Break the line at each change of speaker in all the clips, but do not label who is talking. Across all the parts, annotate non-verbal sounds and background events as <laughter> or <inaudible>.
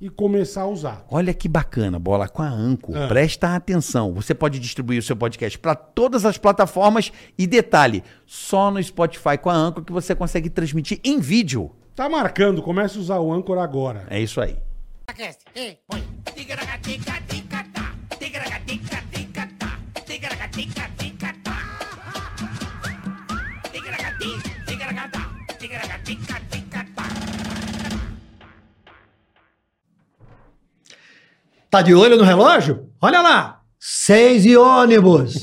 e começar a usar.
Olha que bacana, bola com a Anco.
Ah.
Presta atenção. Você pode distribuir o seu podcast para todas as plataformas e detalhe, só no Spotify com a Anco que você consegue transmitir em vídeo.
Tá marcando, comece a usar o Anchor agora.
É isso aí.
Podcast. Ei, põe. Tigaragatica-tica-tá. Tigaragatica-tica-tá. Tigaragatica-tica-tá. Tigaragati, tigaragata. Tigaragatica-tica-tá.
Tá de olho no relógio? Olha lá! Seis e ônibus!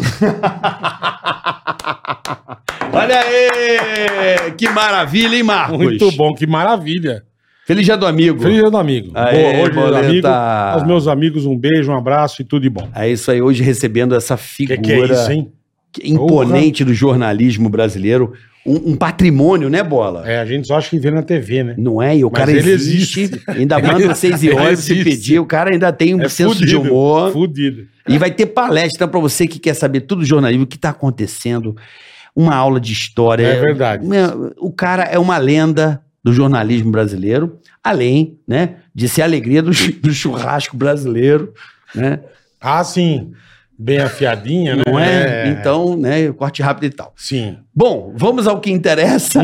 Olha aí! Que maravilha, hein, Marcos?
Muito bom, que maravilha.
Feliz dia do amigo.
Feliz dia do amigo.
Aê,
Boa, hoje dia do
Boleta.
amigo. Aos meus amigos, um beijo, um abraço e tudo de bom.
É isso aí, hoje recebendo essa figura
é hein?
que- é imponente do jornalismo brasileiro. Um, um patrimônio, né, Bola?
É, a gente só acha que vê na TV, né?
Não é? E o
Mas
cara
ele
existe,
existe.
Ainda manda seis e
<laughs> Ele
horas se
existe.
pedir. O cara ainda tem um
É
senso de
fudido,
humor.
Fudido.
E vai ter palestra pra você que quer saber tudo do jornalismo, o que tá acontecendo, uma aula de história.
É verdade.
Meu, O cara é uma lenda do jornalismo brasileiro, além, né, de ser a alegria do, chu- do churrasco brasileiro, né?
Ah, sim. Bem afiadinha, né?
Não é? Então, né, corte rápido e tal.
Sim. Uhum.
Bom, vamos ao que interessa.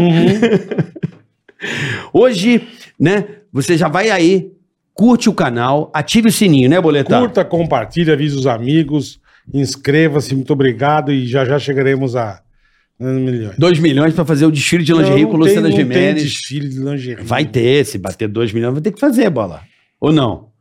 Hoje, né, você já vai aí, curte o canal, ative o sininho, né, Boletar?
Curta, compartilha, avisa os amigos, inscreva-se, muito obrigado e já já chegaremos a né, milhões.
2 milhões pra fazer o desfile de lingerie
Não,
com
não tem-
Luciana
não tem
Gimenez.
desfile de lingerie.
Vai ter, se bater 2 milhões, vou ter que fazer bola. Ou não?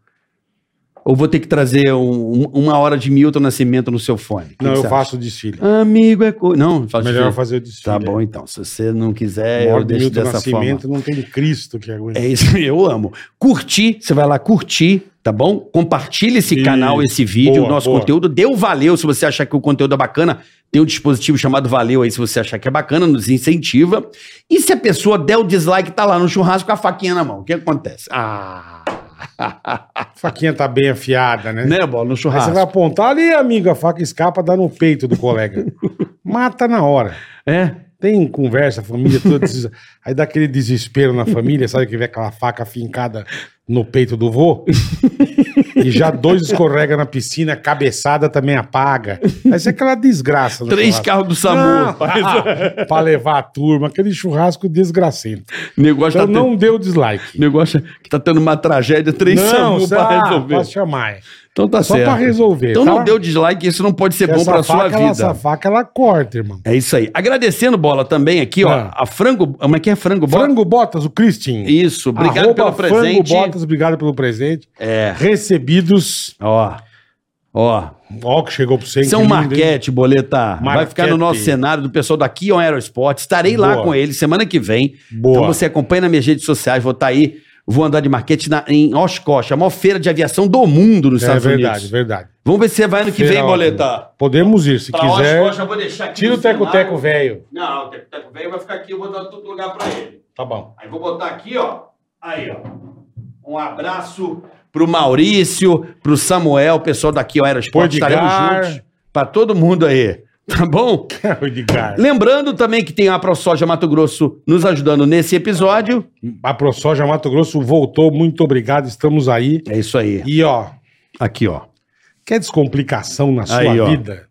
Ou vou ter que trazer um- um- uma hora de Milton Nascimento no seu fone? O que
Não,
que
eu
você
faço o desfile.
acha? Amigo é. Co... Não, faço
Melhor
fazer.
fazer o desfile.
Tá bom, então. Se você não quiser,
Maior
É, eu deixo
Milton
dessa forma.
Nascimento, não tem Cristo que aguenta.
É isso, <laughs> eu amo. Curtir, você vai lá curtir, tá bom? Compartilha esse
Isso.
canal, esse vídeo,
Boa,
o nosso
boa.
conteúdo. Dê o valeu se você achar que o conteúdo é bacana. Tem um dispositivo chamado Valeu aí, se você achar que é bacana, nos incentiva. E se a pessoa der o dislike, tá lá no churrasco com a faquinha na mão. O que acontece? Ah!
A faquinha tá bem afiada, né?
né, bola? No
Aí você
churrasco.
vai apontar ali, amigo, a faca escapa, dá no peito do
<laughs>
colega. Mata na hora.
É.
Tem conversa, a família toda. des- Aí dá aquele desespero na família, sabe que vê aquela faca fincada no peito do vô? E já dois escorrega na piscina, cabeçada também apaga. Aí isso é aquela desgraça. no
Três
churrasco.
carros do SAMU.
Não, <laughs> pra levar a turma, aquele churrasco desgracento.
Negócio,
Então
tá
não
tendo,
deu dislike.
negócio que tá tendo uma tragédia, três SAMU
só-
pra
ah,
resolver.
Posso chamar.
Então tá
Só
certo.
pra resolver,
Então
tá?
não deu dislike, isso não pode ser bom
Essa
pra sua
faca, ela-
vida.
Essa faca ela corta, irmão.
É isso aí. Agradecendo, Bola, também aqui, ó.
Ah.
A frango. Como é que é frango bola?
Frango Botas, o Cristin.
Isso, obrigado
Arroba
pelo presente.
Frango Botas, obrigado pelo presente.
É.
Recebidos.
Ó. Ó.
Ó, que chegou pro você. hein,
São
que lindo, hein?
Marquete, boleta. Vai
Marquete.
ficar no nosso cenário do pessoal da Kion Aerosport. Estarei lá
Boa.
com ele semana que vem.
Boa.
Então você acompanha nas minhas redes sociais, vou estar aí. Vou andar de marquete na- em Oshkosh, a maior feira de aviação do mundo nos
É
Estados
verdade,
Unidos.
verdade.
Vamos ver se você vai ano que
Feira é
vem,
ótima.
boleta.
Podemos ir, se
Pra
quiser.
Oshkosh, eu vou deixar aqui
Tira
no
o teco-teco
cenário.
velho.
Não, o Teco-Teco velho vai ficar aqui, eu vou dar todo lugar pra ele.
Tá bom. <laughs>
Aí vou botar aqui, ó. Aí, ó. Um abraço pro Maurício, pro Samuel, pessoal daqui, ó, Era Esporte,
Podgar.
estaremos juntos. Pra todo mundo aí, tá
<laughs>
bom?
Edgar.
Lembrando também que tem a ProSoja Mato Grosso nos ajudando nesse episódio.
A ProSoja Mato Grosso voltou, muito obrigado, estamos aí.
É isso aí.
E ó,
Aqui, ó.
quer descomplicação na sua
Aí, ó.
vida?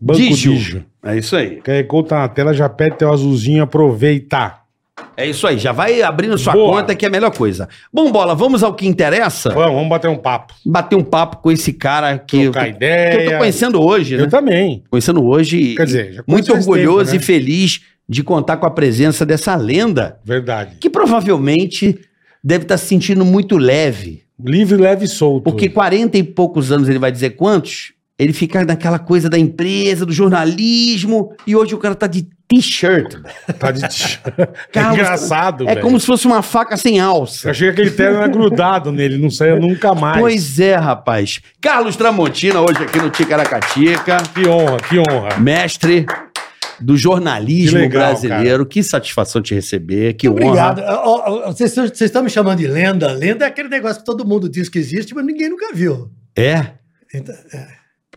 Banco
Digio.
Digio.
É isso aí.
Quer conta na tela, já pede teu azulzinho, aproveita.
É isso aí. Já vai abrindo sua
Boa.
conta que é a melhor coisa. Bom, bola, vamos ao que interessa?
Vamos, vamos bater um papo.
Bater um papo com esse cara que,
Trocar
que eu tô
ideia.
conhecendo hoje, né?
Eu também.
conhecendo hoje.
Quer dizer, já
muito
conheço faz
orgulhoso
tempo, né?
e feliz de contar com a presença dessa lenda,
Verdade.
que provavelmente deve estar se sentindo muito leve,
Livre, leve e solto.
porque 40 e poucos anos, ele vai dizer quantos? Ele fica naquela coisa da empresa, do jornalismo, e hoje o cara tá de t-shirt.
Tá de t-
<laughs> Carlos,
é engraçado,
É
velho.
como se fosse uma faca sem
Eu
alça.
achei que aquele terno era grudado nele, não saía nunca mais.
Pois é, rapaz. Carlos Tramontina, hoje aqui no Ticaracatica,
Que honra, que honra. É,
mestre do jornalismo
Que legal,
brasileiro. Que satisfação te receber, <laughs> que honra.
Obrigado. Ó, ó, ó, Vocês vocês estão me chamando de lenda. Lenda é aquele negócio que todo mundo diz que existe, mas ninguém nunca viu.
É?
Então,
É,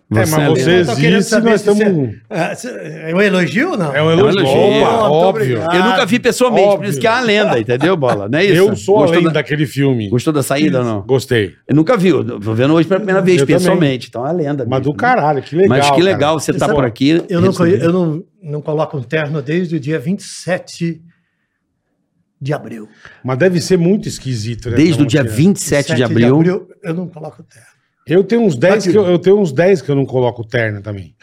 mas
lenda.
você
Eu tô querendo
existe,
saber
nós
se
estamos...
é, cê- é um elogio ou não?
É um
elogio.
elogio.
Não,
Opa,
muito
óbvio.
obrigado.
Eu nunca vi pessoalmente, por
Ah, Óbvio.
isso que é a lenda, entendeu, Bola? Não é isso?
Eu sou
Gostou
além
da...
daquele filme.
Gostou da saída ou não?
Gostei.
Eu nunca vi, eu tô vendo hoje pela primeira vez,
Eu também.
pessoalmente. Então é a lenda.
Mas
mesmo,
do
né?
caralho, que legal.
Mas que
cara.
legal você tá
Sabe,
por aqui.
Eu, não, conhe-
Recebi.
eu não, não coloco um terno desde o dia 27 de abril.
Mas deve ser muito esquisito, né?
Desde
Então,
o dia
assim, né?
27 de abril.
Eu não coloco terno.
Eu tenho uns 10
Aqui.
que eu, eu tenho uns 10 que eu não coloco terno também.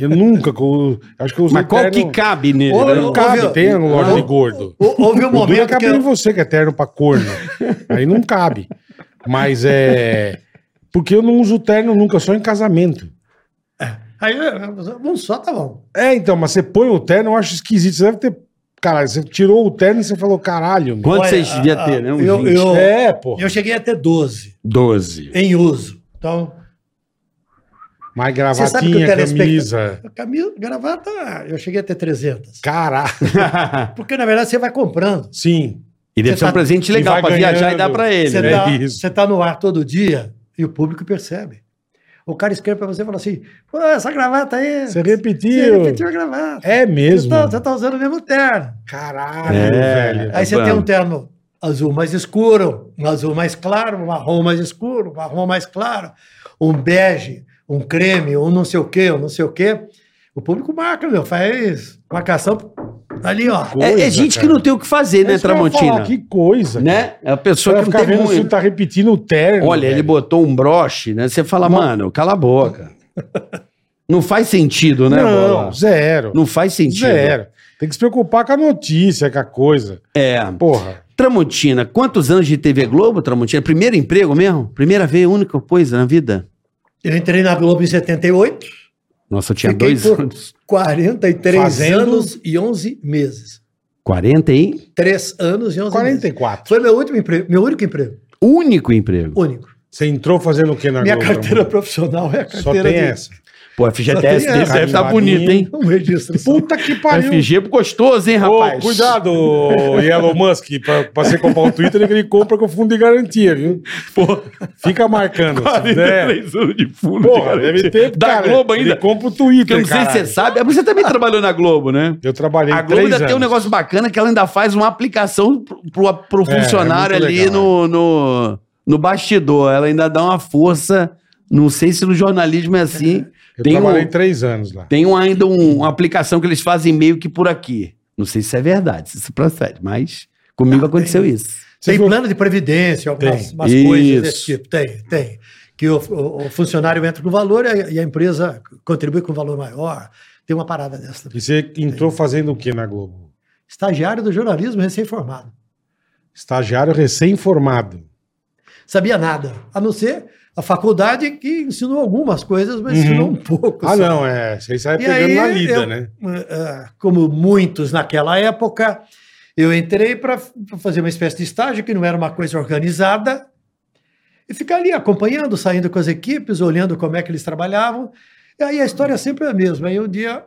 Eu nunca co- acho que eu usei
Mas qual
terno-
que cabe nele?
Ô,
né?
ô,
Não cabe,
Ouviu?
tem loja de
Ô,
gordo.
Hou-
O duro
Houve um
é
momento
cabe
que
em
eu,
você, que é terno pra <laughs> corno. Aí não cabe. Mas é... Porque eu não uso terno nunca, só em casamento.
aí, eu- um só tá bom.
É, então, mas você põe o terno, eu acho esquisito. Você deve ter... Caralho, você tirou o terno e você falou, caralho, meu.
Quanto
Olha,
vocês
a-
deviam
a-
ter, né? Uns
eu-
20.
eu-
É, pô.
Eu cheguei a ter 12
12.
em uso. Então,
Mais
Você sabe que o
gravatinha,
telespectador-
camisa.
camisa, gravata, eu cheguei a ter 300.
Caralho.
Porque, na verdade, você vai comprando.
Sim.
e deve
Você
ser um
tá-
presente
e
legal
vai
pra viajar e
ganhando. tá
dar pra ele.
Você
né?
está
é isso.
no ar todo dia e o público percebe. O cara escreve pra você e fala assim: pô, essa gravata aí.
Você
Você
repetiu.
repetiu a gravata.
É
Você
mesmo.
tá, você tá usando o mesmo terno.
Caralho,
É.
velho.
Aí você
bom.
tem um terno azul mais escuro, um azul mais claro, um marrom mais escuro, um marrom mais claro, um bege, um creme, um não sei o quê, um não sei o quê. O público marca, meu, faz marcação tá ali, ó.
É, é
coisa,
gente
cara. É
que não tem o que fazer, né,
Isso que eu ia
Tramontina?
falar, Que coisa.
Né? É a
Só
pessoa
que
que não
ficar
tem
vendo se
muito.
tá repetindo o terno.
Olha, ele
velho.
botou um broche, né? Você fala, mano, cala a
<laughs>
boca. Não faz sentido, né,
Não,
Bola?
zero.
Não faz sentido.
zero. Tem que se preocupar com a notícia, com a coisa.
É.
Porra.
Tramontina, quantos anos de TV Globo, Tramontina? Primeiro emprego mesmo? Primeira vez, única coisa na vida?
Eu entrei na Globo em 78,
Nossa, eu tinha
Fiquei
dois
por-
anos.
43
Fazendo-
anos e 11 meses.
40, hein?
3 anos e 11 meses.
44.
Foi meu último emprego, meu único emprego,
Único emprego.
único.
Você entrou fazendo o que na
Minha
Globo?
carteira profissional é a carteira
Ah, Só tem
de-
essa.
Pô, FGTS
Só tem
dele
essa.
deve estar bonito, hein?
um registro. só.
Puta que né? pariu.
FG é gostoso, hein,
Ô,
rapaz?
cuidado, Elon Musk, pra, pra você comprar o Twitter, que ele compra com fundo de garantia, viu?
<laughs>
Fica marcando. É.
43 anos de fundo.
Porra,
cara.
deve ter.
Da
cara,
Globo ainda.
Ele compra o
Porque eu
Twitter.
não sei se você
caralho.
sabe, é porque você também trabalhou na Globo, né?
Eu trabalhei
A Globo
três
ainda tem um
anos.
negócio bacana que ela ainda faz uma aplicação pro, pro- pro
É, é
funcionário
muito
ali
legal,
no, no, no bastidor. Ela ainda dá uma força. Não sei se no jornalismo é assim.
Eu
Tem,
trabalhei
um,
três anos lá.
tem um, ainda um- uma aplicação que eles fazem meio que por aqui. Não sei se é verdade, se isso procede, mas comigo aconteceu isso.
Você
Tem
ficou-
plano de previdência, algumas
Tem.
umas coisas
Isso.
desse tipo. Tem, tem. Que o, o- o funcionário entra com valor e a, e a empresa contribui com um valor maior. Tem uma parada dessa.
E você entrou fazendo o que na Globo?
Estagiário do jornalismo recém-formado.
Estagiário recém-formado.
Sabia nada, a não ser a faculdade que ensinou algumas coisas, mas
Uhum.
ensinou um pouco.
Ah,
só.
não, é. Você sai
E
pegando
aí,
na lida,
eu-
né?
eh, como muitos naquela época, eu entrei para fazer uma espécie de estágio que não era uma coisa organizada e ficar ali acompanhando, saindo com as equipes, olhando como é que eles trabalhavam. E aí a história sempre é a mesma. Aí um dia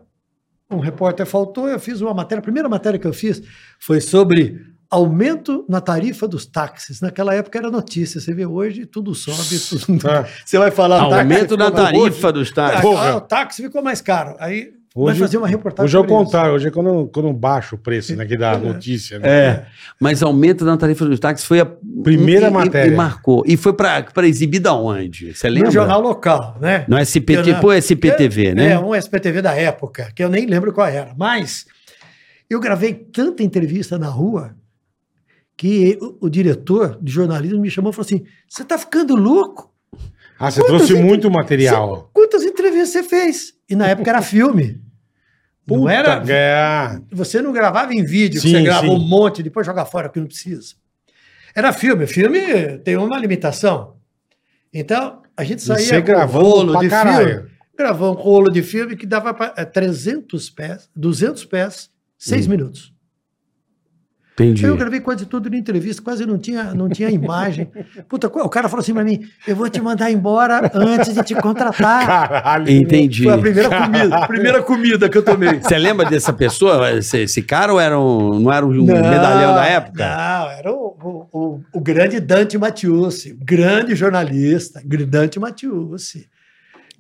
um repórter faltou, eu fiz uma matéria, a primeira matéria que eu fiz foi sobre aumento na tarifa dos táxis. Naquela época era notícia, você vê hoje tudo sobe, tudo...
<laughs>
Ah,
Você vai falar táxi
Aumento
ficou
da
mais-
tarifa dos
Ah,
táxis.
Porra.
o táxi ficou mais caro. Aí
Hoje-
vai fazer uma reportagem.
hoje é o
sobre isso.
contrário, hoje é quando, eu- quando eu baixo o preço né, que dá a notícia. Né?
É, mas aumento da tarifa dos táxis foi a
Primeira
e- e-
matéria.
E marcou. E foi pra, pra exibir da onde? Você lembra?
No jornal local, né?
No SPT,
Jornal-
pô, SPTV,
é,
né?
É, um SPTV da época, que eu nem lembro qual era. Mas eu gravei tanta entrevista na rua que o, o diretor de jornalismo me chamou e falou assim: você tá ficando louco?
Ah, você
Quantas
trouxe
entre-
muito material.
Cê- quantas entrevistas você fez? E na época era filme. não
Puta,
era.
é.
Você não gravava em vídeo, que
Sim,
você grava
sim.
um monte, depois joga fora, que não precisa. Era filme. Filme tem uma limitação. Então, a gente
E
saía
você
com
gravando pra caralho.
gravar um rolo de filme que dava pra, eh, 300 pés, 200 pés,
Hum.
6 minutos.
Entendi.
Eu gravei quase tudo na entrevista, quase não tinha, não
<laughs>
tinha imagem. Puta, o cara falou assim pra mim: eu vou te mandar embora antes de te contratar.
Caralho.
Entendi.
Foi a primeira comida,
<laughs>
a primeira comida que eu tomei.
Você lembra dessa pessoa? Esse, esse cara ou era um, não era um medalhão da época?
Não, era o, o, o- o grande Dante Matiusi, o grande jornalista, gr- Dante Matiusi.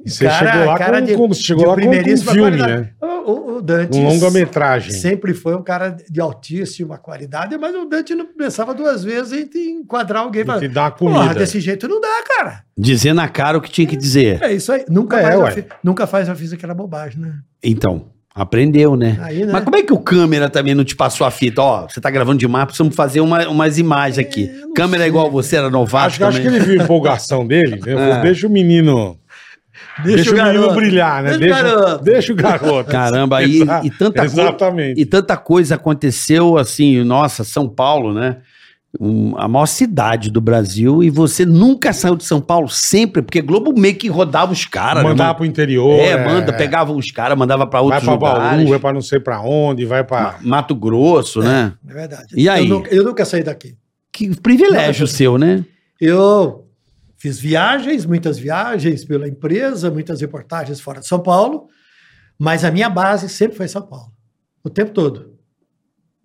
E você chegou lá com, como você chegou
de
lá com, com um
primeiríssima
filme,
qualidade.
né?
O, o- o Dante
Um longa-metragem.
sempre foi um cara de altíssima qualidade, mas o Dante não pensava duas vezes em te enquadrar alguém.
E
pra-
te dá uma
Porra,
comida.
desse jeito não dá, cara.
Dizer na cara o que tinha que dizer.
É isso aí. Nunca,
É,
mais, eu
ué.
fiz, nunca faz eu fiz aquela bobagem, né?
Então, aprendeu, né?
Aí, né?
Mas como é que o câmera também não te passou a fita? Ó, você tá gravando demais, precisamos fazer uma- umas imagens aqui.
É, eu não
Câmera
sei.
igual você, era novato
Acho, que- acho
também.
que ele viu a empolgação dele. né?
<laughs>
Eu
É.
falei, Deixa o menino. Deixa, o, menino
garoto.
brilhar, né?
Deixa o
Deixa,
garoto.
deixa o garoto.
Caramba, aí
Exa-
e tanta coisa-
Exatamente.
E tanta coisa aconteceu assim, nossa, São Paulo, né? Um- a maior cidade do Brasil e você nunca saiu de São Paulo sempre, porque Globo meio que rodava os caras, né?
Mandar
mano?
pro interior.
É, manda, pegava os caras, mandava pra
Vai
outros
pra
lugares.
Bauru, vai pra não sei pra onde, vai pra.
Ma- Mato Grosso, né?
É verdade.
E aí?
Eu nunca, eu nunca saí daqui.
Que privilégio
Não,
seu, né?
Eu fiz viagens, muitas viagens pela empresa, muitas reportagens fora de São Paulo, mas a minha base sempre foi São Paulo. O tempo todo.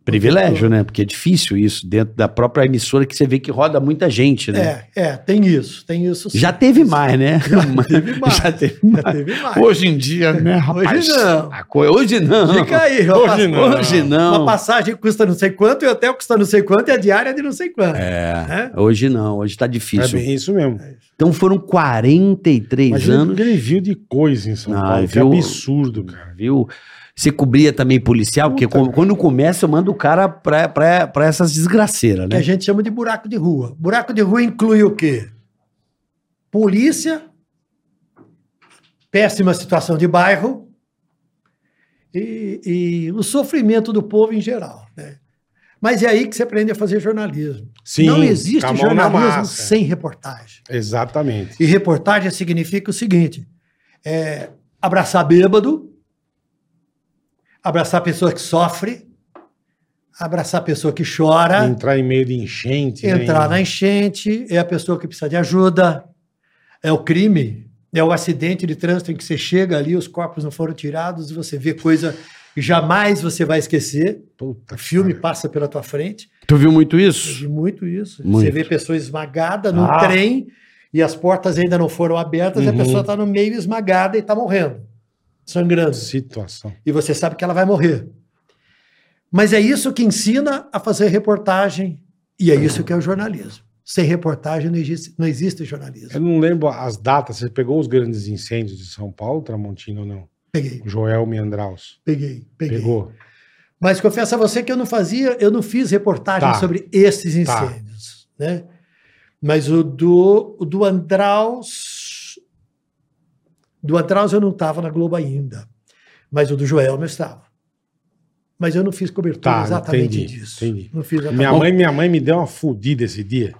Privilégio, né? Porque é difícil isso dentro da própria emissora que você vê que roda muita gente, né?
É, é, tem isso, tem isso. sim.
Já teve mais, né?
Já
<laughs>
teve mais.
Já teve
Já
mais.
teve mais.
Hoje em dia, né, rapaz?
Hoje não.
A co- Hoje não.
Fica aí, uma
Hoje
passa-
não.
Hoje não.
Uma passagem custa não sei quanto, e o hotel custa não sei quanto, e a diária é de não sei quanto. É.
Hoje não, hoje tá
É
difícil.
bem isso mesmo.
então foram 43
Mas
anos,
ele viu de coisa em São
Ah,
Paulo. Que
viu?
absurdo, cara.
viu? Você cobria também policial, porque
Puta,
co- quando começa eu mando o cara pra, pra, pra essas desgraceiras,
que a
né?
gente chama de buraco de rua. Buraco de rua inclui o quê? Polícia, péssima situação de bairro e, e o sofrimento do povo em geral. né? Mas é aí que você aprende a fazer jornalismo.
Sim,
Não existe
com a mão na
jornalismo
massa. é.
sem reportagem.
Exatamente.
E reportagem significa o seguinte: é, abraçar bêbado, abraçar a pessoa que sofre, abraçar a pessoa que chora
Entrar em meio de enchente. né?
É. entrar na enchente, é a pessoa que precisa de ajuda, é o crime, é o acidente de trânsito em que você chega ali, os corpos não foram tirados, e você vê coisa que jamais você vai esquecer.
Puta
O
que
né? filme
pariu.
passa pela tua frente.
Tu viu muito isso?
E muito isso.
Muito.
Você vê pessoa esmagada num
Ah.
trem e as portas ainda não foram abertas, e a
Uhum.
pessoa está no meio esmagada e está morrendo, sangrando
Situação.
e você sabe que ela vai morrer. Mas é isso que ensina a fazer reportagem e é isso que é o jornalismo. Sem reportagem não existe, não existe
Eu
jornalismo.
não lembro as datas. Você pegou os grandes incêndios de São Paulo, Tramontino ou não?
Peguei,
Joel Miandraus.
peguei, peguei.
Pegou.
Mas confesso a você que eu não fazia, eu não fiz reportagem
Tá.
sobre esses
Tá.
incêndios, né? Mas o do, o do Andraus, do Andraus eu não estava na Globo ainda, mas o do Joel eu estava. Mas eu não fiz cobertura
Tá,
exatamente
entendi,
disso.
entendi.
Não fiz
Minha mãe, minha mãe me deu uma fudida esse dia.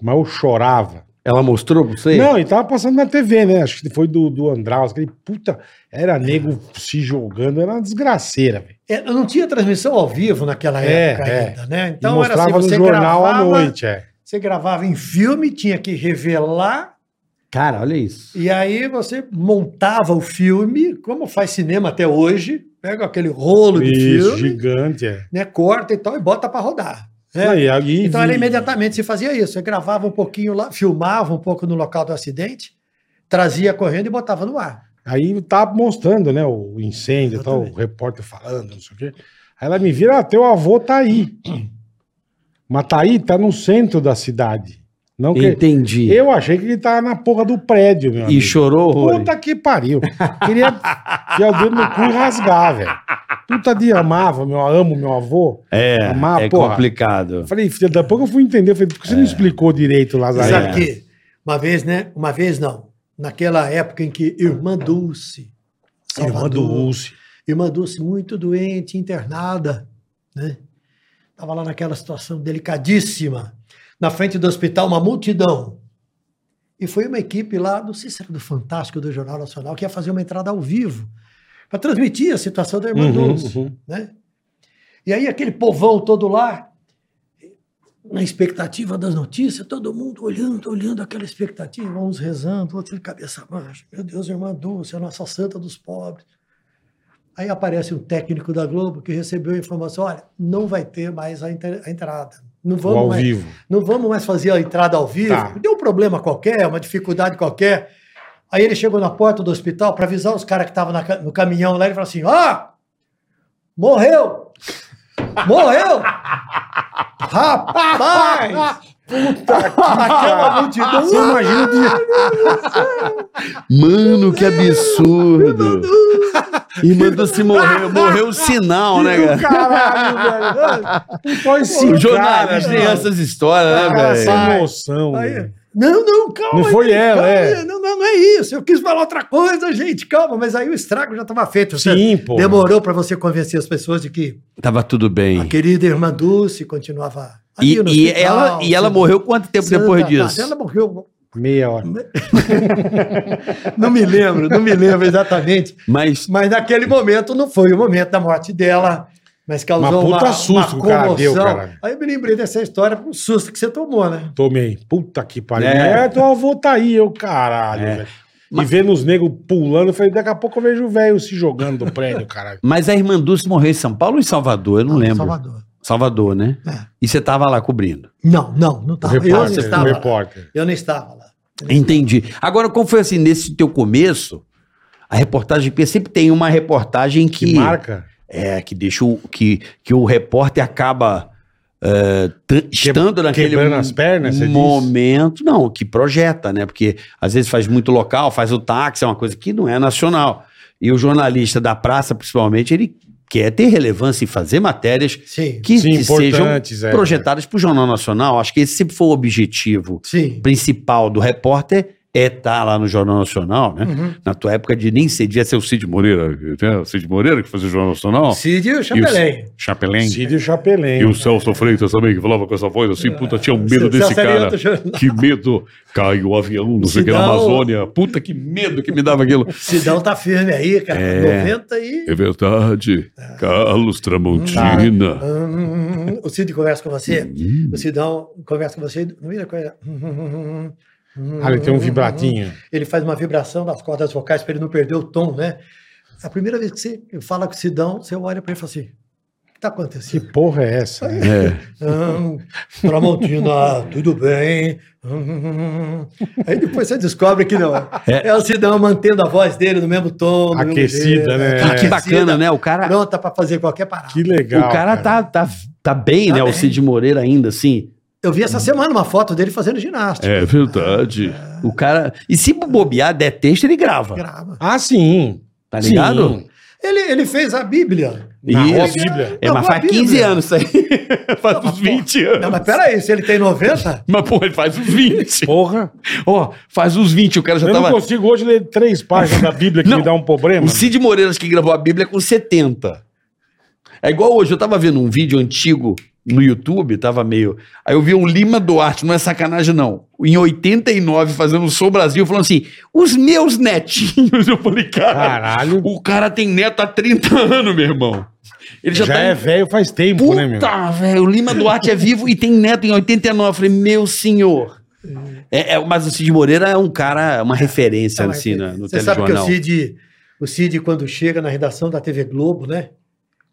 Mas eu chorava.
Ela mostrou pra você?
Não, e tava passando na TV, né? Acho que foi do, do Andraus. Aquele puta. Era nego se jogando. Era uma desgraceira, velho.
É, não tinha transmissão ao vivo naquela
É,
época
é.
ainda, né?
Então, e
Então era assim,
mostrava no
você
jornal
gravava,
à noite, é.
Você gravava em filme, tinha que revelar,
Cara, olha isso.
e aí você montava o filme, como faz cinema até hoje, pega aquele rolo de
Isso,
filme,
gigante, é.
né, corta e tal, e bota para rodar. né?
Não, É, e aí-
Então ela imediatamente se fazia isso. Você gravava um pouquinho lá, filmava um pouco no local do acidente, trazia correndo e botava no ar.
Aí tá mostrando, né, o incêndio, tá, o
Exatamente.
repórter falando, não sei o quê. Aí ela me vira, ah, teu avô tá aí. <clears throat> Mas tá aí, tá no centro da cidade. Não que...
Entendi.
Eu achei que ele tava na porra do prédio, meu
E chorou, Rory?
Puta que pariu. Queria tirar o dedo no cu e rasgar, velho. Puta de amava, meu, amo meu avô.
É,
Amar,
é
porra.
complicado.
Eu Falei, filha, da pouco eu fui entender. Eu falei, por que você não explicou direito, Lazaré?
Sabe que uma vez, né? Uma vez não. Naquela época em que Irmã Dulce,
Irmã
Salvador,
Dulce.
Irmã Dulce muito doente, internada, né? Estava lá naquela situação delicadíssima. Na frente do hospital, uma multidão. E foi uma equipe lá, não sei se era do Fantástico, do Jornal Nacional, que ia fazer uma entrada ao vivo para transmitir a situação da irmã
Uhum,
Dulce,
uhum.
né? E aí aquele povão todo lá, na expectativa das notícias, todo mundo olhando, olhando aquela expectativa, uns rezando, outros de cabeça baixa. Meu Deus, irmã Dulce, a nossa santa dos pobres. Aí aparece um técnico da Globo que recebeu a informação, olha, não vai ter mais a, inter- a entrada. Não
O ao
vamos, mais,
vivo.
não vamos mais fazer a entrada ao vivo.
Tá.
Deu um problema qualquer, uma dificuldade qualquer. Aí ele chegou na porta do hospital para avisar os caras que estavam na ca- no caminhão lá. Ele falou assim: Ah! Morreu! Morreu! Rapaz! <laughs> Puta que aquela multidão.
Você imagina o dia.
Mano, que
<laughs>
absurdo. Irmã do se morreu. Morreu o sinal, né, cara?
Caralho,
<laughs>
velho. Só esse
O
cara,
jornalista tem
velho.
essas histórias, né,
Cara,
velho?
sem noção.
Aí,
velho.
não, não, calma.
Não foi
gente,
ela,
calma,
é.
Não, não, não é isso. Eu quis falar outra coisa, gente. Calma, mas aí o estrago já estava feito. Você
Sim, pô.
tá Demorou para você convencer as pessoas de que
Tava tudo
a
bem.
querida irmã Dulce continuava.
E,
ali no
e
assim,
hospital,
ela, e ela
sendo-
morreu quanto tempo
tá,
sendo
depois
tratada.
disso?
Ela morreu.
Meia hora.
Não me lembro, não me lembro exatamente.
Mas
Mas naquele momento não foi o momento da morte dela, mas causou
Uma
uma,
puta
uma,
susto que o cara
comoção.
deu, cara.
Aí eu me lembrei dessa história com o susto que você tomou, né?
Tomei. Puta que pariu.
É.
É, tua avó tá aí, eu, caralho,
É.
velho. E
Mas-
vendo os negros pulando, eu falei, daqui a pouco eu vejo o velho se jogando do prédio, caralho.
Mas a irmã Dulce morreu em São Paulo ou em Salvador? Eu não
Lá em
lembro. Salvador,
Salvador.
né?
É.
E você tava lá cobrindo.
Não, não, não
Tá,
O
estava. Eu não
repórter, o
estava. lá.
repórter.
Eu não estava lá.
Entendi. Agora, como foi assim, nesse teu começo, a reportagem, porque sempre tem uma reportagem que.
Que marca?
É, que deixa o. que, que o repórter acaba. é, tran- estando naquele
quebrando as pernas, você diz?
momento, não, que projeta, né? Porque às vezes faz muito local, faz o táxi, é uma coisa que não é nacional. E o jornalista da praça, principalmente, ele quer ter relevância e fazer matérias
Sim,
que, um
Sim,
que sejam
importantes, é.
projetadas para o Jornal Nacional. Acho que esse sempre foi o objetivo
sim.
principal do repórter é estar lá no Jornal Nacional, né?
Uhum.
Na tua época de nem ser, devia ser o Cid Moreira, né? o Cid Moreira que fazia o Jornal Nacional,
Cid e o Chapelém.
Chapelém,
Círio Chapelém.
E o Celso Freitas também, que falava com essa voz assim, puta, tinha um medo
Você- você
desse
seria
cara.
outro jornal.
Que medo. Caiu o avião, não sei o que, na
Sidão.
Amazônia. Puta, que medo que me dava aquilo.
<laughs> Sidão tá firme aí, cara.
É.
90 e.
É verdade. Carlos
Tá.
Tramontina.
Hum, o Cid conversa com você.
Uhum.
O Cidão conversa com você. Não é coisa. Hum, hum, hum,
Ah, ele tem um
hum,
vibratinho.
hum. Ele faz uma vibração das cordas vocais para ele não perder o tom, né? A primeira vez que você fala com o Sidão, você olha para ele e fala assim: o que está
Que <laughs>
acontecendo?
porra é essa? né?
é,
Hum, Tramontina, tudo bem? Hum. Aí depois você descobre que não. É, o Sidão mantendo a voz dele no mesmo tom. no mesmo
Aquecida,
jeito. É.
né?
Que-
É.
que
Aquecida,
bacana, né? O cara,
Pronta para fazer qualquer parada.
Que
o
legal.
cara, Tá, tá, tá bem,
Tá
né? O
bem.
Cid Moreira ainda, assim,
Eu vi essa semana uma foto dele fazendo ginástica.
É verdade.
o cara, e se bobear, der texto, ele grava,
Grava.
Ah, sim.
tá ligado?
Sim.
Ele, ele fez a Bíblia.
Na
Isso.
Rua Bíblia.
É, mas faz 15 anos
<laughs>
isso aí, faz uns 20 anos.
Não, mas peraí, se ele tem 90,
Mas, pô, ele faz uns 20.
Porra.
Ó, faz uns 20, o cara já
Eu
tava...
não consigo hoje ler três páginas da Bíblia que
Não.
me dá um problema.
O Cid Moreira acho que gravou a Bíblia com 70. É igual hoje, eu tava vendo um vídeo antigo no YouTube, tava meio. Aí eu vi um Lima Duarte, não é sacanagem não. Em 89, fazendo o Sou Brasil, falando assim: os meus netinhos. <laughs> Eu falei, cara,
Caralho.
o cara tem neto há 30 anos, meu irmão. Ele já,
Já,
tá.
é
em-
velho faz tempo, né, meu?
Puta, velho, o Lima Duarte é vivo e tem neto em 89. Eu falei, meu senhor. É, é, mas o Cid Moreira é um cara, uma referência
Não, é
assim,
que-
né, no
você sabe que o
telejornal.
Cid, o Cid, quando chega na redação da TV Globo, né?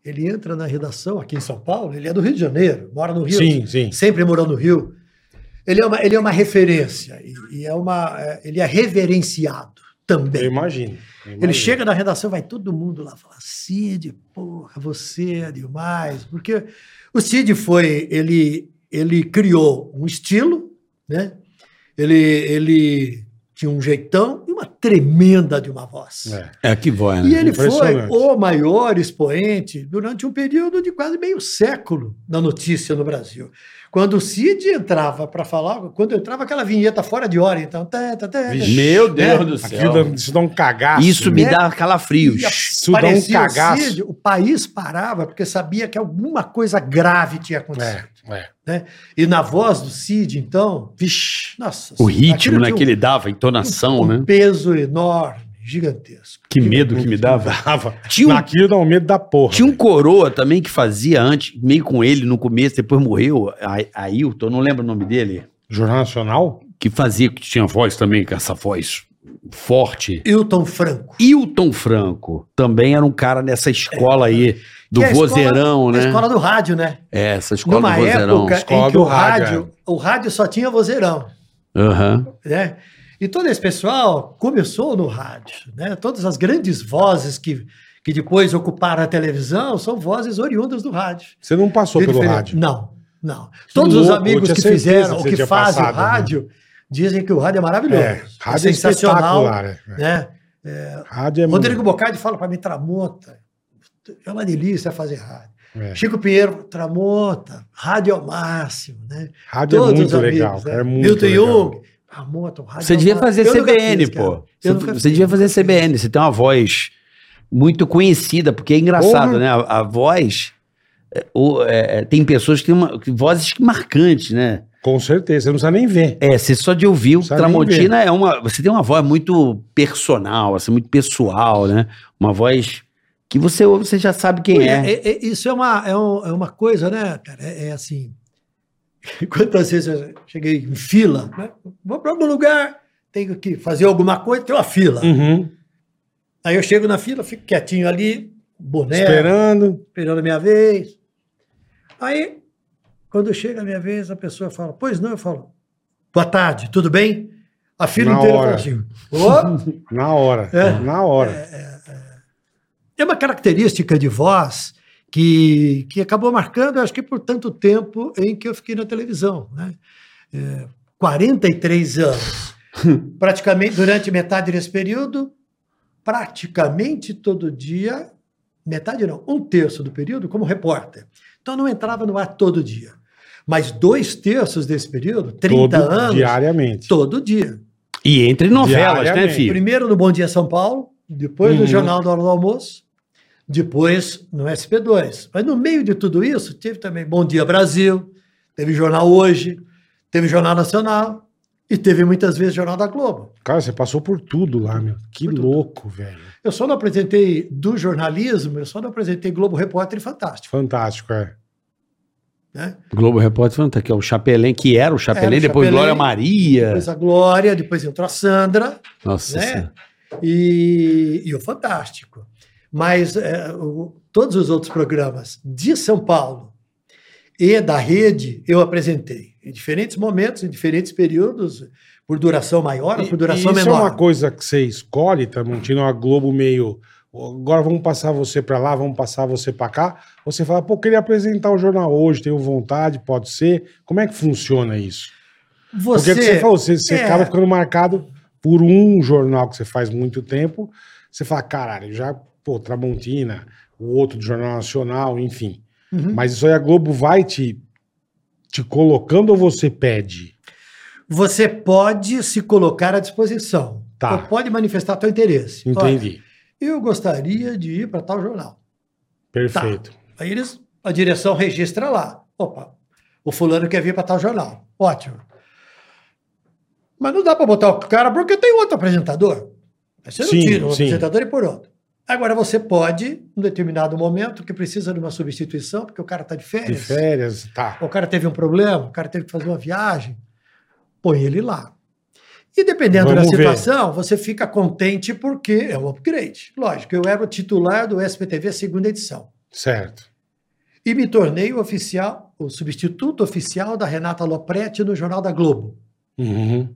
Ele entra na redação aqui em São Paulo, ele é do Rio de Janeiro, mora no Rio,
Sim, sim.
sempre morou no Rio. Ele é uma, ele é uma referência e, e é uma, é, ele é reverenciado
Eu
também.
imagino. eu
Ele
imagino.
chega na redação, vai todo mundo lá falar, Cid, porra, você é demais. Porque o Cid foi, ele, ele criou um estilo, né? Ele, ele tinha um jeitão e uma tremenda de uma voz. né?
É.
É que vai,
E ele foi
Impressionante.
o maior expoente durante um período de quase meio século na notícia no Brasil. Quando o Cid entrava para falar, quando entrava aquela vinheta fora de hora, então. Tá, tá, tá,
Vixe.
Meu Deus
É,
do
Aquilo
céu.
dá, isso dá um cagaço.
Isso me
né?
dá calafrios.
Isso dá um
Parecia o
cagaço.
Cid, o país parava porque sabia que alguma coisa grave tinha acontecido.
É.
né? E na voz do Cid, então, vixi, nossa.
O
aquilo
ritmo, né?
tinha um-
Que ele dava, a entonação,
um
né?
peso enorme, gigantesco.
Que medo que me dava.
Tava.
Tinha um
Naquilo dá um medo da porra.
Tinha um coroa também que fazia antes, meio com ele no começo, depois morreu, A- Ailton, não lembro o nome dele,
Jornal Nacional?
que fazia, que tinha voz também, com essa voz forte.
Hilton Franco.
Hilton Franco também era um cara nessa escola aí, do
Que é a escola-
vozeirão,
A
né?
escola do rádio, né?
É, essa escola
Numa
do vozeirão.
época
escola
em que
do
o
rádio,
rádio, o rádio só tinha vozeirão,
Aham.
né? E todo esse pessoal começou no rádio, né? Todas as grandes vozes que, que depois ocuparam a televisão são vozes oriundas do rádio.
Você não passou
Tem
pelo
diferença?
rádio.
Não, não. Todos os
louco, eu
amigos
tinha
que
certeza
fizeram
que
ou
você
que
tinha
fazem
passado, né?
o rádio dizem que o rádio é maravilhoso,
É, rádio é
sensacional,
espetacular. é.
né?
Rádio é
Rodrigo Bocardi fala para mim, Tramonta, é uma delícia fazer rádio.
É.
Chico Pinheiro, Tramonta, rádio ao máximo, né?
Rádio é muito legal,
né?
cara. É muito
Milton
legal.
Jung, Tramonta, o rádio
Você
ao
devia
máximo.
fazer
Ah, Eu nunca
CBN,
fiz, cara.
pô. Você,
Eu nunca
você
fiz.
devia fazer CBN, você tem uma voz muito conhecida, porque é engraçado,
Porra.
né? A, a voz. é, o- é, é, tem pessoas que têm uma, que- vozes que marcantes, né?
Com certeza, você não precisa nem ver.
É, você só de ouvir o
Sabe
Tramontina é uma. Você tem uma voz muito personal, assim, muito pessoal, né? Uma voz que você ouve, você já sabe quem
Pois
é.
é, é, é, isso é uma, é, um- é uma coisa, né, cara? É, é assim. <laughs> Quantas vezes eu cheguei em fila, né? Vou para algum lugar, tenho que fazer alguma coisa, tem uma fila.
Uhum.
Aí eu chego na fila, fico quietinho ali, boné.
Esperando.
esperando a minha vez. Aí, quando chega a minha vez, a pessoa fala, pois não, eu falo, boa tarde, tudo bem? A filha
Na
inteira
hora. <laughs>
fala assim, "Ô".
Na hora.
É.
Na hora.
é uma característica de voz que, que acabou marcando, eu acho que por tanto tempo em que eu fiquei na televisão, né? É, 43 anos. Praticamente, durante metade desse período, praticamente todo dia, metade não, um terço do período como repórter. Então eu não entrava no ar todo dia. Mas dois terços desse período, 30
Todo-
anos,
Diariamente.
todo dia.
E entre novelas, né,
Diariamente.
filho?
Primeiro no Bom Dia São Paulo, depois
Uhum.
no Jornal da Hora do Almoço, depois no SP2. Mas no meio de tudo isso, teve também Bom Dia Brasil, teve Jornal Hoje, teve Jornal Nacional e teve muitas vezes Jornal da Globo.
Cara, você passou por tudo lá, meu. Que
Por tudo.
louco, velho.
Eu só não apresentei do jornalismo, eu só não apresentei Globo Repórter e Fantástico.
Fantástico, é.
Né?
Globo Repórter falando tá aqui, ó, o Chapelém, que era o Chapelém,
Era o
depois
Chapelém,
Glória Maria.
Depois a Glória, depois entrou a Sandra.
Nossa
né?
Senhora.
e, e o Fantástico. Mas é, o- todos os outros programas de São Paulo e da rede eu apresentei em diferentes momentos, em diferentes períodos, por duração maior ou por duração
isso
menor.
é uma coisa que você escolhe, Tramontina, uma Globo meio... Agora vamos passar você pra lá, vamos passar você pra cá. Ou Você fala, pô, queria apresentar o jornal hoje, tenho vontade, pode ser. Como é que funciona isso? Porque é
Você,
o que você falou, você, você
é.
acaba ficando marcado por um jornal que você faz muito tempo. Você fala, caralho, já, pô, Tramontina, o outro do Jornal Nacional, enfim.
Uhum.
Mas isso aí a Globo vai te, te colocando ou você pede?
você pode se colocar à disposição.
Tá.
Ou pode manifestar seu interesse. Olha, tá.
Entendi.
eu gostaria de ir para tal jornal.
Perfeito.
Aí eles, a direção registra lá. Opa, o fulano quer vir para tal jornal. Ótimo. Mas não dá para botar o cara porque tem outro apresentador. Aí você não
Sim,
tira um
sim.
apresentador e por outro. Agora você pode, num determinado momento, que precisa de uma substituição, porque o cara está de
De
férias,
férias, tá.
ou o cara teve um problema, o cara teve que fazer uma viagem, põe ele lá. E dependendo
Vamos
da
ver.
situação, você fica contente porque é um upgrade. Lógico, eu era o titular do SPTV segunda edição
Certo.
e me tornei o oficial, o substituto oficial da Renata Lopretti no Jornal da Globo.
Uhum.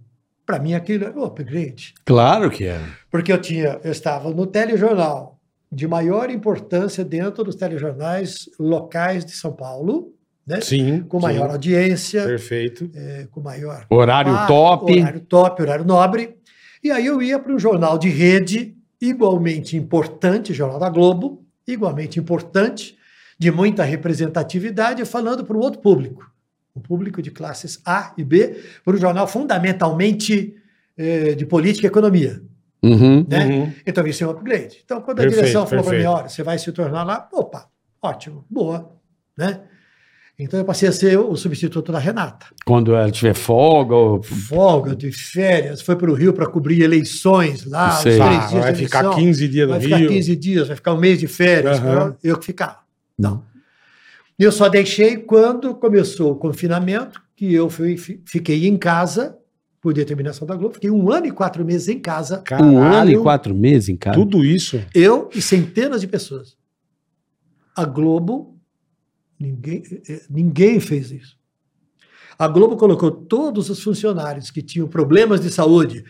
Para mim aquilo era um upgrade,
Claro que é. era.
porque eu tinha, eu estava no telejornal de maior importância dentro dos telejornais locais de São Paulo, né?
Sim.
Com maior
sim. É.
audiência,
Perfeito.
eh, com maior
Horário
Ah,
top.
Horário top, horário nobre. E aí eu ia para um jornal de rede, igualmente importante, Jornal da Globo, igualmente importante, de muita representatividade, falando para um outro público, um público de classes A e B, para um jornal fundamentalmente eh, de política e economia.
Uhum.
Né?
Uhum.
Então isso é um upgrade. Então, quando a
Perfeito,
direção falou para mim,
perfeito.
olha, você vai se tornar lá, opa, ótimo, boa, né? Então eu passei a ser o substituto da Renata.
Quando ela tiver folga, ou...
Folga, de férias, foi para o Rio para cobrir eleições lá,
Sei.
os
Ah, vai
de
ficar
eleição.
15 dias no
Vai ficar
Rio.
15 dias, vai ficar um mês de férias. né?
Aham.
Eu que ficava. Não. E Eu só deixei quando começou o confinamento, que eu fui, fi- fiquei em casa, por determinação da Globo, fiquei um ano e quatro meses em casa,
Caralho,
um ano e quatro meses em
né?
casa.
Tudo isso.
eu e centenas de pessoas. A Globo, ninguém, eh, eh, ninguém fez isso. A Globo colocou todos os funcionários que tinham problemas de saúde,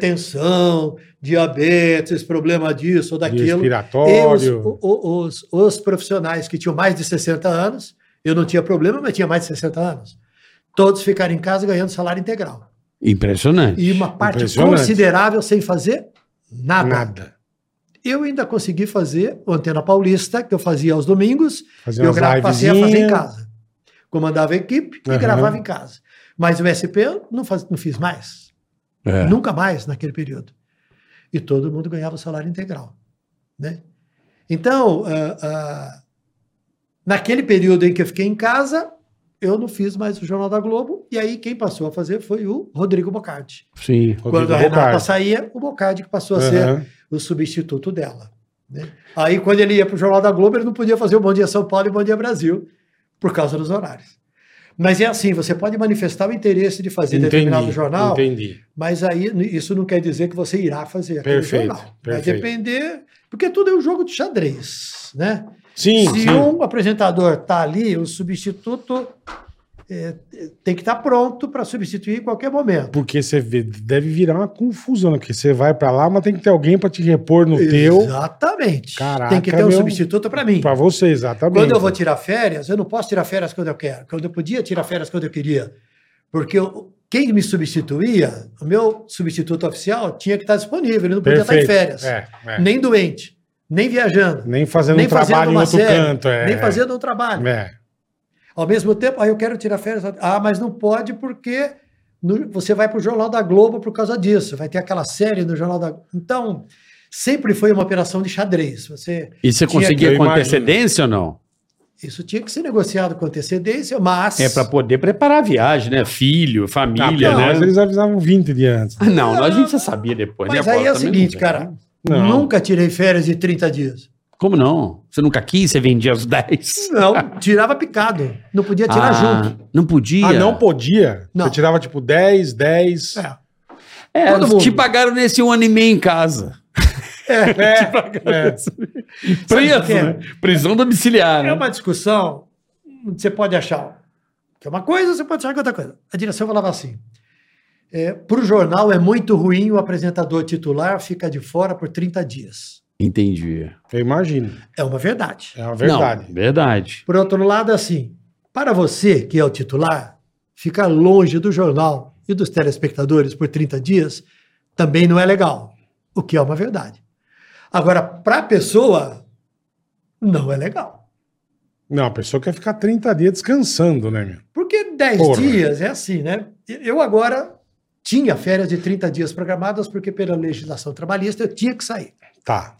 hipertensão, diabetes, problema disso ou daquilo, e os,
Respiratório.
o- o- os- os profissionais que tinham mais de 60 anos, eu não tinha problema, mas tinha mais de 60 anos. Todos ficaram em casa ganhando salário integral.
Impressionante.
E uma parte
Impressionante.
considerável sem fazer nada.
Nada.
Eu ainda consegui fazer o Antena Paulista, que eu fazia aos domingos,
Fazer
eu
umas
gra- passei a fazer em
livezinhas.
casa. Comandava a equipe e
Aham.
gravava em casa. Mas o SP eu não, faz- não fiz mais.
É.
Nunca mais naquele período. E todo mundo ganhava o salário integral. Né? Então, ah, ah, naquele período em que eu fiquei em casa, eu não fiz mais o Jornal da Globo. E aí quem passou a fazer foi o Rodrigo Bocardi.
Sim.
Rodrigo
Quando a Renata
Bocardi.
saía, o Bocardi que passou a ser
Aham.
o substituto dela. né? Aí, quando ele ia para o Jornal da Globo, ele não podia fazer o Bom Dia São Paulo e o Bom Dia Brasil, por causa dos horários. Mas é assim, você pode manifestar o interesse de fazer determinado jornal,
Entendi.
mas aí n- isso não quer dizer que você irá fazer aquele
Perfeito,
jornal.
perfeito.
Vai depender, porque tudo é um jogo de xadrez, né?
Sim,
Se
sim.
um apresentador está ali, o substituto eh, tem que estar pronto para substituir em qualquer momento.
Porque você vê- deve virar uma confusão, né? porque você vai pra lá, mas tem que ter alguém pra te repor no teu,
Exatamente.
Caraca,
tem que ter um
meu.
substituto para mim.
pra você, exatamente.
Quando eu vou tirar férias, eu não posso tirar férias quando eu quero. Quando eu podia tirar férias quando eu queria. Porque eu- quem me substituía, o meu substituto oficial, tinha que estar disponível. Ele não podia
Perfeito.
estar em férias.
É, é. Nem,
Nem doente, nem viajando,
fazendo
nem
um trabalho
fazendo
em
uma
outro
série,
canto. É.
nem fazendo um trabalho.
É.
Ao mesmo tempo, aí eu quero tirar férias. Ah, mas não pode porque no- você vai para o Jornal da Globo por causa disso. Vai ter aquela série no Jornal da Então, sempre foi uma operação de xadrez. Você...
E você
Tinha
conseguia
que-
com
eu imagino.
antecedência ou não?
Isso tinha que ser negociado com antecedência, mas...
É pra poder preparar a viagem, né? Filho,
Ah,
família,
pelo menos
né?
eles avisavam 20 de antes.
Ah, <laughs> não, nós a gente já sabia depois.
Mas
né?
aí
Agora
é o
também
seguinte,
não vem.
cara.
Não.
Nunca tirei férias de 30 dias.
Como não? Você nunca quis? Você vendia os 10?
Não, tirava picado. Não podia tirar
Ah,
junto.
Não podia?
Ah, não podia?
Não.
Você tirava tipo
<laughs>
10, 10.
É.
É,
Todo mundo.
te pagaram nesse um ano e meio em casa. tipo
É,
<laughs>
é.
Preso,
por quê?
né? Prisão domiciliar, né?
É uma discussão que você pode achar que é uma coisa, você pode achar que é outra coisa. A direção falava assim: é, para o jornal é muito ruim o apresentador titular fica de fora por 30 dias.
Entendi.
Eu imagino.
É uma verdade.
É uma verdade.
Não, verdade.
Por outro lado, assim, para você que é o titular, ficar longe do jornal e dos telespectadores por 30 dias também não é legal, o que é uma verdade. Agora, para a pessoa, não é legal.
Não, a pessoa quer ficar 30 dias descansando, né, meu?
Porque 10
Porra.
dias é assim, né? Eu agora tinha férias de 30 dias programadas, porque pela legislação trabalhista eu tinha que sair.
Tá.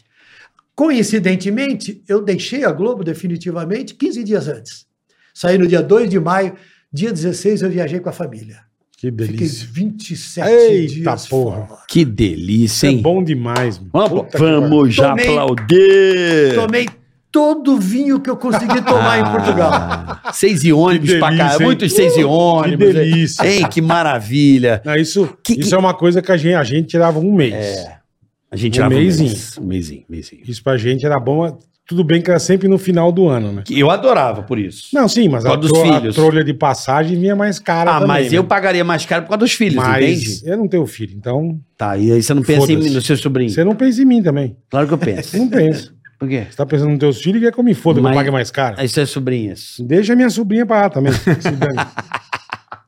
Coincidentemente, eu deixei a Globo definitivamente 15 dias antes. Saí no dia 2 de maio, dia 16 eu viajei com a família.
Que
Fiquei
delícia.
27
Eita
dias
porra.
fora.
Que delícia, hein?
É bom demais, meu.
Vamos,
Puta que pariu.
vamos já
Tomei-
aplaudir!
Tomei todo o vinho que
<laughs>
eu consegui tomar em Portugal.
Ah, Seis e ônibus
Que
pra
Ah. delícia,
cá.
hein? Uh,
Muitos seis e ônibus. hein?
delícia.
Hein, que maravilha.
Não, isso,
Que- É.
isso é uma coisa que a gente, a gente tirava um mês.
A gente
Um
tirava
mêsinho.
mês, Um mêsinho, um mêsinho.
Isso pra gente era bom. Tudo bem que era sempre no final do ano, né?
Que Eu adorava por isso.
Não, sim, mas
Só
a,
dos
tro- a
filhos.
trolha de passagem vinha mais cara.
ah,
também,
mas
né?
eu pagaria mais caro por causa dos filhos,
Mas
entende?
eu não tenho filho, então
Tá, e aí você não pensa em
Foda-se.
mim, no seu sobrinho.
você não pensa em mim também.
Claro que eu penso.
<laughs> Você não
<laughs>
pensa.
Por quê?
Você tá pensando nos teus filhos e quer que eu me foda, que eu
Mas-
pague mais caro.
Aí suas sobrinhas.
Deixa minha sobrinha pra lá também. se
<laughs>
dane.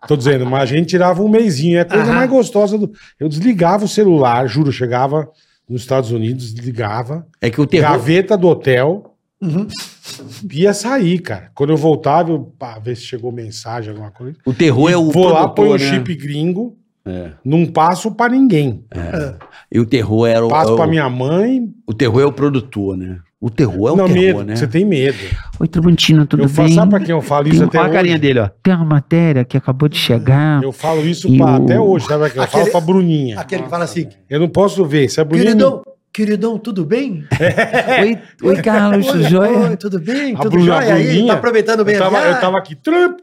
Tô dizendo, mas a gente tirava um mêsinho. É a coisa
Aham.
mais gostosa do. Eu desligava o celular, juro, chegava nos Estados Unidos, desligava.
É que o terror.
Gaveta do hotel.
Uhum.
Ia sair, cara. Quando eu voltava, eu pá, ver se chegou mensagem, alguma coisa.
O terror é o
Vou lá, põe o
né?
chip gringo,
É.
não passo pra ninguém.
Ah,
E o terror era o.
Passo
o-
pra minha mãe,
O terror é o produtor, né? O terror é o
não,
terror,
medo.
né?
Você tem medo.
Oi, Tramontina, tudo
eu
bem?
faço, sabe pra quem eu falo
Tem
isso
um-
até
olha
hoje?
a carinha dele, ó. Tem uma matéria que acabou de chegar.
Eu falo isso
E
pra-
o-
até hoje, sabe? pra quem? Eu falo
Aquele-
pra Bruninha.
Aquele que fala assim,
Eu não posso ver. é Se a Bruninha.
queridão, queridão, tudo bem?
É.
Oi, oi,
Ah,
Carlos,
Oi,
joia?
oi, tudo bem?
A
tudo
Bruna- a
jóia aí?
Bruninha,
Tá aproveitando bem
eu, tava,
a
eu tava aqui. tramp,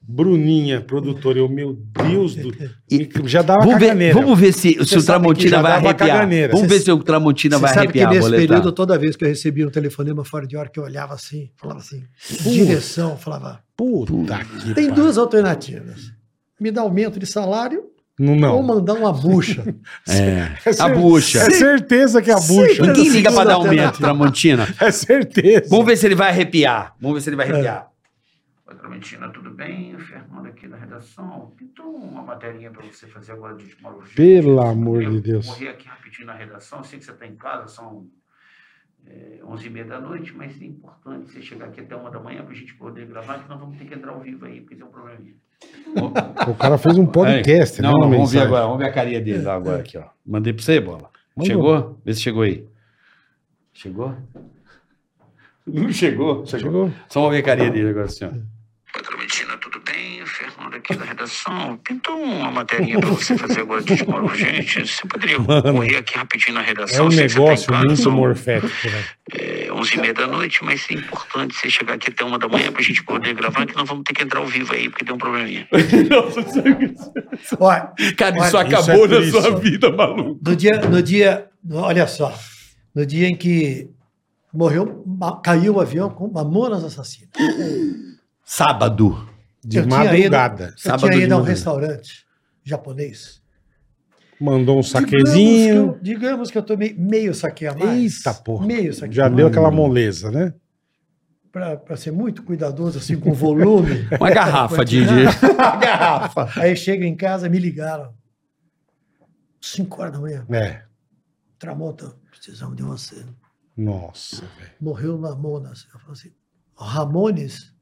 Bruninha, produtora. Eu, meu Deus do.
E-
já dava
Vamos ver,
caganeira.
vamos ver se, se
Você
o
sabe que
Tramontina
já
vai
dava
arrepiar.
caganeira.
Vamos
Você
ver se o Tramontina vai
Você sabe que
arrepiar,
nesse
boletar.
período, toda vez que eu recebia um telefonema fora de hora, que eu olhava assim, falava assim, direção, falava,
Puta que
tem
pariu.
duas alternativas. Me dá aumento de salário
Não,
ou
não.
mandar
<laughs>
uma bucha.
É.
É cer-
A bucha.
É certeza que é a bucha.
Sim.
Ninguém liga pra dar
Segunda
aumento, Tramontina.
<laughs> É certeza.
Vamos ver se ele vai arrepiar. Vamos ver se ele
É.
vai arrepiar.
Oi, Clementina, tudo bem? O Fernando aqui da redação. Pintou uma materinha para você fazer agora de esmologia.
Pelo amor de Deus.
Morri aqui rapidinho na redação. Sei que você está em casa, são é, 11h30 da noite, mas é importante você chegar aqui até uma da manhã para a gente poder gravar, que nós vamos ter que entrar ao vivo aí, porque tem um probleminha.
O cara fez um podcast,
Não,
né? uma
vamos ver
mensagem.
agora. Vamos ver a carinha dele lá agora aqui, ó. Mandei pra você, bola.
Mandou.
Chegou? Vê se chegou aí. Chegou? Não chegou.
Chegou? É.
Só vamos ver a carinha dele agora, senhor.
Oi, Clementina, tudo bem? O Fernando aqui da redação. Pintou uma materinha para você fazer agora de esmola urgente. Você poderia correr aqui rapidinho na
É
redação.
um
sei que você tá em
negócio
casa,
muito
são-
morfético, né? velho.
é, 11 h 30 da noite, mas é importante você chegar aqui até uma da manhã pra gente poder gravar, que nós vamos ter que entrar ao vivo aí, porque tem um probleminha.
Olha,
Cara, isso
Olha,
isso
acabou
é
na
triste,
sua
ó.
vida, maluco.
no dia, no dia, no- olha só, no dia em que morreu, ma- caiu o avião com mamonas assassinas.
Sábado.
De
Eu tinha
madrugada.
Eu
Sábado
tinha
de
ido a um
manhã.
restaurante japonês.
Mandou um
Digamos que
saquezinho.
eu- Digamos que eu tomei meio saque a mais.
Eita porra.
Meio saque
Já
a mais.
deu aquela moleza, né?
para ser muito cuidadoso assim com o volume.
<laughs>
Uma garrafa de. de-
Uma garrafa. Aí chega em casa, me ligaram. 5 horas da manhã.
É.
Tramonta, precisamos de você.
Nossa, velho.
Morreu o Mamonas. Eu falei assim,
<laughs>
Ramones?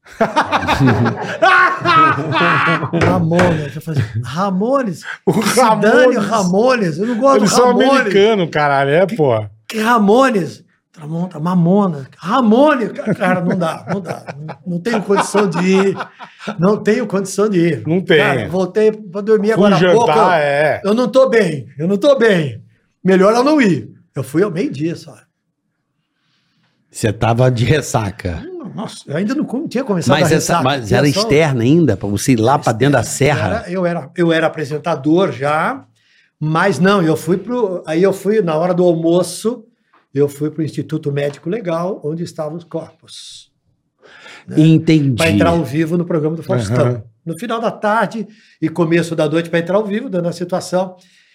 Ramones. Eu falei assim, Ramones?
O
Se dane o
Ramones.
Ramones. Eu não gosto
Eles
do
são
Ramones.
americanos, caralho. É, pô.
Que Ramones? Tramonta, Mamona. Ramones. Ca- Cara, não dá, não dá. Não, não tenho condição de ir. Não tenho condição de ir.
Não tem.
Cara, voltei pra dormir
Fui
agora há pouco.
jantar, é.
Eu não tô bem, eu não tô bem. Melhor eu não ir. Eu fui ao meio-dia só.
Você tava de ressaca.
Nossa, eu ainda não com- tinha começado
Mas, essa,
a ressaca.
mas
Eu
era
só-
externa ainda, pra você ir lá pra dentro da serra.
Era- eu, era, eu era apresentador já, mas não, eu fui pro. Aí eu fui, na hora do almoço, eu fui pro Instituto Médico Legal, onde estavam os corpos.
Entendi.
Para entrar um- ao vivo no programa do Faustão.
Aham.
No final da tarde e começo da noite, para entrar ao vivo, dando a situação.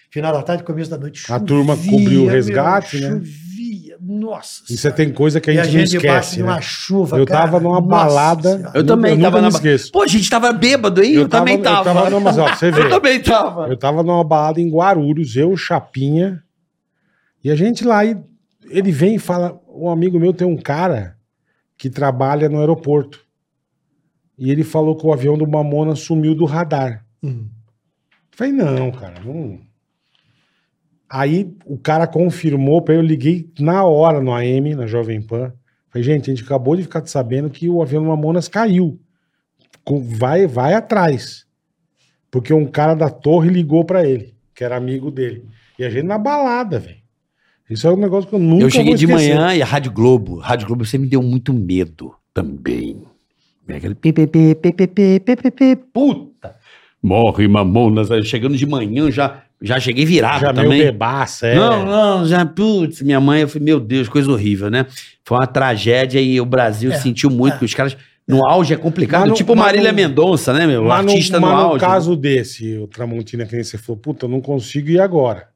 Final da tarde, começo da noite.
A turma cobriu o resgate, né?
Chovia, nossa.
Isso
senhora.
tem coisa que a
E
gente,
a
não
gente debaixo
esquece.
de
né?
uma chuva.
Eu
cara.
tava numa
Nossa
balada.
Senhora.
Eu também
nunca
tava
me
na.
esqueço.
Pô, a gente tava bêbado, hein? Eu, também tava.
Eu tava numa, mas, ó, pra você
Eu
vê.
também tava.
Eu tava numa balada em Guarulhos, eu, Chapinha. E a gente lá, e ele vem e fala: um amigo meu tem um cara que trabalha no aeroporto. E ele falou que o avião do Mamona sumiu do radar.
Hum.
Eu falei, não, cara, não. Aí o cara confirmou, pra eu liguei na hora no AM, na Jovem Pan. Falei, gente, a gente acabou de ficar sabendo que o avião do Mamonas caiu. Com- Vai, vai atrás. Porque um cara da torre ligou pra ele, que era amigo dele. E a gente na balada, velho. Isso é um negócio que eu nunca
Eu cheguei
vou
de
esquecer.
manhã e a Rádio Globo. Rádio Globo sempre me deu muito medo também. É Aquele pi, pi, pi, pi, pi, pi, pi, pi, pi, puta. Morre mamonas. Aí chegando de manhã, eu já, já cheguei virado
Já meio
também.
bebaça, é.
Não, não, já, putz, minha mãe, eu falei, meu Deus, coisa horrível, né? Foi uma tragédia e o Brasil
É,
sentiu muito,
é.
que os caras, no auge é complicado,
Mas não-
tipo
mas
Marília
não-
Mendonça, né, meu?
Mas no,
Artista no,
mas num
auge.
caso desse, o Tramontina, que nem você falou, puta, eu não consigo ir agora.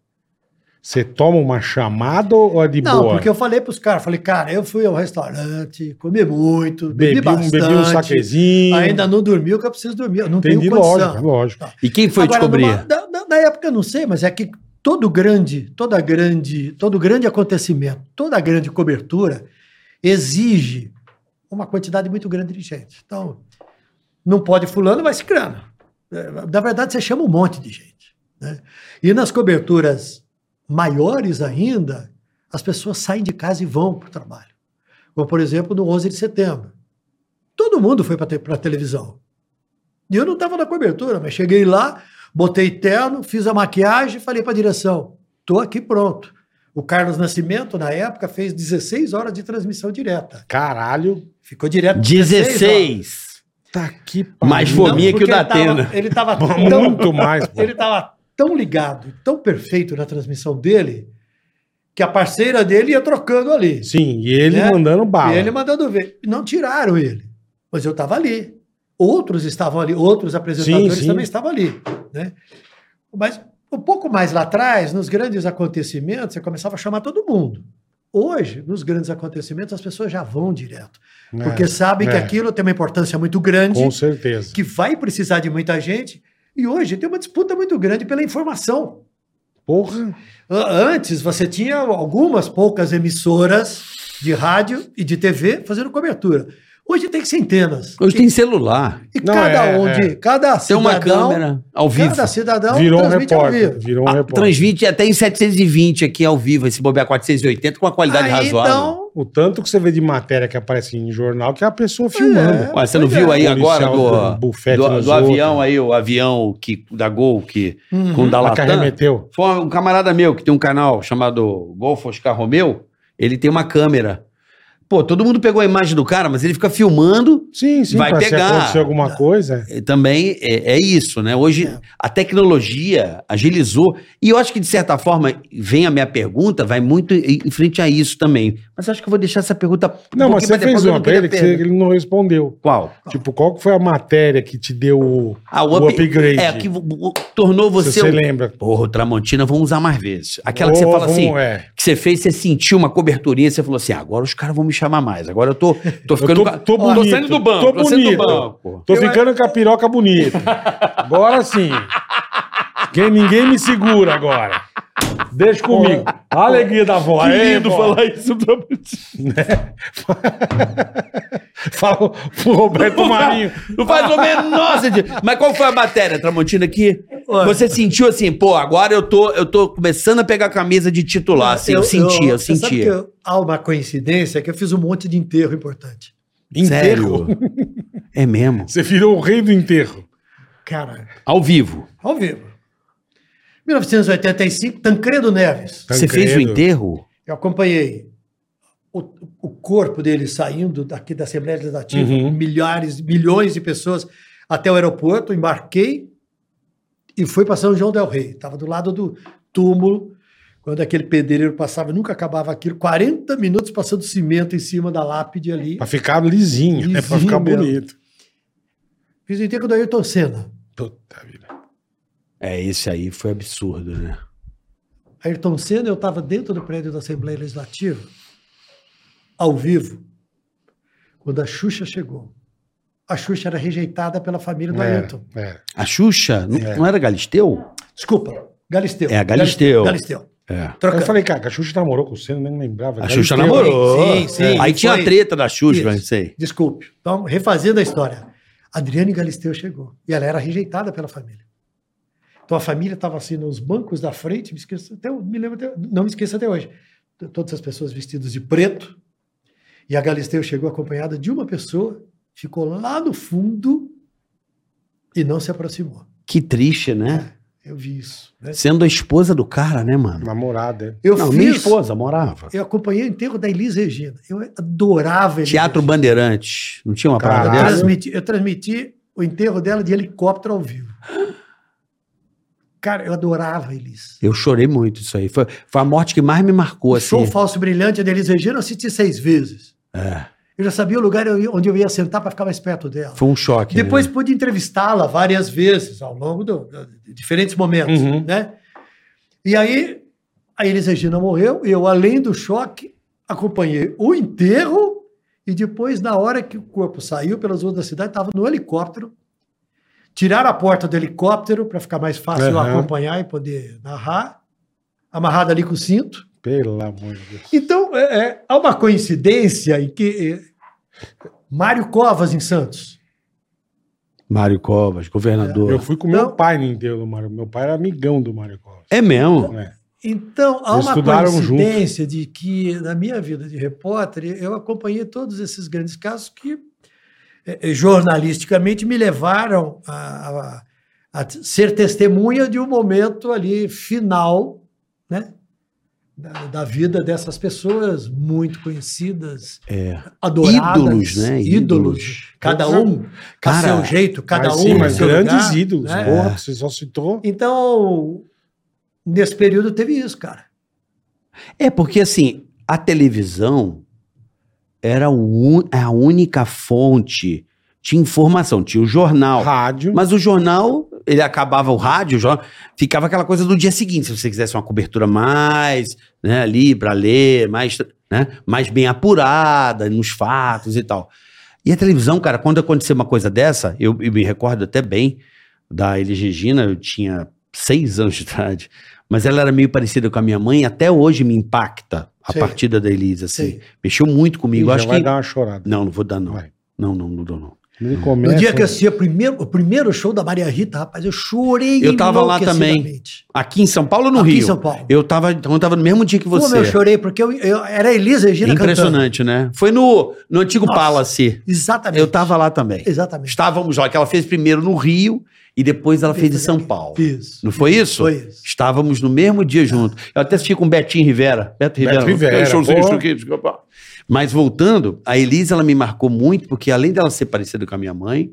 Você toma uma chamada ou é de
Não,
boa?
porque eu falei pros caras, falei, cara, eu fui ao restaurante, comi muito, bebi,
bebi, um,
bastante.
bebi um saquezinho.
Ainda não dormi o que eu preciso dormir. Eu não
Entendi,
tenho condição.
lógico, lógico.
E quem foi
Agora,
descobrir?
numa- da, da- da época eu não sei, mas é que todo grande, toda grande, todo grande acontecimento, toda grande cobertura exige uma quantidade muito grande de gente. Então, não pode fulano, vai ciclano. É, Na verdade, você chama um monte de gente. né? E nas coberturas maiores ainda, as pessoas saem de casa e vão para o trabalho. Como, por exemplo, no 11 de setembro. Todo mundo foi para a televisão. E eu não estava na cobertura, mas cheguei lá, botei terno, fiz a maquiagem e falei para a direção: estou aqui pronto. O Carlos Nascimento, na época, fez 16 horas de transmissão direta.
Caralho.
Ficou direto
16.
Tá aqui, pá.
Mais
Não,
fominha que o
porque
da
ele tava-
Atena.
Ele
<laughs>
estava tão
Muito mais, pô.
Então, <laughs> ele estava tão ligado, tão perfeito na transmissão dele, que a parceira dele ia trocando ali.
Sim, e ele
Né?
mandando bala.
E ele mandando ver. Não tiraram ele, mas eu estava ali. Outros estavam ali, outros apresentadores
Sim, sim.
também estavam ali. Né? Mas um pouco mais lá atrás, nos grandes acontecimentos, você começava a chamar todo mundo. Hoje, nos grandes acontecimentos, as pessoas já vão direto.
É,
Porque sabem que
é.
aquilo tem uma importância muito grande
Com certeza.
que vai precisar de muita gente. E hoje tem uma disputa muito grande pela informação.
Porra.
A- Antes você tinha algumas poucas emissoras de rádio e de TV fazendo cobertura. Hoje tem centenas.
Hoje tem celular.
E
Não,
cada
é,
um de cada
Tem uma
cidadão,
câmera ao vivo.
cada cidadão
Virou um
então, transmite ao
repórter.
vivo.
Virou um
Ah,
repórter.
transmite até em 720 aqui ao vivo, esse bobear 480 com uma qualidade
Aí,
razoável.
Então,
O tanto que você vê de matéria que aparece em jornal que é a pessoa filmando.
Ué, você não
Pois
viu
é.
aí
Policial
agora
do
do,
bufete
do-
nos
do
outros.
avião aí, o avião que, da Gol, que, com o da
Ela que
Latam?
arremeteu.
Foi um camarada meu que tem um canal chamado Golfo Oscar Romeu, ele tem uma câmera. Pô, todo mundo pegou a imagem do cara, mas ele fica filmando.
Sim, sim.
Vai
pra
pegar.
Se acontecer alguma coisa.
E também é, é isso, né? Hoje a tecnologia agilizou. E eu acho que, de certa forma, vem a minha pergunta, vai muito em em frente a isso também. Mas eu acho que eu vou deixar essa pergunta. um
Não,
pouquinho
mas você
pra depois,
fez
eu não
uma pra
queria
ele que você-
perder.
ele não respondeu.
Qual?
Tipo, qual que foi a matéria que te deu o,
Ah, o,
o
up-
upgrade?
É, que vo- vo- tornou
Se
você. um-
você lembra.
Porra, o Tramontina vamos usar mais vezes. Aquela que você
Ou
fala assim,
vamos- é.
que você fez, você sentiu uma coberturinha, você falou assim: ah, agora os caras vão me chamar mais. Agora eu tô, tô ficando.
tô-
ca-
tô bonito,
saindo do banco.
tô
saindo do
bonito.
banco.
Tô ficando com a piroca bonita. Agora sim. Quem, ninguém me segura agora. Deixa comigo. A alegria da avó. Aê, vó. Né?
isso pra você.
<laughs> Fala pro Roberto Marinho. Ah,
Não faz o menor sentido. Mas qual foi a matéria, Tramontina, que você sentiu assim, pô, agora eu tô, eu tô começando a pegar a camisa de titular, assim, eu, sentia, eu
você sabe que
sentia.
eu- há uma coincidência que eu fiz um monte de enterro importante.
Enterro.
É mesmo.
Você virou o rei do enterro.
Cara,
Ao vivo.
ao vivo. 1985, Tancredo Neves.
Você fez o
Tancredo.
enterro?
Eu acompanhei o, o corpo dele saindo daqui da Assembleia Legislativa,
Uhum.
milhares, milhões de pessoas até o aeroporto, embarquei e fui para São João del Rei. Estava do lado do túmulo, quando aquele pedreiro passava, nunca acabava aquilo, 40 minutos passando cimento em cima da lápide ali.
Pra ficar lisinho, né? Pra
Lisinho
ficar
mesmo.
bonito.
Fiz o enterro do Ayrton Senna.
Puta vida.
É, esse aí foi absurdo, né?
Ayrton Senna, eu estava dentro do prédio da Assembleia Legislativa, ao vivo, quando a Xuxa chegou. A Xuxa era rejeitada pela família do Ayrton.
É, é.
A Xuxa, n- não era Galisteu?
Desculpa, Galisteu.
É, Galisteu.
Galisteu.
É.
Eu
Trocando.
falei, cara, a Xuxa namorou com o Senna, nem lembrava.
A
Era
Xuxa
enterro.
namorou.
Sim, sim,
Aí
foi-
tinha a treta da Xuxa,
Isso.
não sei.
Desculpe. Então, refazendo a história. Adriane Galisteu chegou e ela era rejeitada pela família. Então a família estava assim nos bancos da frente, me esqueço até, me lembro até, não me esqueço até hoje. T- Todas as pessoas vestidas de preto. E a Galisteu chegou acompanhada de uma pessoa, ficou lá no fundo e não se aproximou.
Que triste, né?
Eu vi isso. né?
Sendo a esposa do cara, né, mano?
Namorada, é.
Eu
não,
fiz,
minha esposa morava.
eu acompanhei o enterro da Elis Regina. Eu adorava Elis
Teatro
Regina.
Bandeirantes. Não tinha uma
Eu
parada
Caralho.
dessa?
transmiti, eu transmiti o enterro dela de helicóptero ao vivo. Cara, eu adorava a Elis.
Eu chorei muito isso aí. Foi, foi a morte que mais me marcou,
O
assim.
show falso brilhante da Elis Regina eu assisti seis vezes.
É,
Eu já sabia o lugar eu ia- onde eu ia sentar para ficar mais perto dela.
foi um choque.
Depois
né?
pude entrevistá-la várias vezes ao longo do- de diferentes momentos,
Uhum.
né? E aí a Elis Regina morreu, eu além do choque acompanhei o enterro e depois na hora que o corpo saiu pelas ruas da cidade estava no helicóptero. Tiraram a porta do helicóptero para ficar mais fácil eu
Aham.
acompanhar e poder narrar, amarrado ali com o cinto.
Pelo amor de Deus.
Então, é, é, há uma coincidência em que é, Mário Covas em Santos.
Mário Covas, governador.
Eu fui com meu pai no enterro do Mário. Meu pai era amigão do Mário Covas.
É mesmo.
É.
Então, há
Eles
uma
estudaram
coincidência de que, na minha vida de repórter, eu acompanhei todos esses grandes casos que, eh, eh, jornalisticamente, me levaram a, a- a ser testemunha de um momento ali final né, da, da vida dessas pessoas muito conhecidas,
É.
adoradas.
Ídolos, né?
Ídolos.
Ídolos.
Cada um a
Cara,
seu jeito, cada
é. mas
um
sim,
no
mas
seu
grandes
lugar,
ídolos,
né?
É.
porra, você só citou.
Então, nesse período teve isso, cara.
É porque assim, a televisão era o un- é a única fonte de informação. Tinha o jornal.
Rádio.
Mas o jornal, ele acabava o rádio, o jornal, ficava aquela coisa do dia seguinte, se você quisesse uma cobertura mais, né, ali para ler, mais, né, mais bem apurada nos fatos e tal. E a televisão, cara, quando aconteceu uma coisa dessa, eu, eu me recordo até bem da Elis Regina, eu tinha seis anos de idade, mas ela era meio parecida com a minha mãe, até hoje me impacta a
Sei.
partida da Elis, assim.
Sei.
Mexeu muito comigo,
já
acho
vai
que...
dar uma chorada.
Não, não vou dar não.
Vai.
Não, não, não dou não.
Ele
No
começa.
dia que eu assisti a primeiro- o primeiro show da Maria Rita, rapaz, eu chorei
Eu tava lá
enlouquecidamente.
Aqui em São Paulo ou no
Aqui em
Rio?
São Paulo.
Eu tava, então eu tava no mesmo dia que
Como
você.
eu chorei, porque eu, eu- era a Elisa Regina cantando.
Impressionante, né? Foi no, no antigo
Nossa.
Palace.
Exatamente.
Eu tava lá também.
Exatamente.
Estávamos lá, que ela fez primeiro no Rio e depois ela fez em São Paulo.
Isso.
Não foi isso?
Foi isso.
Estávamos no mesmo dia junto. Eu até assisti com o Betinho Rivera. Beto Rivera. um
Beto Rivera,
Deixa eu ver
porra.
isso aqui, desculpa.
Mas voltando, a Elisa ela me marcou muito, porque além dela ser parecida com a minha mãe,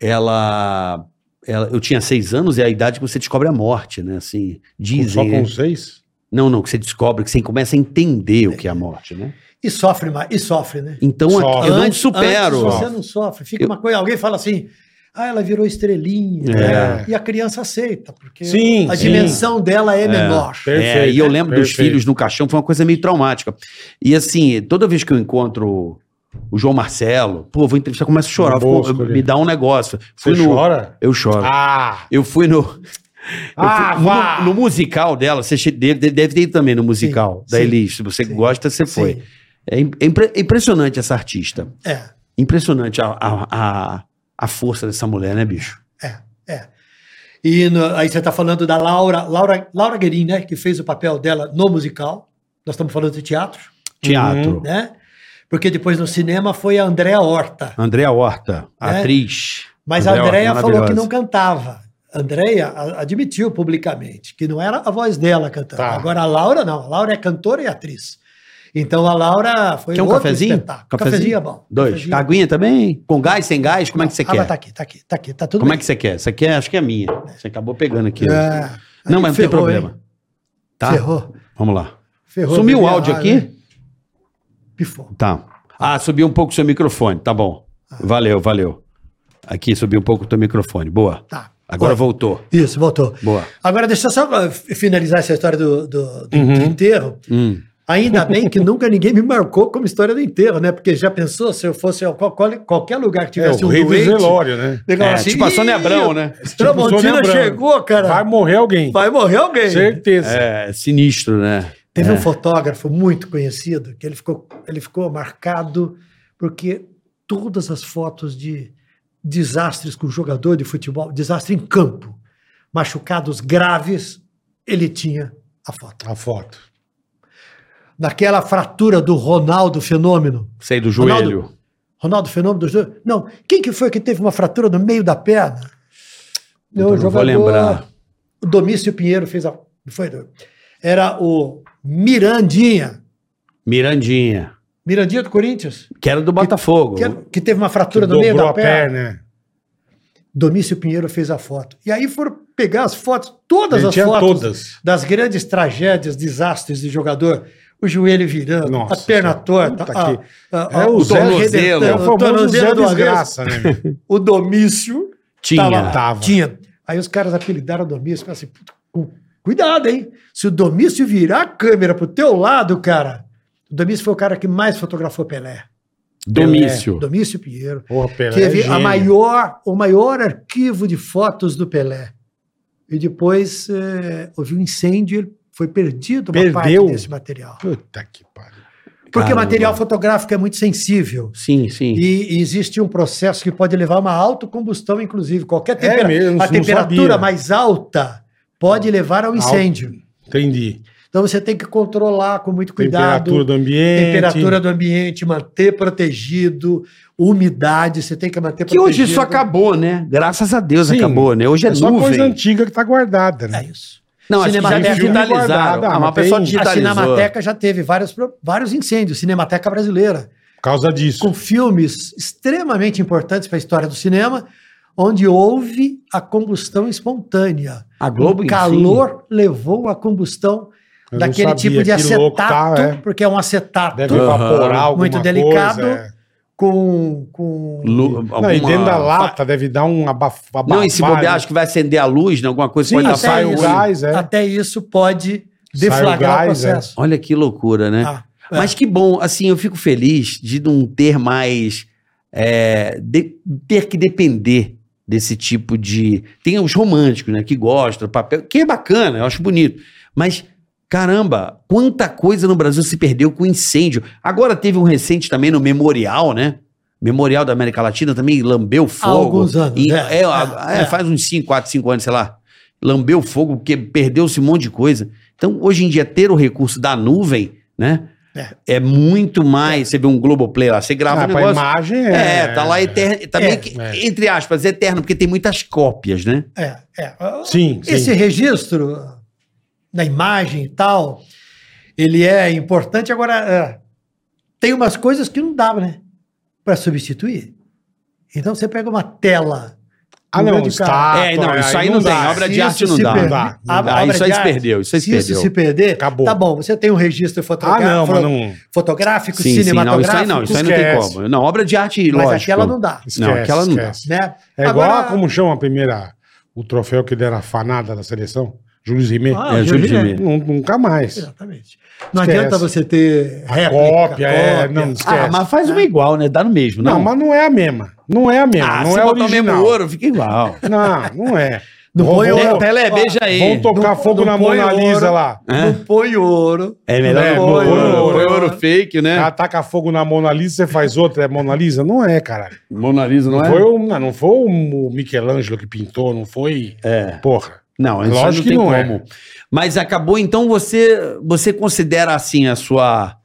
ela. ela- eu tinha seis anos, é a idade que você descobre a morte, né? Assim, dizem.
Só
né?
com seis?
Não, não, que você descobre, que você começa a entender o que é a morte, né?
E sofre, mais- e sofre, né?
Então
Sofre.
eu não
Antes-
supero.
antes você não sofre. Fica
Eu-
uma coisa. Alguém fala assim. Ah, ela virou estrelinha.
É.
né? E a criança aceita, porque
Sim,
a
sim.
dimensão dela é menor.
É, e eu lembro dos
perfeito.
filhos no caixão, foi uma coisa meio traumática. E assim, toda vez que eu encontro o João Marcelo, pô, vou entrevistar, começo a chorar,
No
fico-
bolso,
eu-
ali.
me dá um negócio. Fui
Você
no-
chora?
Eu choro.
Ah!
Eu fui no. eu
Ah,
fui-
vá!
no, no musical dela, você che- deve, deve ter ido também no musical
Sim,
da
sim,
Elis. Se você
sim,
gosta, você foi.
Sim.
É im- é impre- é impressionante essa artista.
É,
Impressionante a, a, a, a força dessa mulher, né, bicho?
é. E no- aí você está falando da Laura, Laura, Laura Guerin, né? Que fez o papel dela no musical. Nós estamos falando de teatro,
Teatro.
né? Porque depois no cinema foi a Andréa Horta.
Andréa Horta,
É.
atriz.
Mas a Andréa
Horta, é
falou que não
maravilhosa.
cantava. A Andréa a- admitiu publicamente que não era a voz dela cantando.
Tá.
Agora a Laura não. A Laura é cantora e atriz. Então a Laura foi
Quer um
outro
cafezinho?
espetáculo.
Cafezinho?
Cafezinho é bom.
Dois.
Cafezinho é bom.
Aguinha também? Com gás, sem gás? Como é que você
ah,
quer?
mas tá aqui, tá aqui, tá aqui, tá tudo
Como é
bem.
que você quer? Essa aqui é, acho que é a minha. Você acabou pegando aqui.
É,
Não, mas não tem
ferrou,
problema.
hein?
Tá?
Ferrou,
Vamos lá.
ferrou.
Sumiu o
Bebê,
áudio
ah, né?
aqui?
Pifou.
Tá. Ah, subiu um pouco o seu microfone. Tá bom.
Ah.
Valeu, valeu. Aqui subiu um pouco o teu microfone. Boa.
Tá.
Agora
Boa.
voltou.
Isso, voltou.
Boa.
Agora deixa eu só ah, f- finalizar essa história do, do, do enterro.
Hum.
Ainda bem que nunca ninguém me marcou como história do enterro, né? Porque já pensou se eu fosse a qual- qualquer lugar que
É,
tivesse
o
um
rei
doente?
do velório, né?
Legal,
É, tipo a Sônia
"Ih,
Abrão, né?
Tramontina
Sônia Abrão.
chegou, cara.
Vai
Vai,
morrer alguém.
morrer alguém.
Certeza.
É, sinistro, né?
Teve um fotógrafo muito conhecido que ele ficou, ele ficou marcado porque todas as fotos de desastres com jogador de futebol, desastre em campo, machucados graves, ele tinha a
É.
foto.
A foto.
Naquela fratura do Ronaldo Fenômeno.
Sei do
Ronaldo-
joelho.
Ronaldo Fenômeno dos dois? Não, quem que foi que teve uma fratura no meio da perna?
Então, não vou lembrar.
O Domício Pinheiro fez a. não Foi, não. era o Mirandinha.
Mirandinha.
Mirandinha do Corinthians,
Que era do Botafogo.
que, é- que teve uma
Que
fratura no meio
dobrou
da
a
perna.
perna.
Domício Pinheiro fez a foto. E aí foram pegar as fotos, todas
Ele
as
tinha
fotos
todas.
das grandes tragédias, desastres de jogador. O joelho virando,
Nossa
a perna
senhora.
torta,
Puta
a-
que-
a- a-
É o
Zé
tornozelo.
arrebentando,
É o famoso
tornozelo
Zé
do avesso.
Desgraça, né?
<laughs>
meu?
O Domício
Tinha.
Tava,
Tava.
Tinha. Aí os caras apelidaram o Domício, falaram assim, "Puta, cu- cuidado, hein? Se o Domício virar a câmera pro teu lado, cara... O Domício foi o cara que mais fotografou Pelé.
É,
Domício.
Domício Pinheiro.
Porra, Pelé.
Teve
é
a
gênio.
maior, o maior arquivo de fotos do Pelé. E depois eh, houve um incêndio, ele foi perdido uma
Perdeu?
parte desse material.
Puta que pariu.
Porque o
Caramba.
material fotográfico é muito sensível.
Sim, sim.
E existe um processo que pode levar a uma autocombustão, inclusive. Qualquer
É
tempera
mesmo,
a
não
temperatura
sabia.
mais alta pode levar ao incêndio.
Entendi.
Então você tem que controlar com muito cuidado.
Temperatura do ambiente.
temperatura do ambiente, manter protegido, umidade, você tem que manter
Que hoje isso acabou, né? Graças a Deus
Sim.
acabou, né? Hoje é,
É só coisa
nuvem.
antiga que tá guardada,
É
né?
isso.
Não, acho que já
Cinemateca
digitalizaram.
guardada,
Ah,
mas
uma pessoa
tem-
A
digitalizou.
Cinemateca já teve vários, pro- vários incêndios, Cinemateca Brasileira,
Por causa disso.
com filmes extremamente importantes para a história do cinema, onde houve a combustão espontânea.
A Globo
o
em si.
calor levou à combustão
Eu não
daquele
sabia,
tipo de
que
acetato,
louco tá, é.
porque é um acetato
Deve evaporar alguma
Muito delicado.
coisa, é.
com, com
Lu-
Não, e
alguma-
dentro da lata deve dar um abaf... abafar.
Não, e se bobear, acho que vai acender a luz, né? Alguma coisa
Sim,
pode
até
tapar
sai
o
o
olho.
isso.
gás, é.
até isso pode
Sai o
deflagrar o,
gás, é.
processo.
Olha que loucura, né?
Ah, é.
Mas que bom, assim, eu fico feliz de não ter mais. é, de- ter que depender desse tipo de. Tem os românticos, né? Que gostam, papel. Que é bacana, eu acho bonito. Mas, caramba, quanta coisa no Brasil se perdeu com incêndio. Agora teve um recente também no Memorial, né? Memorial da América Latina também lambeu fogo.
alguns anos,
E-
é,
é, a-
é,
é,
é.
Faz uns 5, 4, 5 anos, sei lá. Lambeu fogo, porque perdeu-se um monte de coisa. Então, hoje em dia, ter o recurso da nuvem, né? É, muito mais. Você vê um Globoplay lá, você grava
Ah,
um
pra
negócio.
imagem
É, tá lá eterno. Tá
É.
meio que,
É.
entre aspas, eterno, porque tem muitas cópias, né?
É, é.
Sim, sim.
Esse registro na imagem e tal, ele é importante. Agora, é, tem umas coisas que não dá, né? Para substituir. Então você pega uma tela.
Ah,
um
não,
grande cara.
está.
É, não, isso aí não tem,
dá. Ah,
obra de
Se
arte
isso
não
se
dá.
perder-
Não dá, não
a-
dá.
a obra
Isso aí
de
se
arte,
perdeu, isso aí se
se
perdeu.
se perder,
Acabou.
tá bom. Você tem um registro
Ah,
fotogra-
não,
fo-
mas não.
fotográfico,
Sim, sim. Não, isso
cinematográfico.
aí não, isso aí não tem
esquece.
como. Não, obra de arte,
mas
lógico. Ah,
aquela não dá.
Esquece,
Não, aquela não dá.
esquece.
Né?
É igual
Agora-
a- como chama a primeira. O troféu que deram a fanada da seleção? Júlio Rimet.
Ah,
É,
Júlio
Júlio de
Rimet.
Melo.
Nun- Nunca mais.
Exatamente. Não
Esquece.
adianta você ter réplica,
Cópia, é. Não, esquece.
Ah, mas faz uma igual, né? Dá no mesmo, não?
Não, mas não é a mesma. Não é a mesma.
Ah,
não
se
é
botar
original.
o mesmo ouro, fica igual.
Não, não
<laughs>
é.
Não
Vão-
põe
vão-
ouro.
Pelé,
Ó,
beija aí.
Vão tocar
Não-
fogo
não
na
põe
Mona Lisa
ouro.
lá.
Hã?
Não põe ouro.
É melhor
É,
não
não
pôr
põe
ouro.
ouro.
Põe ouro fake,
O
né?
cara taca fogo na Mona Lisa, você faz outra, é Mona Lisa? Não é, cara.
Mona Lisa não é?
Foi o, não, não foi um o Michelangelo que pintou, não foi.
É.
Porra.
Não, isso
Lógico
Lógico
que
não tem
não é.
como. Mas acabou, então você você considera assim a sua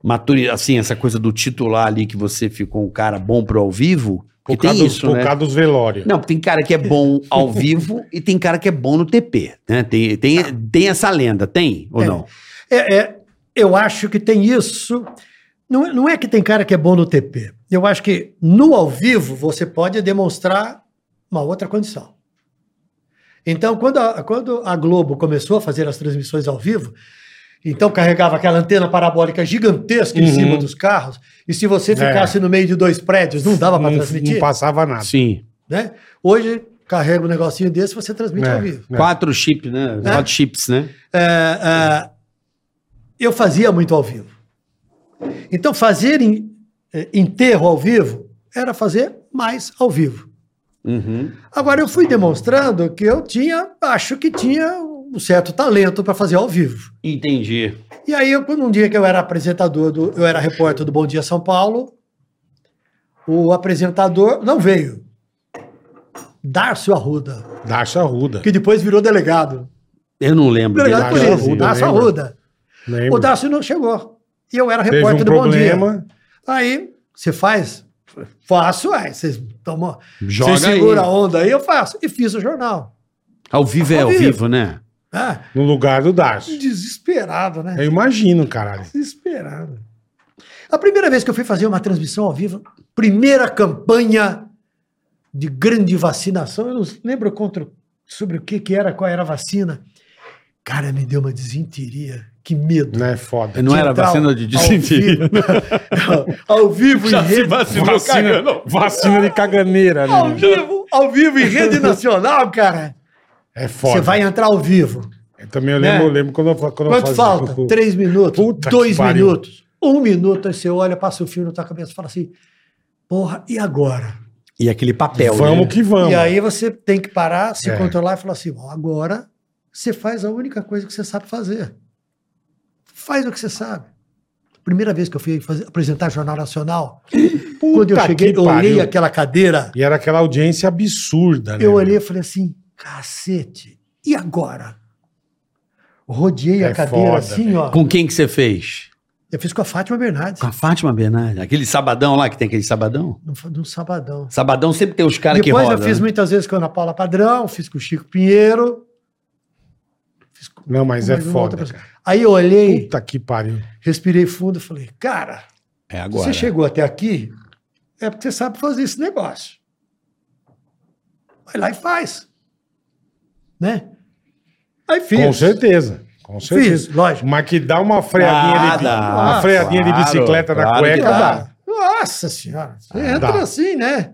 maturidade, assim, essa coisa do titular ali que você ficou um cara bom pro ao vivo?
Por
Porque
causa,
tem
dos,
isso,
por
né?
causa dos velórios.
Não, tem cara que é bom ao vivo e tem cara que é bom no TP, né? Tem, tem, tem essa lenda, tem ou
É.
não?
É, é, eu acho que tem isso. Não, é- não é que tem cara que é bom no TP. Eu acho que no ao vivo você pode demonstrar uma outra condição. Então, quando a, quando a Globo começou a fazer as transmissões ao vivo, então carregava aquela antena parabólica gigantesca em
Uhum.
cima dos carros, e se você ficasse no meio de dois prédios, não dava para
É. Não,
transmitir.
não passava nada.
Sim.
né? Hoje, carrega um negocinho desse, você transmite
É,
ao vivo.
é.
Quatro chips, né?
É.
Quatro chips, né?
É, é, eu fazia muito ao vivo. Então, fazer em- é, enterro ao vivo era fazer mais ao vivo.
Uhum.
Agora, eu fui demonstrando que eu tinha, acho que tinha um certo talento para fazer ao vivo.
Entendi.
E aí, eu, quando um dia que eu era apresentador, do, eu era repórter do Bom Dia São Paulo, o apresentador não veio. Darcio Arruda,
Darcio Arruda.
que depois virou delegado.
Eu não lembro.
Delegado de
Darcio
polícia,
Arruda,
Darcio
lembra?
Arruda.
Lembra?
O Darcy não chegou. E eu era
Teve
repórter
um
do Bom Dia.
problema.
Aí, você faz? Faço, aí. Você toma.
Joga
Você segura
aí.
a onda aí, eu faço. E fiz o jornal.
Ao vivo é
Ao
ao
vivo.
vivo, né?
Ah,
No lugar do Darcio.
desesperado, né?
Eu imagino, caralho.
Desesperado. A primeira vez que eu fui fazer uma transmissão ao vivo, primeira campanha de grande vacinação, eu não lembro contra, sobre o que, que era, qual era a vacina. Cara, me deu uma desinteria. Que medo.
Não é foda.
Não era
Central,
vacina de desinteria.
<laughs>
Ao vivo, ao vivo em rede.
Vacina, vacina de caganeira,
Ao
né?
vivo, ao vivo
<laughs>
em rede nacional, cara.
É foda.
Você vai entrar ao vivo.
Eu também eu lembro,
né?
eu lembro quando eu fa- quando eu
Quanto
fazia-
falta? Três minutos,
Puta que
dois
pariu.
minutos, um minuto. Aí você olha, passa o fio na tua cabeça e fala assim: porra, e agora?
E aquele papel, né?
Vamos que vamos.
E aí você tem que parar, se
É.
controlar e falar assim: bom, agora você faz a única coisa que você sabe fazer. Faz o que você sabe. Primeira vez que eu fui fazer- apresentar Jornal Nacional,
Puta
quando eu cheguei,
que
eu olhei
pariu.
aquela cadeira.
E era aquela audiência absurda, né?
Eu olhei e falei assim, cacete, e agora? rodeei
É
a cadeira
foda,
assim,
velho.
ó.
Com quem que você fez?
Eu fiz com a Fátima Bernardes,
Com a Fátima Bernardes. Aquele sabadão lá que tem aquele sabadão?
num, fa- num sabadão.
Sabadão sempre tem os caras que
Depois
rodam.
eu fiz
né?
muitas vezes com a Ana Paula Padrão, fiz com o Chico Pinheiro. Fiz com-
Não, mas
com
é
mais uma
foda,
outra pessoa.
cara.
Aí eu olhei,
Puta que pariu.
respirei fundo e falei, cara,
É
se
agora.
você chegou até aqui, é porque você sabe fazer esse negócio. Vai lá e faz. Né? Aí fiz.
Com certeza. Com certeza.
Fiz, lógico.
Mas que dá uma freadinha
Ah,
de, bi-
dá.
uma freadinha de
Claro,
bicicleta na
claro que
cueca
dá.
dá.
Nossa senhora, você
Ah,
entra
dá.
assim, né?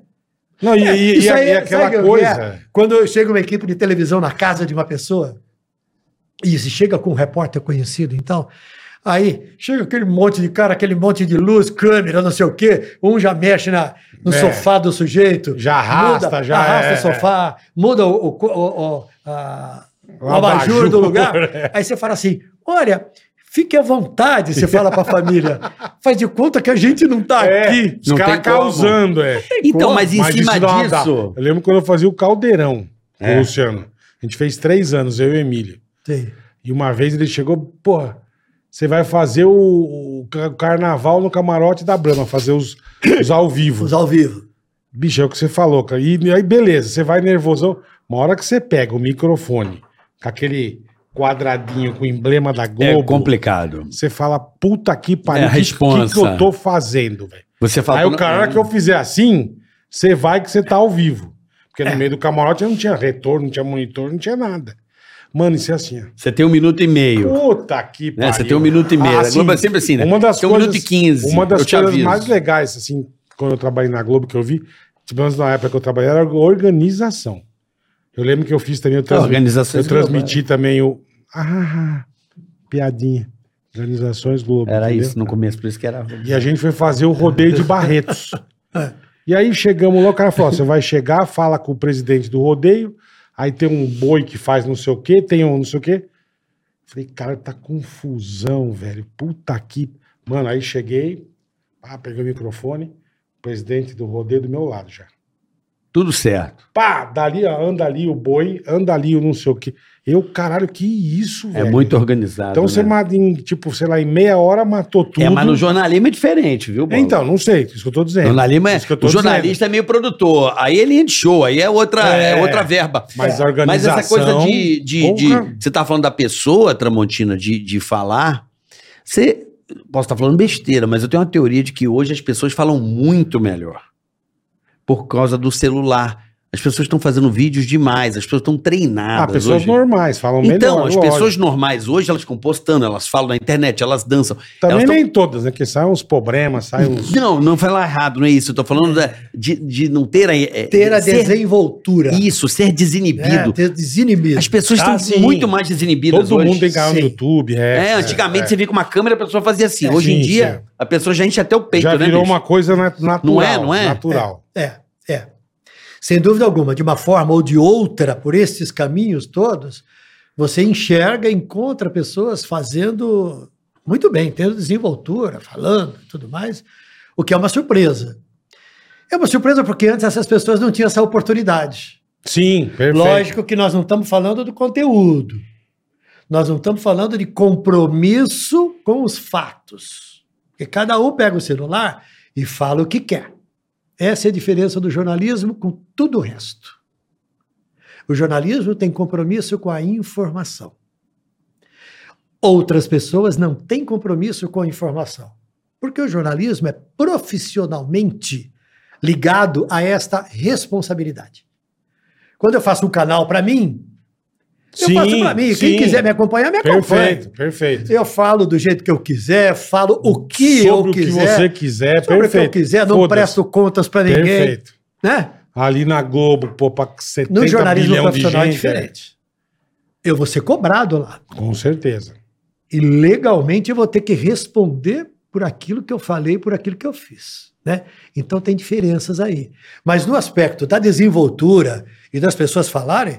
Não, e, e-
Isso
e-
aí, é,
e aquela
sabe o que
coisa.
é? Quando chega uma equipe de televisão na casa de uma pessoa, e se chega com um repórter conhecido, então, aí chega aquele monte de cara, aquele monte de luz, câmera, não sei o quê, um já mexe na, no
É.
sofá do sujeito.
Já arrasta,
muda,
já
Arrasta
é.
o sofá, muda o, o, co- o, o, a- o
O
abajur do
abajur,
lugar.
<laughs> é.
Aí você fala assim, olha... Fique à vontade, você fala
<laughs>
pra família. Faz de conta que a gente não tá
É,
aqui.
os
não
caras
tem como.
causando, é.
Então, mas em cima
isso dá uma- dá.
disso.
Eu lembro quando eu fazia o caldeirão com
É.
o Luciano. A gente fez três anos, eu e o Emílio.
Tem.
E uma vez ele chegou, porra, você vai fazer o, o ca- carnaval no camarote da Brahma, fazer os, os ao vivo.
Os ao vivo.
Bicho, é o que você falou, cara. E aí, beleza, você vai nervosão. Uma hora que você pega o microfone com aquele quadradinho com o emblema da
É
Globo,
complicado.
você fala, puta que
É a
pariu, o que, que,
responsa.
que eu tô fazendo, velho?
Você fala.
Aí o cara que eu fizer assim, você vai que você tá ao vivo. Porque
É.
no meio do camarote não tinha retorno, não tinha monitor, não tinha nada. Mano, isso é assim, ó.
Você tem um minuto e meio.
Puta
Né?
que pariu.
Você tem um minuto e meio.
Ah,
A Globo é sempre assim, né?
Uma das
Tem um
coisas,
minuto e quinze,
Uma das
eu te
coisas
aviso.
mais legais, assim, quando eu trabalhei na Globo, que eu vi, pelo menos na época que eu trabalhei, era organização. Eu lembro que eu fiz também, eu, transmi-
organizações
eu transmiti também o... Ah, piadinha. Organizações Globo.
Era
entendeu?
isso né? no começo, por isso que era.
E a gente foi fazer o rodeio de Barretos. E aí chegamos lá, o cara falou: ó, você vai chegar, fala com o presidente do rodeio, aí tem um boi que faz não sei o quê, tem um não sei o quê. Falei, cara, tá confusão, velho. Puta que. Mano, aí cheguei, pá, peguei o microfone, o presidente do rodeio do meu lado já.
Tudo certo.
Pá, dali, ó, anda ali o boi, anda ali o não sei o quê. Eu, caralho, que isso,
É
velho.
muito organizado.
Então você,
né?
mata em, tipo, sei lá, em meia hora matou tudo.
É, mas no jornalismo é diferente, viu? Bola?
Então, não sei, isso que eu tô
O
dizendo.
jornalismo é,
Isso que eu tô
o jornalista é meio produtor. Aí ele entra de show, aí é outra, é.
É.
outra verba.
Mas a organização...
É. Mas essa coisa de. de, de-
Porra.
você tá falando da pessoa, Tramontina, de, de falar. Você. Posso estar falando besteira, mas eu tenho uma teoria de que hoje as pessoas falam muito melhor. Por causa do celular. As pessoas estão fazendo vídeos demais, as pessoas estão treinadas.
Ah, pessoas
hoje.
normais falam melhor.
Então, as
lógico.
pessoas normais hoje, elas compostando, elas falam na internet, elas dançam.
Também
elas tão-
nem todas, né? Porque saem uns problemas, saem uns...
Não, não falar errado, não é isso. Eu tô falando da- de, de não ter a. é,
Ter a
ser,
desenvoltura.
Isso, ser
É,
desinibido.
ter desinibido.
As pessoas estão
Ah, sim.
muito mais desinibidas
Todo
hoje.
mundo tem canal no
sim.
YouTube, é.
É, antigamente
é.
você vinha com uma câmera e a pessoa fazia assim.
É,
Hoje em
sim,
dia,
sim.
a pessoa já enche até o peito,
Já
né?
virou
bicho?
uma coisa na- natural.
Não é, não é?
Natural.
É, é. Sem dúvida alguma, de uma forma ou de outra, por esses caminhos todos, você enxerga, encontra pessoas fazendo muito bem, tendo desenvoltura, falando e tudo mais, o que é uma surpresa. É uma surpresa porque antes essas pessoas não tinham essa oportunidade.
Sim, perfeito.
É. Lógico que nós não estamos falando do conteúdo. Nós não estamos falando de compromisso com os fatos. Porque cada um pega o celular e fala o que quer. Essa é a diferença do jornalismo com tudo o resto. O jornalismo tem compromisso com a informação. Outras pessoas não têm compromisso com a informação. Porque o jornalismo é profissionalmente ligado a esta responsabilidade. Quando eu faço um canal para mim,
Sim,
eu faço para mim.
sim.
Quem quiser me acompanhar, me acompanha.
Perfeito, perfeito.
Eu falo do jeito que eu quiser, falo o que
Sobre
eu
o que
quiser,
você quiser,
sobre
perfeito.
o que eu quiser, não
Foda-se.
presto contas para ninguém,
Perfeito.
né?
Ali na Globo, pô, pra 70
No jornalismo
bilhão de
profissional é
gente,
diferente. Eu vou ser cobrado lá.
é. Com certeza.
E legalmente eu vou ter que responder por aquilo que eu falei, por aquilo que eu fiz. Né? Então tem diferenças aí. Mas no aspecto da desenvoltura e das pessoas falarem,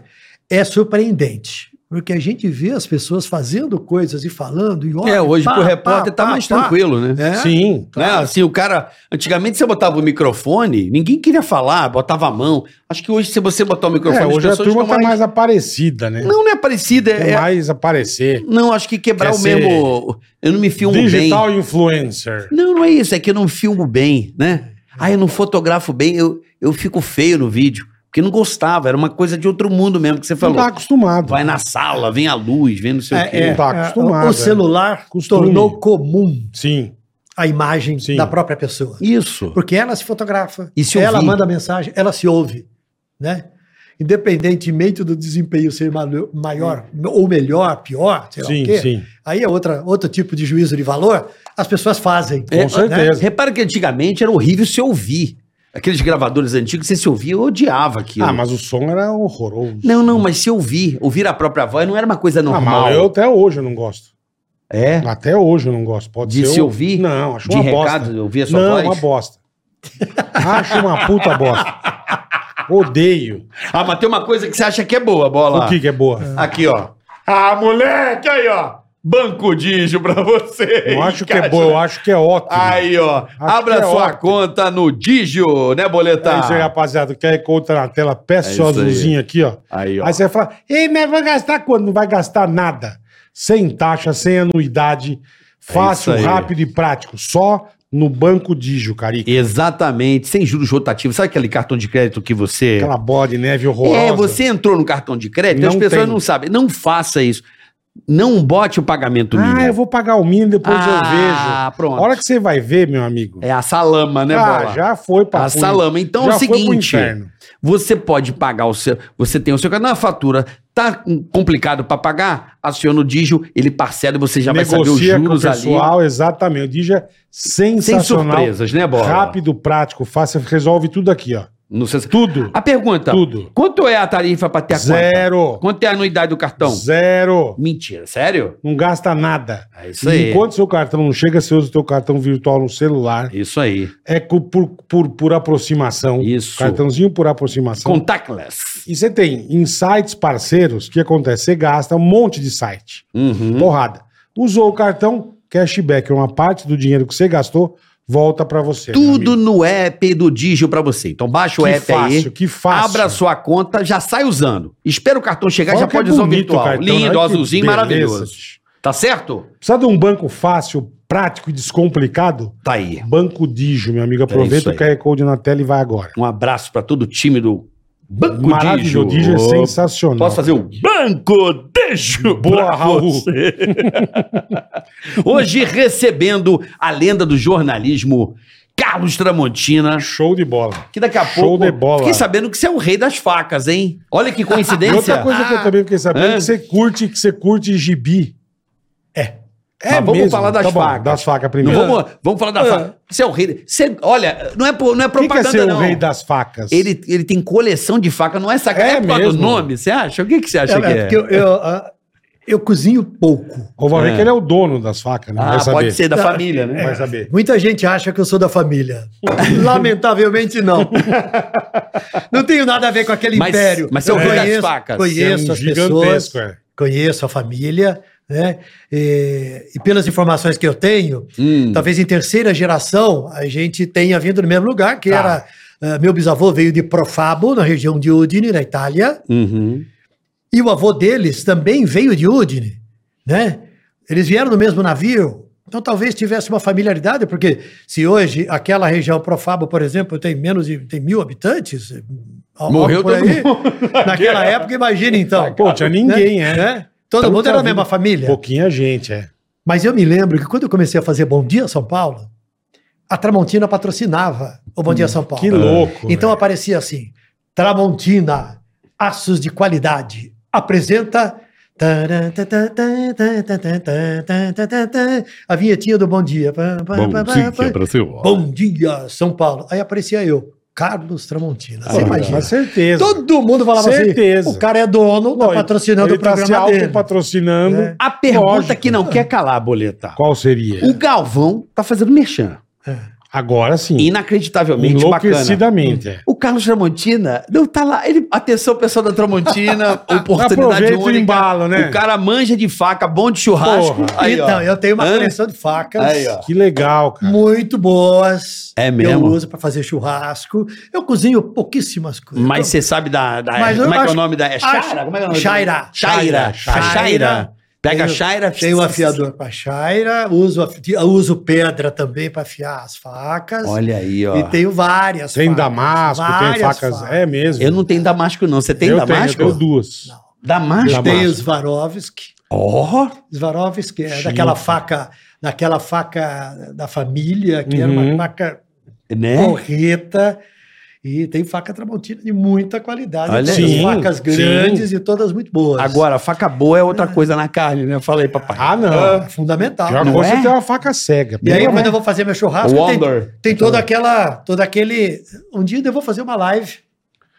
é surpreendente. Porque a gente vê as pessoas fazendo coisas e falando e olha.
É, hoje
pá,
pro repórter
pá,
tá
pá,
mais
pá.
tranquilo, né?
É?
Sim.
Né? Assim, o cara. Antigamente você botava o microfone, ninguém queria falar, botava a mão. Acho que hoje, se você botar o microfone,
É, hoje a turma tá
estão
mais aparecida, né?
Não, não é parecida.
Quer
É,
mais aparecer.
Não, acho que quebrar
Quer
o mesmo. Eu não me filmo
Digital influencer.
bem. Não, não é isso. É que eu não filmo bem, né? Ah, eu não fotografo bem, eu, eu fico feio no vídeo. Porque não gostava, era uma coisa de outro mundo mesmo que você
Não
falou.
tá acostumado.
Vai na sala, vem a luz, vem não sei o quê.
É, é,
Não tá
é,
acostumado, é.
o celular
Costume.
tornou comum
Sim.
a imagem
Sim.
da própria pessoa.
Isso.
Porque ela se fotografa,
E se
ela
ouvir.
manda mensagem, ela se ouve, né? Independentemente do desempenho ser malo- maior ou melhor, pior, sei lá o
Sim,
quê,
sim.
aí é outra, outro tipo de juízo de valor, as pessoas fazem. né?
Com certeza.
Repara que antigamente era horrível se ouvir. Aqueles gravadores antigos, você se ouvia, eu odiava aquilo.
Ah, mas o som era horroroso.
Não, não, mas se ouvir, ouvir a própria voz não era uma coisa
Ah,
normal.
mas eu até hoje eu não gosto.
É?
Até hoje eu não gosto. Pode
De
ser
se
o-
ouvir?
Não, acho
De
uma
recado,
bosta.
ouvir a sua
Não,
voz?
uma bosta. Acho uma puta bosta. Odeio.
Ah, mas tem uma coisa que você acha que é boa, bola.
O que que é boa?
Aqui, ó. Ah, moleque, aí, ó. Banco Digio pra você.
Não acho que é boa, eu acho que é ótimo.
Aí, ó. Abra
que é
sua
ótimo.
conta no Digio, né,
É isso aí,
Boleta?
rapaziada. Quer conta tá na tela? Peça
É
seu
isso aí.
azulzinho aqui, ó.
Aí, ó.
Aí você vai falar, ei, mas vai gastar quanto? Não vai gastar nada. Sem taxa, sem anuidade. Fácil,
É isso aí.
rápido e prático. Só no Banco Digio, Carica.
Exatamente, sem juros rotativos. Sabe aquele cartão de crédito que você.
Aquela bola de neve horrorosa.
É, você entrou no cartão de crédito,
Não
as pessoas
tem.
não sabem. Não faça isso. Não bote o pagamento mínimo.
Ah, eu vou pagar o mínimo, depois eu vejo.
Ah, pronto.
A hora que você vai ver, meu amigo.
É a salama, né,
ah,
bola?
já foi pra
A salama. Então é o seguinte.
inferno.
Você pode pagar o seu. Você tem o seu cartão na fatura. Tá complicado para pagar? Aciona o Digio, ele parcela e você já vai saber os
Negocia com o
juros ali.
pessoal, exatamente. O Digi é
Sem
sensacional.
surpresas, né, Bola?
rápido, prático, fácil. Resolve tudo aqui, ó.
Não sei se-
Tudo.
A pergunta:
Tudo.
Ah, quanto é a tarifa para ter a conta?
Zero.
Quanto é a anuidade do cartão?
Zero.
Mentira, sério?
Não gasta nada.
É isso
E
aí.
enquanto seu cartão não chega, você usa o seu cartão virtual no celular.
Isso aí.
É co- por, por, por aproximação.
Isso.
Cartãozinho por aproximação.
Contactless.
E você tem em sites parceiros, o que acontece? Você gasta um monte de site.
Uhum.
Porrada. Usou o cartão, cashback é uma parte do dinheiro que você gastou, volta pra você. meu
Tudo
amigo.
no app do Digio para você. Então baixa o
que
app
fácil,
aí.
que fácil.
Abra a sua conta, já sai usando. Espera o cartão chegar,
Olha
já
que
pode usar o
bonito
virtual.
cartão, né? Olha
Lindo,
que
azulzinho,
beleza.
maravilhoso. Tá certo?
Precisa de um banco fácil, prático e descomplicado?
Tá aí.
Banco Digio, meu amigo.
É isso
Aproveita
aí.
o QR Code na tela e vai agora.
Um abraço para todo o time do Banco
Maravilhoso,
Digio.
o Digio é sensacional.
Posso fazer o Banco Digio?
Boa,
pra
Raul.
você. Hoje recebendo a lenda do jornalismo, Carlos Tramontina.
<laughs> Show de bola.
Que daqui a
Show
pouco.
de bola.
Fiquei sabendo que você é o rei das facas, hein? Olha que
E
coincidência.
outra coisa que eu também fiquei sabendo
Ah.
é que você curte, que você curte gibi. É. É
Mas Ah, vamos falar das
bom,
facas.
das facas
Não,
primeiro.
vamos, vamos falar da faca. Você é o rei. Você, olha, não é, po- não é
O que, que é
propaganda,
ser
não.
o rei das facas?
ele, ele tem coleção de faca, não é sacanagem.
É
É, por causa
mesmo.
do nome, você acha? O que, que você acha
É,
que
é
é?
porque eu, eu, ah, eu cozinho pouco.
Ou vai ver
É.
que ele é o dono das facas, né?
Ah,
vai saber.
pode ser da família, né?
Vai saber.
Muita gente acha que eu sou da família.
<laughs>
Lamentavelmente, não. Não tenho nada a ver com aquele
Mas-
império.
mas você é o
Eu
rei das
conheço-
facas.
Você
Conheço
é um
as pessoas,
gigantesco, é.
conheço a família, né? E, e pelas informações que eu tenho,
Hum.
talvez em terceira geração a gente tenha vindo no mesmo lugar, que
Tá.
era... eh, meu bisavô veio de Profabo, na região de Udine, na Itália.
Uhum.
E o avô deles também veio de Udine, né? Eles vieram no mesmo navio. Então talvez tivesse uma familiaridade, porque se hoje aquela região Profabo, por exemplo, tem menos de tem mil habitantes, algo
Morreu
por
todo É.
aí,
<laughs>
naquela época, imagina então.
Pô, tinha ninguém, é.
Todo
Então,
mundo era
tá
da mesma
vindo
família.
Pouquinha gente, é.
Mas eu me lembro que quando eu comecei a fazer Bom Dia São Paulo, a Tramontina patrocinava o Bom Dia São Paulo.
Hum, Que louco.
Então
velho.
aparecia assim: Tramontina, aços de qualidade, apresenta. A vinhetinha do Bom Dia.
Brasil.
Bom dia, São Paulo. Aí aparecia eu, Carlos Tramontina. Você
Ah,
imagina?
Com certeza.
Todo mundo falava
Certeza.
assim: o cara é dono, tá
Lógico,
patrocinando
ele
o programa
tá se
dele.
autopatrocinando.
É.
A pergunta
Lógico. é?
que não quer calar, boleta.
Qual seria?
O Galvão tá fazendo merchan.
É.
Agora sim.
Inacreditavelmente bacana. Hum.
Enlouquecidamente. é.
O Carlos Tramontina não tá lá. Ele, atenção, pessoal da
<laughs>
Tramontina, oportunidade
Aproveita o
única.
embalo, né?
O cara manja de faca, bom de churrasco.
Porra.
Aí, ó.
então, eu tenho uma
Hã?
coleção de facas
Aí, ó.
Que legal, cara.
muito boas.
É
que
mesmo?
Eu uso para fazer churrasco. Eu cozinho pouquíssimas coisas.
Mas você sabe da. da-
Mas eu
como é que é
acho- Ah,
o nome da. É Shaira?
acho-
Como é que é o nome?
Chaira.
Chaira.
Chaira.
A Chaira. Pega a
Tenho-
Chaira.
Tem o afiador para chaira, uso, afi- uso pedra também para afiar as facas.
Olha aí, ó.
E tenho várias.
Tem
facas,
damasco, tem
várias
facas. É mesmo.
Eu não tenho Damasco, não. Você tem
eu
Damasco?
Tenho, eu tenho duas.
Não.
Damasco?
Damasco.
Tem os Swarovski.
Ó.
Swarovski é
Chique.
daquela faca, daquela faca da família, que era
Uhum. É?
uma faca
né?
correta. E tem faca tramontina de muita qualidade.
Olha
Tem
aí.
facas
Sim.
grandes e todas muito boas.
Agora, faca boa é outra coisa na carne, né? Fala aí, papai.
Ah, não.
é fundamental.
Pior
Não
coisa
é?
é ter uma faca cega.
E aí,
Pelo
quando eu
amor-
vou fazer meu churrasco, tem,
Wonder.
tem
Então.
toda aquela, todo aquele. Um dia eu vou fazer uma live.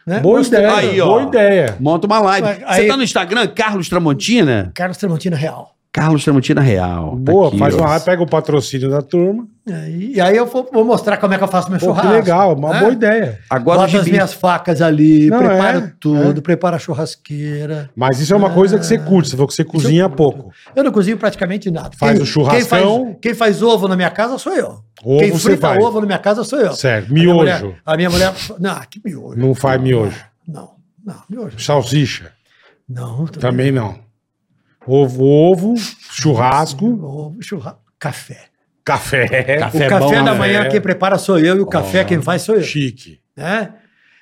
Né?
Boa
Mostrando
ideia.
Aí, ó.
boa ideia.
Monta uma live.
Aí-
Você tá no Instagram, Carlos Tramontina?
Carlos Tramontina real.
Carlos Tramontina Real. Tá
Boa,
aqui,
faz
ó.
uma live, pega o patrocínio da turma.
É, E aí eu vou, vou mostrar como é que eu faço meu
Pô, que
churrasco.
legal, uma
É?
né?
boa ideia.
Agora o
Boto as
gibi.
minhas facas ali,
Não,
preparo
é,
tudo, preparo a churrasqueira.
Mas isso é uma coisa que você
Ah.
curte, você falou que você cozinha pouco.
Eu não cozinho praticamente nada.
Faz o
Quem faz,
churrascão.
quem faz ovo na minha casa sou eu.
Ovo
quem
você
frita
faz.
ovo na minha casa sou eu.
Certo,
A minha
miojo.
mulher- A minha mulher. Não, que miojo.
Não faz miojo.
Não, não, miojo.
Salsicha,
Não, tô-
também não. Ovo, ovo, churrasco,
Ovo, churrasco. Café.
café.
Café
o
é
café
bom,
da
né?
manhã quem prepara sou eu e o café quem faz
é
sou eu.
Chique.
Né?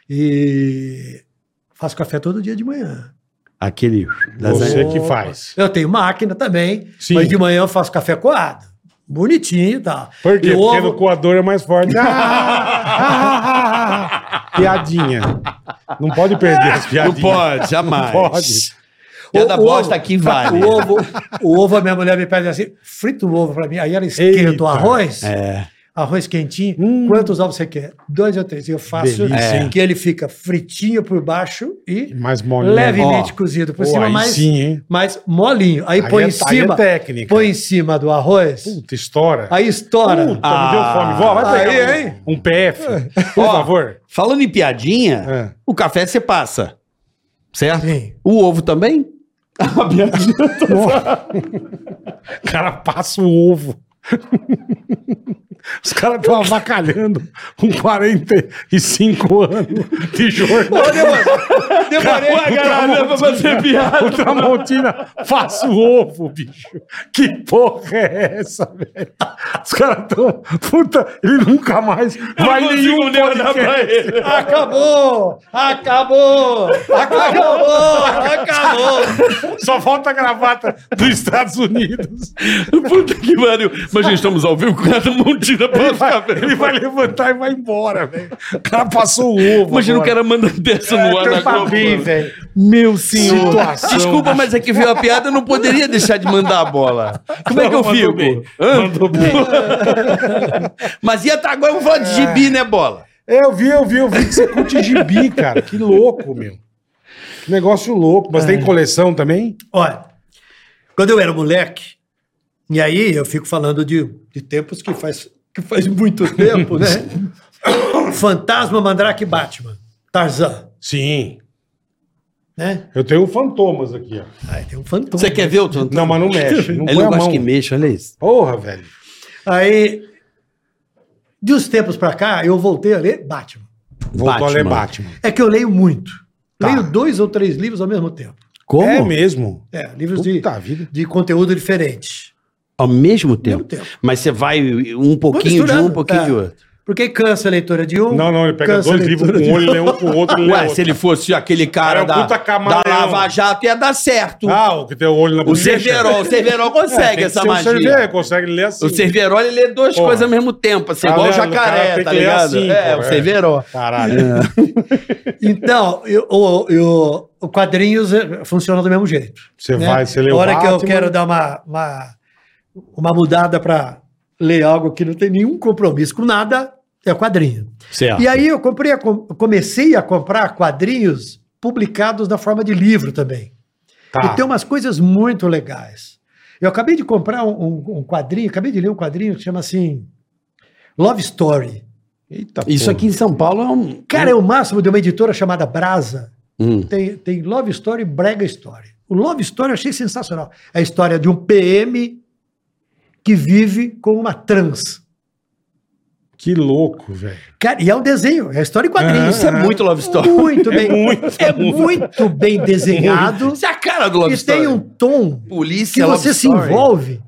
E faço café todo dia de manhã.
Aquele.
Você
lasanha.
que faz.
Eu tenho máquina também,
Sim.
mas de manhã eu faço café coado. Bonitinho, tá?
Por quê?
E o
Porque
ovo-
no coador é mais forte. Ah, <laughs> Piadinha. Não pode perder as
Não
piadinhas.
pode, jamais.
Não pode.
Piada
O- o
bosta
ovo-
aqui vale.
O ovo, o ovo, a minha mulher me pede assim, frita o ovo pra mim. Aí ela esquenta o
Eita.
arroz,
É.
arroz quentinho.
Hum.
Quantos ovos você quer? Dois ou três. Eu faço
Delícia,
que ele fica fritinho por baixo e
Mais mole. né?
levemente
Ó.
cozido por
Pô,
cima,
aí
mas,
sim, hein?
mas molinho. Aí,
Aí
põe
é- aí
em
é
cima,
técnica.
põe em cima do arroz,
Puta, estoura.
aí estoura.
Puta, me deu fome. Vó,
Ah,
vai pegar
Aí,
um, um PF, por
É. Ó.
favor.
Falando em piadinha,
É.
o café você passa. Certo?
Sim.
O ovo também? A piadinha.
O cara passa o ovo. Os caras estão avacalhando com 45 anos de jornal.
Demorei pra caralho pra fazer piada.
O Tramontina faça o ovo, bicho. Que porra é essa, velho? Os caras tão. Puta, ele nunca mais vai nenhum podcast.
ele.
Acabou! Acabou! Acabou! Acabou!
Só falta a gravata dos Estados Unidos.
Puta que pariu. Mas gente, estamos ao vivo com cada montina
Ele
pra
vai,
ficar
ele vai levantar e vai embora, velho. O cara passou o ovo.
Imagina o
agora. É,
cara
um
mandando dessa
É,
no ar da Globo.
velho.
Meu senhor.
Situação.
Desculpa, mas é que veio a piada, eu não poderia deixar de mandar a bola. Como é que eu
Mandou
fico?
bem.
Hã? <laughs> mas ia tá agora, eu vou falar de gibi, né, bola?
É, Eu vi, eu vi, eu vi que você curte gibi, cara. Que louco, meu. Que negócio louco. Mas tem coleção também?
Olha, quando eu era moleque, e aí eu fico falando de, de tempos que faz, que faz muito tempo, né? Fantasma, Mandrake e Batman. Tarzan,
Sim.
né?
Eu tenho fantomas aqui, ó.
Aí tem um fantasma.
Você quer ver o Tonto?
Não, mas <laughs> não mexe. Não
Ele
põe
não
a
gosta
mão.
que mexa, olha isso.
Porra, velho.
Aí, de uns tempos pra cá, eu voltei a ler Batman.
Voltou a ler
Batman.
Batman.
É que eu leio muito.
Tá.
Leio dois ou três livros ao mesmo tempo.
Como?
É mesmo.
É, livros de,
Puta vida.
de conteúdo diferente.
Ao mesmo tempo.
Mesmo tempo.
Mas você vai um pouquinho de um,
misturando,
um pouquinho
tá.
de outro.
Porque cansa a leitura de um.
Não, não, ele pega
cansa a
dois livros
leitura
com
de
um olho, lê um com o outro, lê
Ué,
outro.
se ele fosse aquele cara
Era um
da,
puta
da
camaleão.
Lava Jato, ia dar certo.
Ah, É, o que tem o olho na
o Cerverol, o Cerverol consegue essa magia.
um Cerverol, consegue ler assim.
O Cerverol, ele lê duas
Porra.
coisas ao mesmo tempo, assim,
Tá
igual o
vendo? O cara
jacaré,
tem
tá
que ler
ligado?
assim,
é,
pô,
o
é.
Cerverol. É.
Caralho.
Então, eu, o- eu- o quadrinhos eh, funciona do mesmo jeito.
Você vai, você lê
A
o
hora que eu
Batman.
quero dar uma, uma, uma mudada para ler algo que não tem nenhum compromisso com nada, é quadrinho.
Tá.
Certo.
E aí eu comprei a com- eu comecei a comprar quadrinhos publicados na forma de livro também.
Tá.
E
Então-
tem umas coisas muito legais. Eu acabei de comprar um, um- um quadrinho, acabei de ler um quadrinho que chama assim Love Story.
Eita,
Isso
porra.
aqui em São Paulo é um.
Cara, é o máximo de uma editora chamada Brasa.
Hum.
Tem, tem Love Story e Brega Story. O Love Story eu achei sensacional. É a história de um PM que vive com uma trans.
Que louco, velho.
Cara, e é um desenho, é a história em quadrinhos.
Isso é muito Love Story. <laughs>
Muito bem, é muito, bem desenhado.
Isso é a cara do <laughs> Love
E
Story.
tem um tom
Polícia,
que
Love
você se
Story.
envolve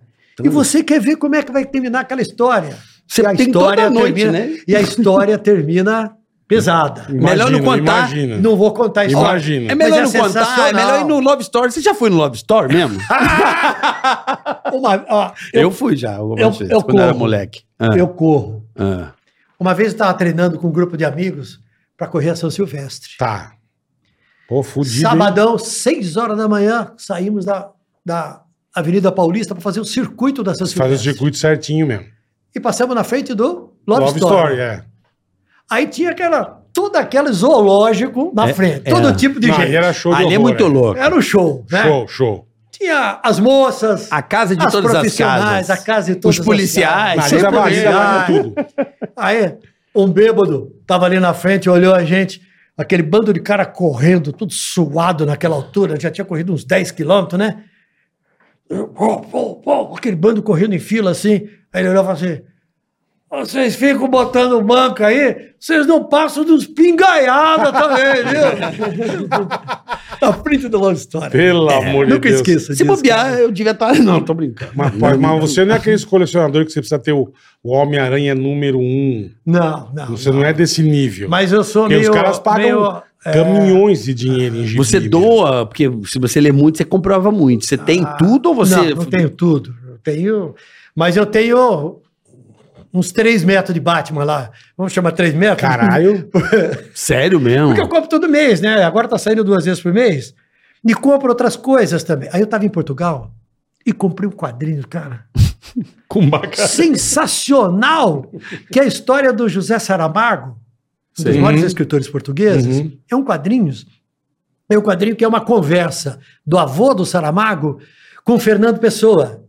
e você quer ver como é que vai terminar aquela história.
Você
E a
tem
história
toda noite,
termina,
né?
E a história termina pesada.
Melhor não contar.
Imagina.
Não vou contar a história.
Imagina.
É melhor
Mas é
não contar, é
sensacional.
melhor ir no Love Story. Você já foi no Love Story mesmo?
Uma- ó,
eu, fui já, algumas
eu-
vezes,
eu
quando era
corro.
moleque.
É.
Ah,
eu corro.
ah.
Uma vez eu estava treinando com um grupo de amigos para correr a São Silvestre.
Tá. Pô, fudido. hein?
Sabadão, seis horas da manhã, saímos da, da Avenida Paulista para fazer o circuito da São
Fazer o
Silvestre.
circuito certinho mesmo.
E passamos na frente do Love,
Love
Story.
Story, é.
Aí tinha aquela, todo aquele zoológico na frente, todo
é.
tipo de
Não, aí
gente.
era show de
Ali é
horror,
muito louco.
Era um show, né?
Show, show.
Tinha as moças,
A casa de
as
todas as
profissionais,
casas.
a casa de todas
Os policiais.
as
Ali
casas. é
da
Os
Bahia, lá
policiais.
tudo.
Aí, um bêbado tava ali na frente, olhou a gente, aquele bando de cara correndo, tudo suado naquela altura, já tinha corrido uns 10 quilômetros, né? Pô, pô, pô, aquele bando correndo em fila assim. Aí ele olhou e falou assim: vocês ficam botando banca aí, vocês não passam dos pingaiada também, viu? <laughs> na frente da Love Story.
Pelo amor de
É. Nunca
Deus.
esqueça
Se
disso.
bobear, é. eu devia estar. Não, tô brincando.
Mas, pô, mas você não é aquele colecionador que você precisa ter o, o Homem-Aranha número um.
Não, não.
Você não é desse nível.
Mas eu sou
Porque
meio.
os caras pagam
meio, é,
caminhões de dinheiro em gibi.
Você
meu.
doa, porque se você lê muito, você comprova muito. Você tem tudo ou você.
Ah. Não, não tenho tudo. Eu tenho. Mas eu tenho uns 3 metros de Batman lá. Vamos chamar 3
<laughs>
metros? <laughs>
Caralho.
Sério mesmo?
Porque eu compro todo mês, né? Agora tá saindo duas vezes por mês. E compro outras coisas também. Aí eu tava em Portugal e comprei um quadrinho, cara.
Com bacana.
<laughs> sensacional, que é a história do José Saramago, um dos
Sim.
maiores escritores portugueses. É um quadrinho, é um quadrinho que é uma conversa do avô do Saramago com Fernando Pessoa.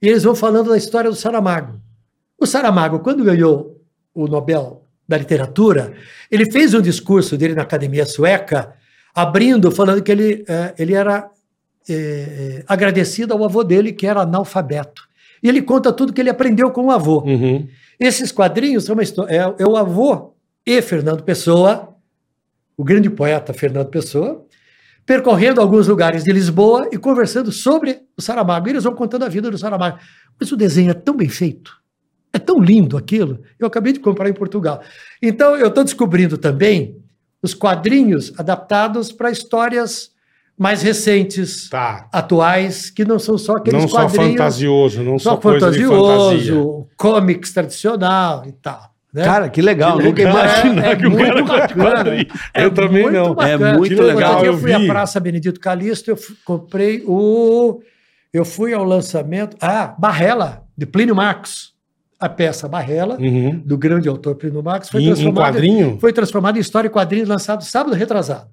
E eles vão falando da história do Saramago. O Saramago, quando ganhou o Nobel da Literatura, ele fez um discurso dele na Academia Sueca, abrindo, falando que ele, eh, ele era eh, agradecido ao avô dele, que era analfabeto. E ele conta tudo que ele aprendeu com o avô.
Uhum.
Esses quadrinhos são uma história. É, é o avô e Fernando Pessoa, o grande poeta Fernando Pessoa, percorrendo alguns lugares de Lisboa e conversando sobre o Saramago. E eles vão contando a vida do Saramago. Mas o desenho é tão bem feito, é tão lindo aquilo. Eu acabei de comprar em Portugal. Então, eu estou descobrindo também os quadrinhos adaptados para histórias mais recentes,
Tá.
atuais, que não são só aqueles
Não só
quadrinhos
fantasioso, não só,
só
coisa de fantasia.
fantasioso, comics tradicional e tal. né?
Cara, que legal.
Que
Nunca
legal.
imaginei.
é muito
tá
bacana.
Eu também
É muito
não.
bacana.
É muito
Outro dia
legal, eu
Eu fui
vi.
à Praça Benedito Calixto, eu fu- comprei o. Eu fui ao lançamento. Ah, Barrela, de Plínio Marcos. A peça Barrela,
Uhum.
do grande autor Plínio Marcos, foi
Em, em
transformada
quadrinho?
foi transformado em história e quadrinhos lançado sábado retrasado.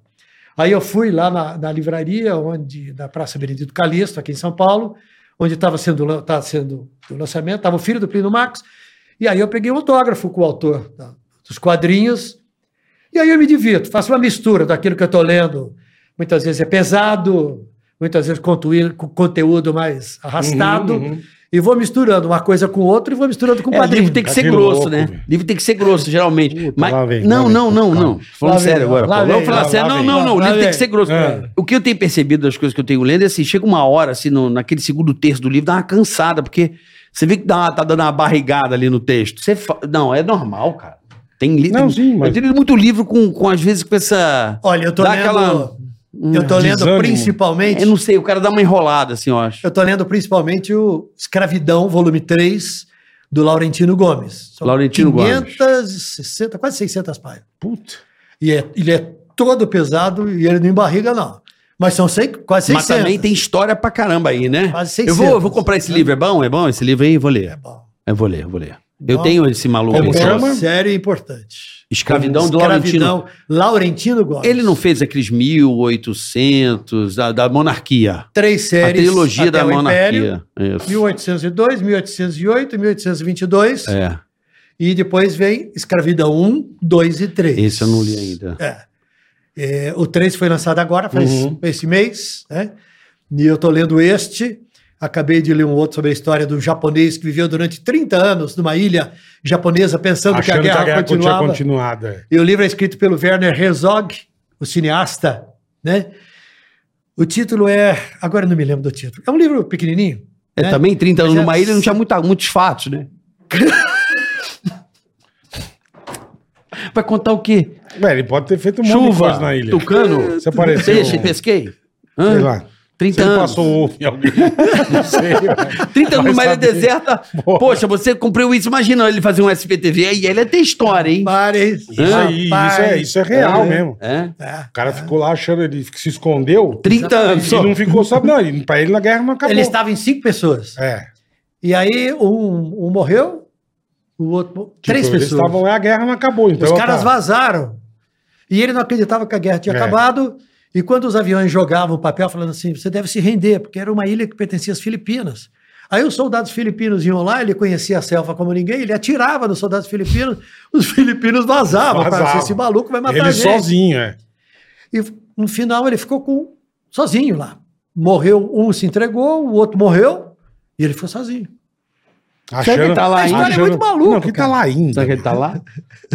Aí eu fui lá na, na livraria, onde na Praça Benedito Calixto, aqui em São Paulo, onde estava sendo, lan- tá sendo o lançamento, estava o filho do Plínio Marcos, e aí eu peguei um autógrafo com o autor da- dos quadrinhos, e aí eu me divirto, faço uma mistura daquilo que eu estou lendo. Muitas vezes é pesado, muitas vezes contuí- com conteúdo mais arrastado,
Uhum, uhum.
e vou misturando uma coisa com outra e vou misturando com o
É, livro
quadrinho.
tem que
Tá
ser
de
grosso,
louco,
né?
velho.
Livro tem que ser grosso, geralmente.
Puta,
Mas,
lá vem,
não,
lá vem.
não, não, não. Falando
Lá vem,
sério agora.
lá
Paulo.
vem,
Vamos falar
lá
sério.
vem.
Não, não, não. O
Lá
livro tem
vem.
que ser grosso.
É.
O que eu tenho percebido das coisas que eu tenho lendo é assim: chega uma hora, assim, no- naquele segundo terço do livro, dá uma cansada, porque você vê que dá uma- tá dando uma barrigada ali no texto. Você fa- Não, é normal, cara. Tem livro.
Não, sim, mas-
Eu tenho lido muito livro com, com, às vezes, com essa.
Olha, eu tô
Dá
lendo,
aquela-
eu tô lendo
Desânimo.
principalmente
Eu não sei, o cara dá uma enrolada, assim, eu acho.
Eu tô lendo principalmente o Escravidão, volume 3, do Laurentino Gomes.
Laurentino Gomes.
560, quase 600 páginas.
Puta.
E é- ele é todo pesado e ele não embarriga, não. Mas são sei, quase 600.
Mas também
é-
tem história pra caramba aí, né?
Quase
Eu
600.
vou, eu vou comprar esse livro. É bom? É bom esse livro aí? Eu Vou ler.
É bom.
Eu vou ler, eu vou ler. Eu
Bom.
tenho esse maluco.
Como
aí.
É
chama?
sério e importante.
Escravidão do Laurentino.
Laurentino Gomes.
Ele não fez aqueles 1800 da, da monarquia.
Três
A
séries.
trilogia
até
da
o Império,
monarquia. Isso.
1802, 1808, 1822.
É.
E depois vem Escravidão 1, 2 e 3.
Esse eu não li ainda.
É, o 3 foi lançado agora, faz
Uhum.
esse mês, né? E eu tô lendo este. Acabei de ler um outro sobre a história do japonês que viveu durante 30 anos numa ilha japonesa pensando que a
Achando
guerra, continuava.
continuada.
E o livro é escrito pelo Werner Herzog, o cineasta, né? O título é. Agora eu não me lembro do título. É um livro pequenininho.
É,
né?
Também 30 anos
Mas é-
numa ilha não tinha muita, muitos fatos,
<laughs>
né? Vai contar o quê?
Velho, ele pode ter feito um monte de
Chuva,
coisa na ilha. É,
tucano,
Você apareceu-
peixe, pesquei? Hã?
Sei lá.
30
Você
anos.
passou o ovo em
<laughs>
alguém. Não sei. velho.
30 anos
Vai
numa ilha
saber.
deserta.
Porra.
Poxa, você cumpriu isso. Imagina ele fazer um SPTV. Aí ele tem história, hein?
Pares.
Isso aí, isso é, isso é real mesmo.
É?
É.
O cara ficou lá achando, ele se escondeu
30 anos
e
só.
não ficou só. Não, ele- pra ele na guerra não acabou.
Ele estava em cinco pessoas.
É.
E aí um, um morreu, o outro. mo- três
Tipo, Eles
pessoas.
estavam lá, a guerra não acabou. Então
Os caras
tá.
vazaram. E ele não acreditava que a guerra tinha
É.
acabado. E quando os aviões jogavam o papel falando assim, você deve se render, porque era uma ilha que pertencia às Filipinas. Aí os soldados filipinos iam lá, ele conhecia a selva como ninguém, ele atirava nos soldados filipinos, <laughs> os filipinos vazavam.
Vazavam.
Falavam, Esse maluco vai matar
Ele
a gente.
sozinho, é.
E no final ele ficou com sozinho lá. Morreu, um se entregou, o outro morreu, e ele ficou sozinho.
Será que tá lá
A
ainda?
história é muito maluca,
Não, que tá
cara.
lá ainda.
Será que ele tá lá?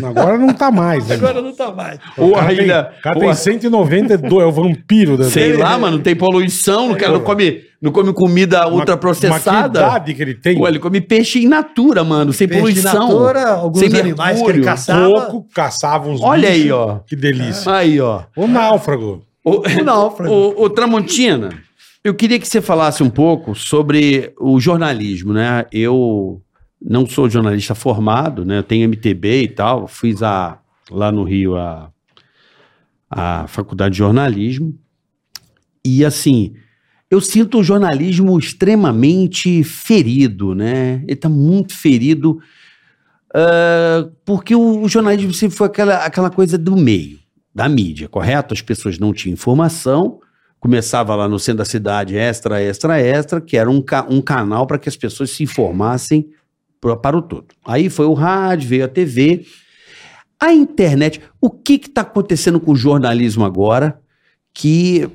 Agora não tá mais. né?
Agora não tá mais.
O
Ou
cara tem,
ainda.
o cara
ou
tem
a-
192, é o vampiro da
Sei lá, mano, tem poluição, o cara não come, não come comida
Uma- Uma que
ultraprocessada.
idade que ele tem.
Ué, ele come peixe in natura, mano, sem
Peixe in
poluição.
natura, alguns
sem
animais que
mercúrio.
ele caça-
Coco, caçava uns
Olha aí, ó.
Que delícia.
Aí, ó.
É.
O náufrago.
<laughs> O,
náufrago.
o, o Tramontina, eu queria que você falasse um pouco sobre o jornalismo, né? Eu não sou jornalista formado, né? Eu tenho MTB e tal. Fiz a, lá no Rio a, a faculdade de jornalismo. E assim, eu sinto o jornalismo extremamente ferido, né? Ele está muito ferido. ah, porque o, o jornalismo sempre foi aquela, aquela coisa do meio, da mídia, correto? As pessoas não tinham informação. Começava lá no centro da cidade, extra, extra, extra, que era um, ca- um canal para que as pessoas se informassem pro- para o todo. Aí foi o rádio, veio a TV. A internet, o que está acontecendo com o jornalismo agora? Que,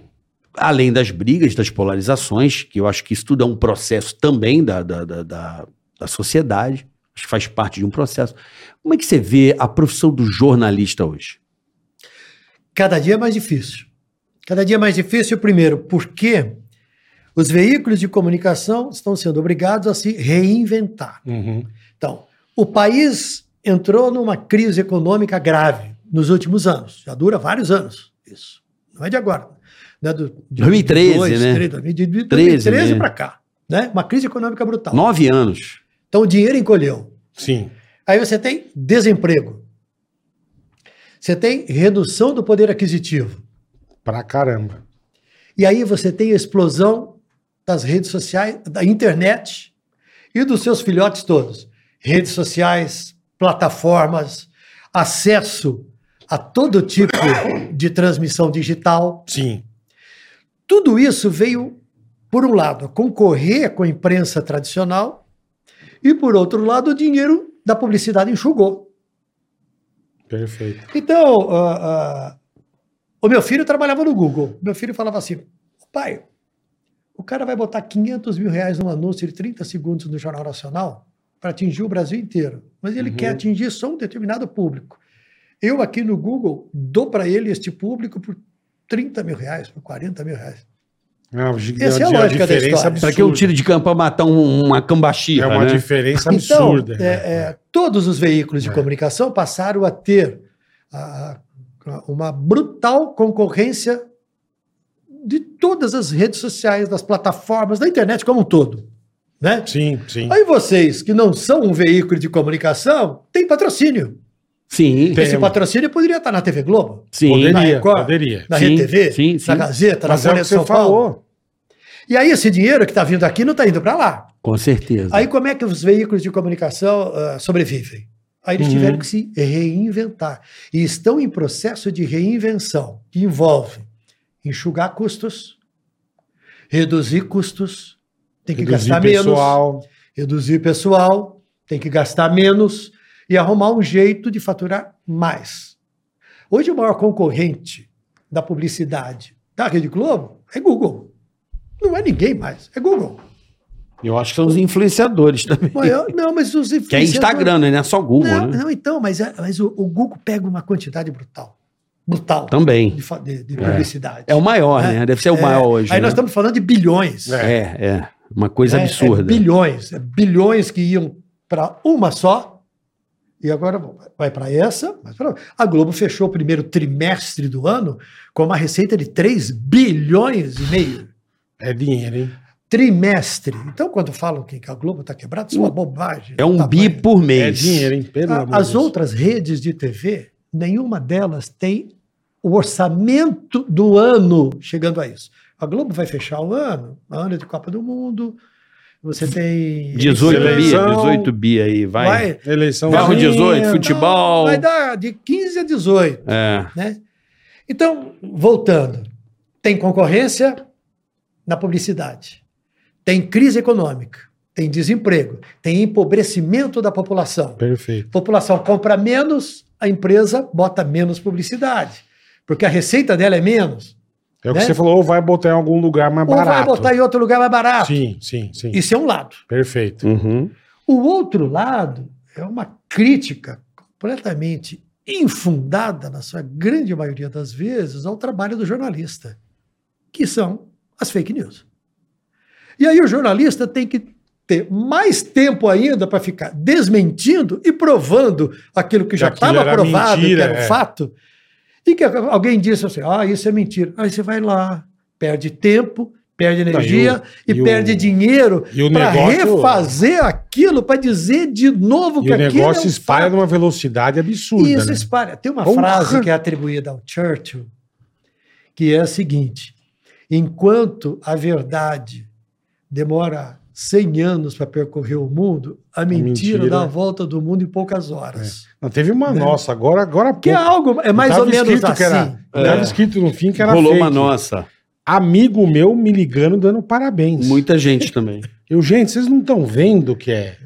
além das brigas, das polarizações, que eu acho que isso tudo é um processo também da, da, da, da, da sociedade, acho que faz parte de um processo. Como é que você vê a profissão do jornalista hoje?
cada dia é mais difícil. Cada dia é mais difícil, primeiro, porque os veículos de comunicação estão sendo obrigados a se reinventar.
Uhum.
Então, o país entrou numa crise econômica grave nos últimos anos. Já dura vários anos isso. Não é de agora. Não é do, de
2013,
22,
né?
13, 2013,
13, né?
para cá. Né? Uma crise econômica brutal.
Nove anos.
Então, o dinheiro encolheu.
Sim.
Aí você tem desemprego. Você tem redução do poder aquisitivo.
Pra caramba.
E aí você tem a explosão das redes sociais, da internet e dos seus filhotes todos. Redes sociais, plataformas, acesso a todo tipo de transmissão digital.
Sim.
Tudo isso veio, por um lado, concorrer com a imprensa tradicional e, por outro lado, o dinheiro da publicidade enxugou.
Perfeito.
Então, ah, ah, o meu filho trabalhava no Google. Meu filho falava assim: pai, o cara vai botar 500 mil reais num anúncio de 30 segundos no Jornal Nacional para atingir o Brasil inteiro. Mas ele quer atingir só um determinado público. Eu aqui no Google dou para ele este público por 30 mil reais, por 40 mil reais.
É uma, gi-
Essa é a
uma
lógica da
diferença
história.
absurda.
Para que um tiro de campo pra matar um- uma cambaxia,
É uma
né?
diferença
Então,
absurda.
é, é, todos os veículos de
né? É.
comunicação passaram a ter ah, uma brutal concorrência de todas as redes sociais, das plataformas, da internet como um todo. Né?
Sim, sim.
Aí vocês, que não são um veículo de comunicação, têm patrocínio.
Sim,
Tem. um.
Esse patrocínio poderia estar na TV Globo,
sim.
na
Poderia,
Record,
poderia.
na
Sim,
RTV,
sim, sim.
na Gazeta,
Mas
na
é o
Folha
que
de
você
São Paulo.
falou.
E aí esse dinheiro que está vindo aqui não está indo para lá.
Com certeza.
Aí como é que os veículos de comunicação ah, sobrevivem? Aí eles
Uhum.
tiveram que se reinventar. E estão em processo de reinvenção, que envolve enxugar custos, reduzir custos, tem que
Reduzir
gastar menos,
pessoal.
reduzir pessoal, tem que gastar menos. e arrumar um jeito de faturar mais. Hoje, o maior concorrente da publicidade da Rede Globo é Google. Não é ninguém mais, é
<laughs>
Google.
Eu acho que são os influenciadores também.
Mas eu- não, mas os
Que é Instagram, né? Não é só Google,
Não,
né?
não, então, mas, é- mas o, o Google pega uma quantidade brutal. Brutal.
Também.
De, fa- de- de publicidade.
Então, É o maior,
É.
né? Deve ser o maior hoje.
Aí
né?
nós estamos falando de bilhões.
É, é. Uma coisa
É, é
absurda.
bilhões. é bilhões que iam para uma só. E agora bom, vai para essa. mas pra- A Globo fechou o primeiro trimestre do ano com uma receita de 3 bilhões e meio.
É dinheiro, hein?
Trimestre. Então, quando falam que a Globo está quebrada, isso é uma bobagem.
é um
Tamanho.
bi por mês.
É dinheiro, hein? Pelo
A-
amor de
As
Deus.
outras redes de TV, nenhuma delas tem o orçamento do ano chegando a isso. A Globo vai fechar o ano, ano de Copa do Mundo. Você tem.
18 bi,
Seleção.
18 bi aí, vai.
Vai,
Eleição.
Vai com 18,
Não,
futebol.
Vai dar de 15 a 18,
É.
né? Então, voltando. Tem concorrência na publicidade. Tem crise econômica, tem desemprego, tem empobrecimento da população.
Perfeito.
População compra menos, a empresa bota menos publicidade, porque a receita dela é menos.
É o que
Né?
você falou, ou vai botar em algum lugar mais
Ou
É barato.
vai botar em outro lugar é mais barato.
Sim, sim, sim.
Isso é um lado.
Perfeito.
Uhum.
O outro lado é uma crítica completamente infundada, na sua grande maioria das vezes, ao trabalho do jornalista, que são as fake news. E aí o jornalista tem que ter mais tempo ainda para ficar desmentindo e provando aquilo que já
Aquilo
estava
era
provado,
mentira,
que era um
é.
fato. E que alguém disse assim: ah, isso é mentira. Aí você vai lá, perde tempo, perde
e o-
energia e,
e o-
perde dinheiro
e o
para
negócio-
refazer aquilo, para dizer de novo
E o
aquilo
negócio
é um
espalha
fato.
numa velocidade absurda.
E isso
né?
espalha. Tem uma
Porra.
frase que é atribuída ao Churchill, que é a seguinte: enquanto a verdade demora 100 anos para percorrer o mundo, a mentira,
mentira- é
dá a volta do mundo em poucas horas.
Não, teve uma nossa, agora, agora há pouco.
Né? Que é algo, é mais
Tava
ou menos
escrito que
assim.
era- Tava
É.
escrito no fim que era
Rolou
fake.
uma nossa.
Amigo meu me ligando dando parabéns.
Muita gente também.
Eu, gente, vocês não estão vendo o que é.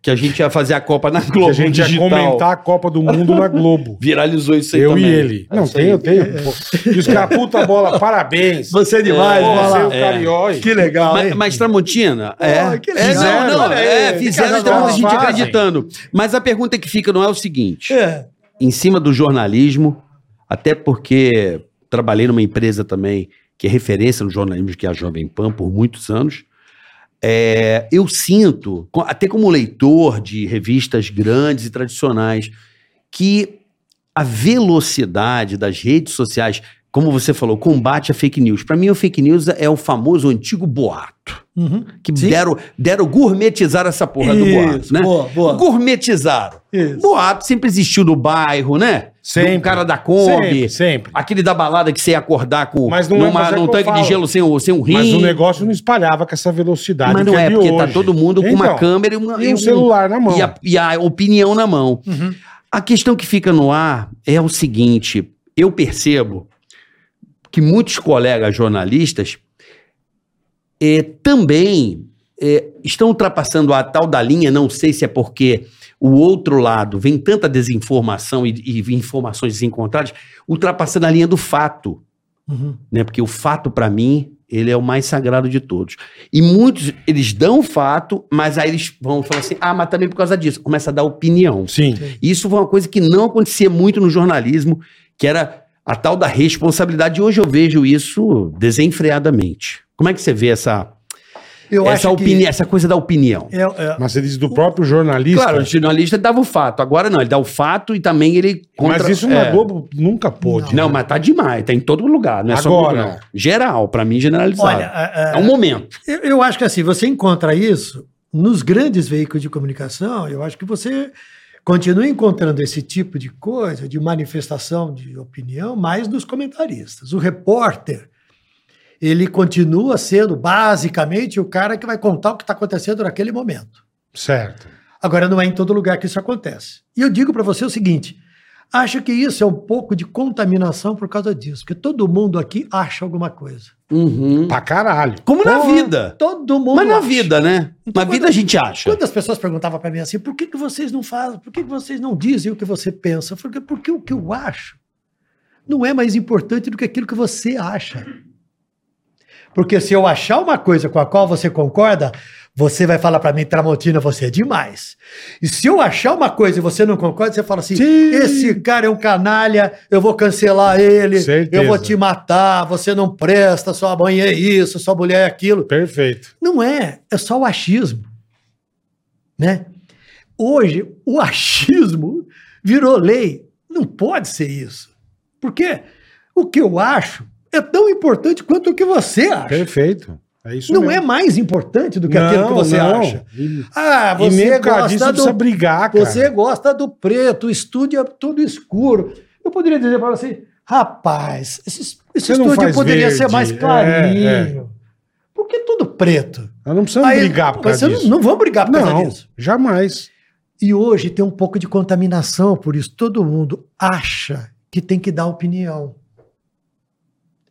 Que a gente ia fazer a Copa na Globo
que a gente ia
digital.
comentar a Copa do Mundo
<laughs>
na Globo.
Viralizou isso aí
eu
também. É
e ele. Não,
Isso aí.
tem, eu tenho. pô. E os caras, puta bola, parabéns.
Você é demais,
Pô,
vai
você é
lá.
o
É.
carioca.
Que legal,
Mas,
hein?
mas Tramontina, é,
que
é,
legal.
não, não,
Olha aí,
é,
que
fizeram,
casal
estamos a gente
fazem.
acreditando. Mas a pergunta que fica não é o seguinte,
É.
em cima do jornalismo, até porque trabalhei numa empresa também que é referência no jornalismo, que é a Jovem Pan, por muitos anos. É, eu sinto, co- até como leitor de revistas grandes e tradicionais, que a velocidade das redes sociais, como você falou, combate a fake news. Para mim, o fake news é o famoso antigo boato.
Uhum.
Que
Sim.
deram, deram gourmetizar essa porra do boato,
Isso,
né?
Boa, boa.
Gourmetizaram.
Isso.
Boato sempre existiu no bairro, né?
Sempre.
Do cara da Kombi.
Sempre, sempre.
Aquele da balada que você ia acordar com
Mas não é- mas
num
é que eu
tanque de
falo.
gelo sem, o- sem um rim.
Mas o negócio não espalhava com essa velocidade
Mas não
que
é,
de
porque tá
hoje.
todo mundo com uma
Então,
câmera e, uma-
E
e
um celular na mão. Uhum.
E a, e a opinião na mão. A questão que fica no ar é o seguinte: eu percebo que muitos colegas jornalistas eh, também eh, estão ultrapassando a tal da linha, não sei se é porque o outro lado vem tanta desinformação e, e informações desencontradas, ultrapassando a linha do fato
Uhum.
né? Porque o fato para mim ele é o mais sagrado de todos. E muitos eles dão fato, mas aí eles vão falar assim, ah, mas também por causa disso começa a dar opinião.
Sim.
Isso foi uma coisa que não acontecia muito no jornalismo, que era a tal da responsabilidade. E hoje eu vejo isso desenfreadamente. Como é que você vê essa
Eu
essa
acho que
opinião, essa coisa da opinião?
é- é-
Mas você diz do próprio jornalista.
Claro, o jornalista dava o fato. Agora não, ele dá o fato e também ele contra...
mas isso na
é.
Globo nunca pôde.
Não, mas tá demais, tá em todo lugar, não é só
Agora.
Globo, não. Geral, pra mim generalizado.
olha, a- a-
é um momento.
Eu, eu acho que assim, você encontra isso nos grandes veículos de comunicação, eu acho que você continua encontrando esse tipo de coisa, de manifestação de opinião, mais nos comentaristas. O repórter, ele continua sendo basicamente o cara que vai contar o que está acontecendo naquele momento.
Certo.
Agora, não é em todo lugar que isso acontece. E eu digo para você o seguinte: Acho que isso é um pouco de contaminação por causa disso, porque todo mundo aqui acha alguma coisa.
Uhum.
Pra caralho.
Como na
Porra,
vida.
Todo mundo
Mas na
acha.
vida, né? na
quando-
vida a gente acha.
Quando as pessoas perguntavam para mim assim, por que, que vocês não fazem, por que, que vocês não dizem o que você pensa? Eu falei, porque o que eu acho não é mais importante do que aquilo que você acha. Porque se eu achar uma coisa com a qual você concorda, você vai falar para mim, Tramontina, você é demais. E se eu achar uma coisa e você não concorda, você fala assim,
Sim.
esse cara é um canalha, eu vou cancelar ele,
Certeza.
eu vou te matar, você não presta, sua mãe é isso, sua mulher é aquilo.
Perfeito.
Não é, é só o achismo, né? Hoje o achismo virou lei. Não pode ser isso. Porque o que eu acho é tão importante quanto o que você acha.
Perfeito. É isso
Não é
mesmo.
mais importante do que aquilo que você acha.
E,
Ah,
e nem
você
por causa disso
gosta
precisa
do
brigar, cara.
você gosta do preto, o estúdio é todo escuro. Eu poderia dizer para você, rapaz, esse, esse
Você não
estúdio
faz
poderia
verde,
ser mais
é,
clarinho.
é.
Por que tudo preto?
Nós não precisamos
Aí,
brigar por
mas
causa
eu
disso.
Não, não vamos brigar por causa
Não,
disso.
jamais.
E hoje tem um pouco de contaminação, por isso todo mundo acha que tem que dar opinião.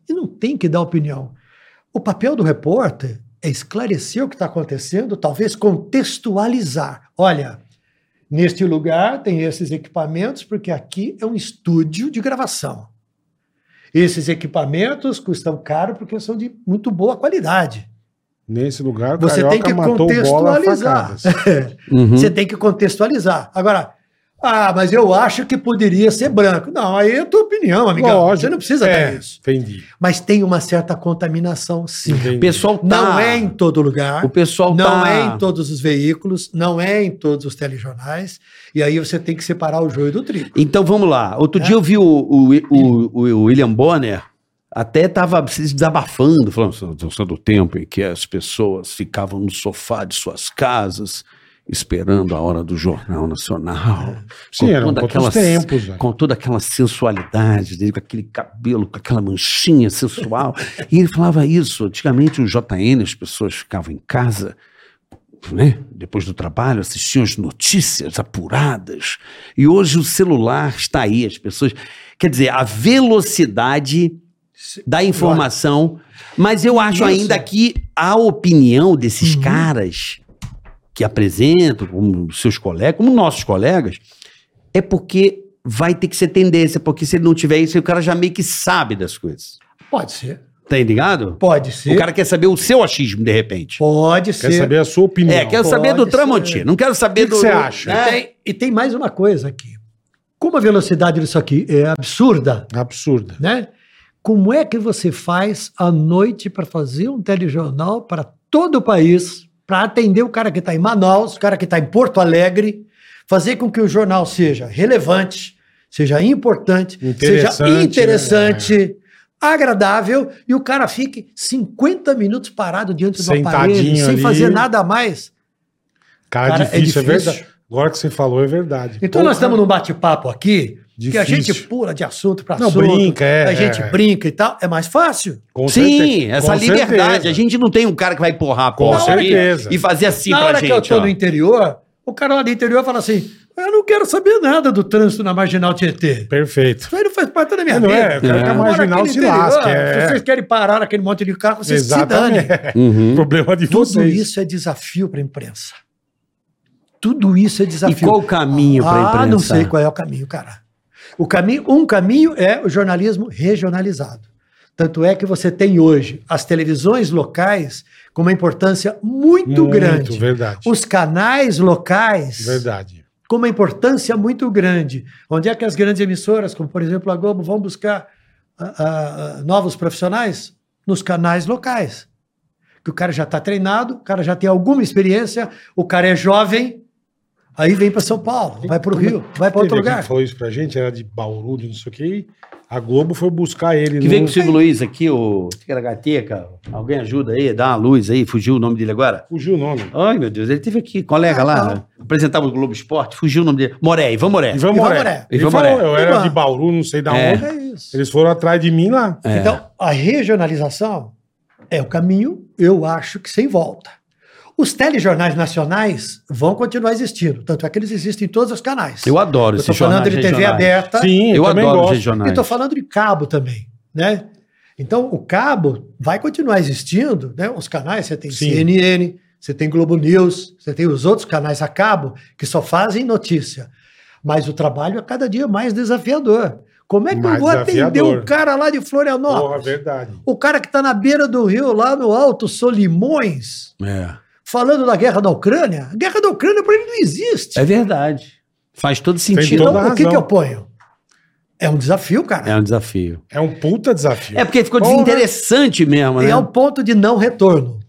E não tem que dar opinião. O papel do repórter é esclarecer o que está acontecendo, talvez contextualizar. Olha, neste lugar tem esses equipamentos, porque aqui é um estúdio de gravação. Esses equipamentos custam caro porque são de muito boa qualidade.
Nesse lugar, o
Você tem
Carioca
que
matou o bola a assim.
contextualizar. Tá
facadas.
<laughs>
Uhum.
Você tem que contextualizar. Agora, ah, mas eu acho que poderia ser branco. Não, aí é a tua opinião, amigão.
Lógico.
Você não precisa
é,
dar isso.
Entendi.
Mas tem uma certa contaminação, sim.
entendi.
O pessoal tá.
Não é em todo lugar.
O pessoal
Não
tá.
é em todos os veículos, não é em todos os telejornais, e aí você tem que separar o joio do trigo.
Então vamos lá. Outro dia eu vi o, o, o- o- o William Bonner até estava se desabafando, falando do tempo em que as pessoas ficavam no sofá de suas casas esperando a hora do Jornal Nacional.
Sim, eram
toda
outros
aquela-
tempos. né? velho.
Com toda aquela sensualidade dele, com aquele cabelo, com aquela manchinha
<laughs>
sensual. e ele falava isso. Antigamente o JN, as pessoas ficavam em casa, né? depois do trabalho, assistiam as notícias apuradas. E hoje o celular está aí, as pessoas. Quer dizer, a velocidade da informação. Mas eu acho
Isso. Uhum.
ainda que a opinião desses caras que apresentam, como seus colegas, como nossos colegas, é porque vai ter que ser tendência, porque se ele não tiver isso, o cara já meio que sabe das coisas.
Pode ser.
Tá ligado?
Pode
O
ser.
cara quer saber o seu achismo, de repente.
Pode
Quer
ser.
saber a sua opinião.
é, quero saber do
pode ser.
Tramonti, não quero saber
O que que
do...
você acha?
né?
E, tem, É. e tem mais uma coisa aqui. Como a velocidade disso aqui é absurda,
Absurda.
né? Como é que você faz à noite para fazer um telejornal para todo o país, para atender o cara que está em Manaus, o cara que está em Porto Alegre, fazer com que o jornal seja relevante, seja importante,
Interessante, né?
seja interessante, agradável, e o cara fique 50 minutos parado diante do aparelho,
Sentadinho
sem
ali.
fazer nada a mais.
Cara,
Cara, é
difícil, é
difícil.
verdade. Agora que você falou, é verdade.
Então nós
tá-
estamos num bate-papo aqui, que a
Difícil.
gente pula de assunto para
Não,
assunto,
brinca, é,
a gente
é.
brinca e tal, é mais fácil.
Com
Sim,
certeza.
essa
Com
liberdade.
certeza.
A gente não tem um cara que vai empurrar a porta aqui
certeza.
e fazer assim
na
pra
hora
gente.
que eu tô
ó.
no interior, o cara lá do interior fala assim: eu não quero saber nada do trânsito na Marginal Tietê.
Perfeito.
Isso aí não faz parte da minha
É,
vida.
não é? Eu quero que a
Eu moro aqui
marginal
no
se lasque, é.
Se vocês querem parar aquele monte de carro, vocês se danem.
Exatamente. <laughs>
Uhum.
Problema de
Tudo
vocês.
isso é desafio para a imprensa. Tudo isso é
E
desafio.
qual o caminho pra imprensa?
Ah, não sei qual é o caminho, cara. O caminho, um caminho é o jornalismo regionalizado. Tanto é que você tem hoje as televisões locais com uma importância
é
muito, grande.
verdade.
Os canais locais
Verdade.
com uma importância muito grande. Onde é que as grandes emissoras, como por exemplo a Globo, vão buscar ah, ah, ah, novos profissionais? Nos canais locais. Que o cara já está treinado, o cara já tem alguma experiência, o cara é jovem, aí vem para São Paulo, vai para o Rio,
É
vai para
Teve
outro
alguém
lugar.
que falou isso pra gente, era de Bauru, de não sei o que. A Globo foi buscar ele.
Que
no-
veio com o Silvio Luiz aqui, o Ticaracateca. Alguém ajuda aí, dá uma luz aí, fugiu o nome dele agora.
Fugiu o nome.
Ai, meu Deus, ele teve aqui, colega
Ah,
lá, né? apresentava o Globo Esporte, fugiu o nome dele. Moré, Ivan Moré.
Ivan
Ivan
Moré.
Moré.
Ele
Ivan
falou,
Moré.
eu era
Ivan.
de Bauru, não sei da
É.
onde.
É isso.
Eles foram atrás de mim lá.
é Então, a regionalização é o caminho, eu acho que sem volta. Os telejornais nacionais vão continuar existindo, tanto é que eles existem em todos os canais.
Eu adoro
Eu
esse
estou falando
jornal.
de TV aberta
Sim,
Tá. Eu
também
adoro os
gosto.
e
regionais.
estou falando de cabo também, né? Então, o cabo vai continuar existindo, né? Os canais, você tem
Sim.
CNN, você tem Globo News, você tem os outros canais a cabo que só fazem notícia. Mas o trabalho é cada dia mais desafiador. Como é que
Mais
eu vou atender
desafiador.
um cara lá de
Porra, é
Florianópolis?
verdade.
O cara que está na beira do rio, lá no Alto Solimões,
É.
falando da guerra da Ucrânia. A guerra da Ucrânia para ele não existe.
É verdade. Faz todo sentido.
toda
então, o que,
razão.
que eu ponho? É um desafio, cara.
É um desafio.
É um puta desafio.
É porque ficou
Porra.
desinteressante mesmo, né?
É um ponto de não retorno.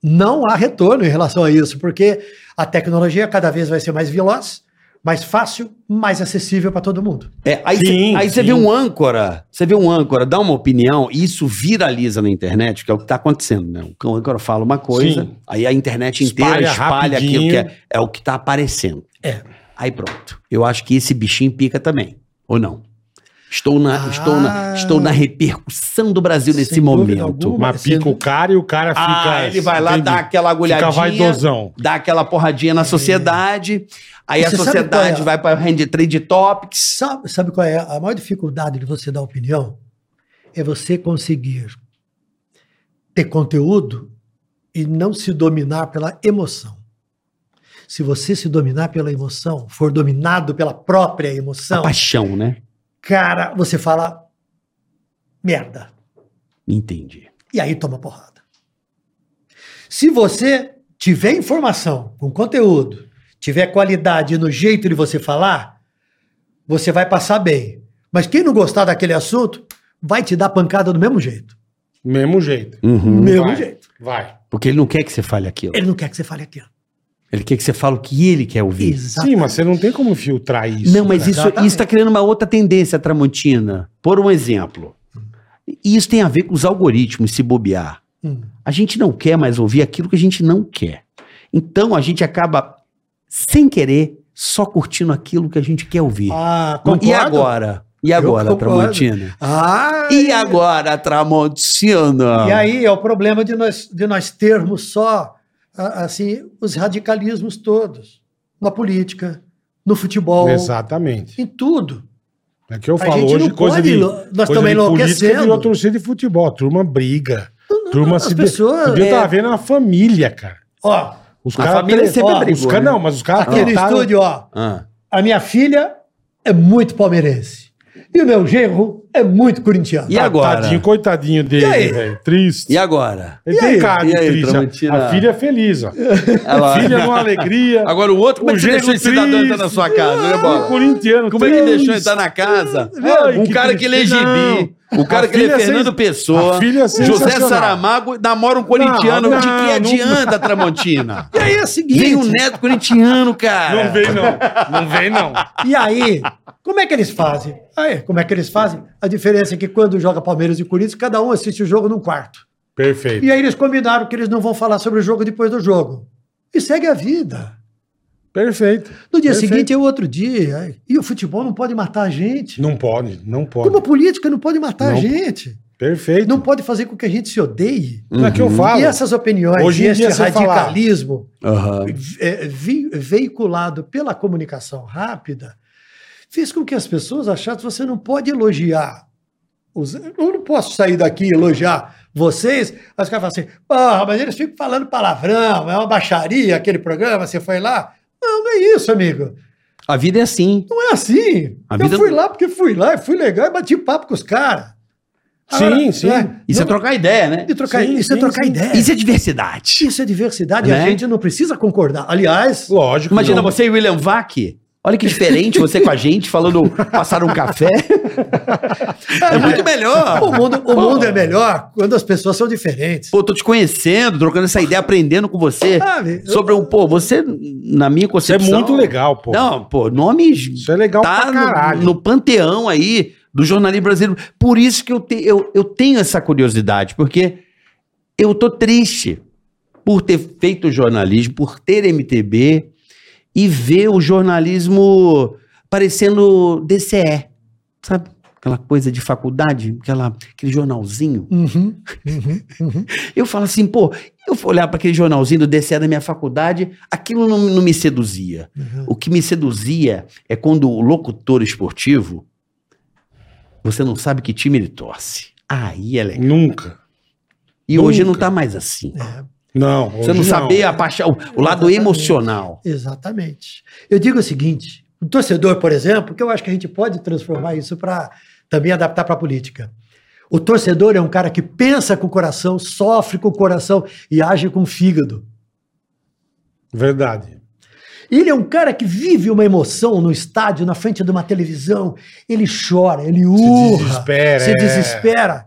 Não há retorno em relação a isso, porque a tecnologia cada vez vai ser mais veloz, mais fácil, mais acessível para todo mundo.
É, aí
Sim,
você aí você
sim.
vê um âncora, você vê um âncora, dá uma opinião e isso viraliza na internet, que é o que está acontecendo, né? O âncora fala uma coisa,
Sim.
aí a internet inteira
Espalha
espalha,
rapidinho.
aquilo que é, é o que está aparecendo.
É.
Aí pronto. Eu acho que esse bichinho pica também, ou não? Estou na,
Ah.
estou na, estou na repercussão do Brasil
Sem
nesse
dúvida
momento.
alguma.
Mas pica o cara e o cara fica.
Ah, ele vai lá,
entendi.
dá aquela
Fica
agulhadinha
vaidosão.
dá aquela porradinha na sociedade, aí
É. E
a
você sabe qual
sociedade
é?
vai para hand trade topics.
Sabe, sabe qual é a maior dificuldade de você dar opinião? É você conseguir ter conteúdo e não se dominar pela emoção. Se você se dominar pela emoção, for dominado pela própria
A
emoção,
paixão, né?
cara, você fala merda.
Entendi.
E aí toma porrada. Se você tiver informação, com conteúdo, tiver qualidade no jeito de você falar, você vai passar bem. Mas quem não gostar daquele assunto, vai te dar pancada do mesmo jeito.
Mesmo jeito.
Uhum.
mesmo
vai.
jeito.
Vai.
Porque ele não quer que você fale aquilo.
Ele não quer que você fale aquilo.
Ele quer que você fale o que ele quer ouvir.
Exato.
Sim, mas você não tem como filtrar isso.
Tá.
né?
não, mas
cara.
isso
Exatamente.
está criando uma outra tendência, Tramontina. Por um exemplo. E isso tem a ver com os algoritmos se bobear.
Hum.
A gente não quer mais ouvir aquilo que a gente não quer. Então a gente acaba, sem querer, só curtindo aquilo que a gente quer ouvir.
Ah,
e agora? E agora,
concordo.
Tramontina?
Ah,
E agora, Tramontina?
E aí é o problema de nós, de nós termos só a- assim os radicalismos todos na política, no futebol,
Exatamente.
em tudo.
É que eu
A
falo
gente
hoje,
não
coisa
pode
de.
enlou- nós
coisa
também
de política
enlouquecendo.
virou torcida de futebol. A turma briga. Turma
As
se. de-
pessoas,
Outro dia Eu
é,
tava vendo a família, cara.
ó,
Os
A
caras
família
tre-
sempre
Ó,
brigou,
os caras-
né?
Não, tá mas os caras
aqui no
tretaram-
estúdio, ó,
Ah.
a minha filha é muito palmeirense e o meu genro é muito corintiano.
E agora?
Tadinho, coitadinho
E aí?
dele, velho. Triste.
E agora?
Ele
E
tem
aí?
cara de
E aí,
triste.
Tramontina?
A filha é feliz, ó.
<laughs>
<laughs>
Ela-
Filha numa alegria.
Agora o outro, como é
O
que você
Gênio
deixou esse cidadão
triste.
entrar na sua casa, né,
O
Bola?
corintiano.
Como é que ele
triste.
deixou entrar na casa?
Ai,
um
que
cara que ele é
triste.
gibi,
Não.
o cara
A
que ele
filha
é
é sens-
Fernando Pessoa,
a filha é
José
sensacional.
Saramago, namora um corintiano.
Não,
de que
não,
adianta,
<laughs>
Tramontina?
E aí é o seguinte,
Vem um neto corintiano, cara.
Não vem, não. Não vem, não.
E aí, como é que eles fazem? Aí, como é que eles fazem? A diferença é que quando joga Palmeiras e Corinthians, cada um assiste o jogo num quarto.
Perfeito.
E aí eles combinaram que eles não vão falar sobre o jogo depois do jogo. E segue a vida.
Perfeito.
No dia
Perfeito.
seguinte é outro dia. E o futebol não pode matar a gente.
Não pode, não pode.
Como a política não pode matar a
Não.
gente.
Perfeito.
Não pode fazer com que a gente se odeie.
Não é que
Uhum.
eu falo.
E essas opiniões,
Hoje
e
em
esse
dia você fala-
radicalismo
Aham.
é, vi- veiculado pela comunicação rápida fez com que as pessoas achassem que você não pode elogiar. os- eu não posso sair daqui e elogiar vocês. Aí os caras falam assim, porra, mas eles ficam falando palavrão, é uma baixaria aquele programa, você foi lá. Não, não é isso, amigo.
A vida é assim.
Não é assim.
A
eu
vida-
fui lá porque fui lá, e fui legal e bati papo com os caras.
Sim,
Agora,
sim.
né,
Isso é trocar ideia, né?
de trocar,
Sim,
isso é
sim,
trocar
sim.
ideia.
Isso é diversidade.
Isso é diversidade,
Né?
a gente não precisa concordar. Aliás,
Lógico.
Imagina
não.
você e William Vac. Olha que diferente você com a gente, falando passar um café. <laughs> É muito Ah.
o
melhor.
mundo, o mundo é melhor quando as pessoas são diferentes.
Pô, tô te conhecendo, trocando essa ideia, aprendendo com você.
Sabe?
Sobre um, pô, você, na minha
Isso é
concepção.
muito legal, pô.
Não, pô, nomes
Isso é legal pra
tá
caralho.
no, no panteão aí do jornalismo brasileiro. Por isso que eu, te- eu, eu tenho essa curiosidade, porque eu tô triste por ter feito jornalismo, por ter MTB e ver o jornalismo parecendo DCE, sabe? aquela coisa de faculdade, aquela, aquele jornalzinho.
Uhum.
Eu falo assim, pô, eu vou olhar para aquele jornalzinho do DCE da minha faculdade, aquilo não, não me seduzia.
Uhum.
O que me seduzia é quando o locutor esportivo, você não sabe que time ele torce. Aí é legal.
Nunca.
E
Nunca.
hoje não tá mais assim.
É,
Não.
Você não
hoje
sabe a paixão, o lado
Exatamente.
emocional.
Exatamente. Eu digo o seguinte: o torcedor, por exemplo, que eu acho que a gente pode transformar isso para também adaptar para a política. O torcedor é um cara que pensa com o coração, sofre com o coração e age com o fígado.
Verdade.
Ele é um cara que vive uma emoção no estádio, na frente de uma televisão. Ele chora, ele urra,
desespera,
se
é.
desespera.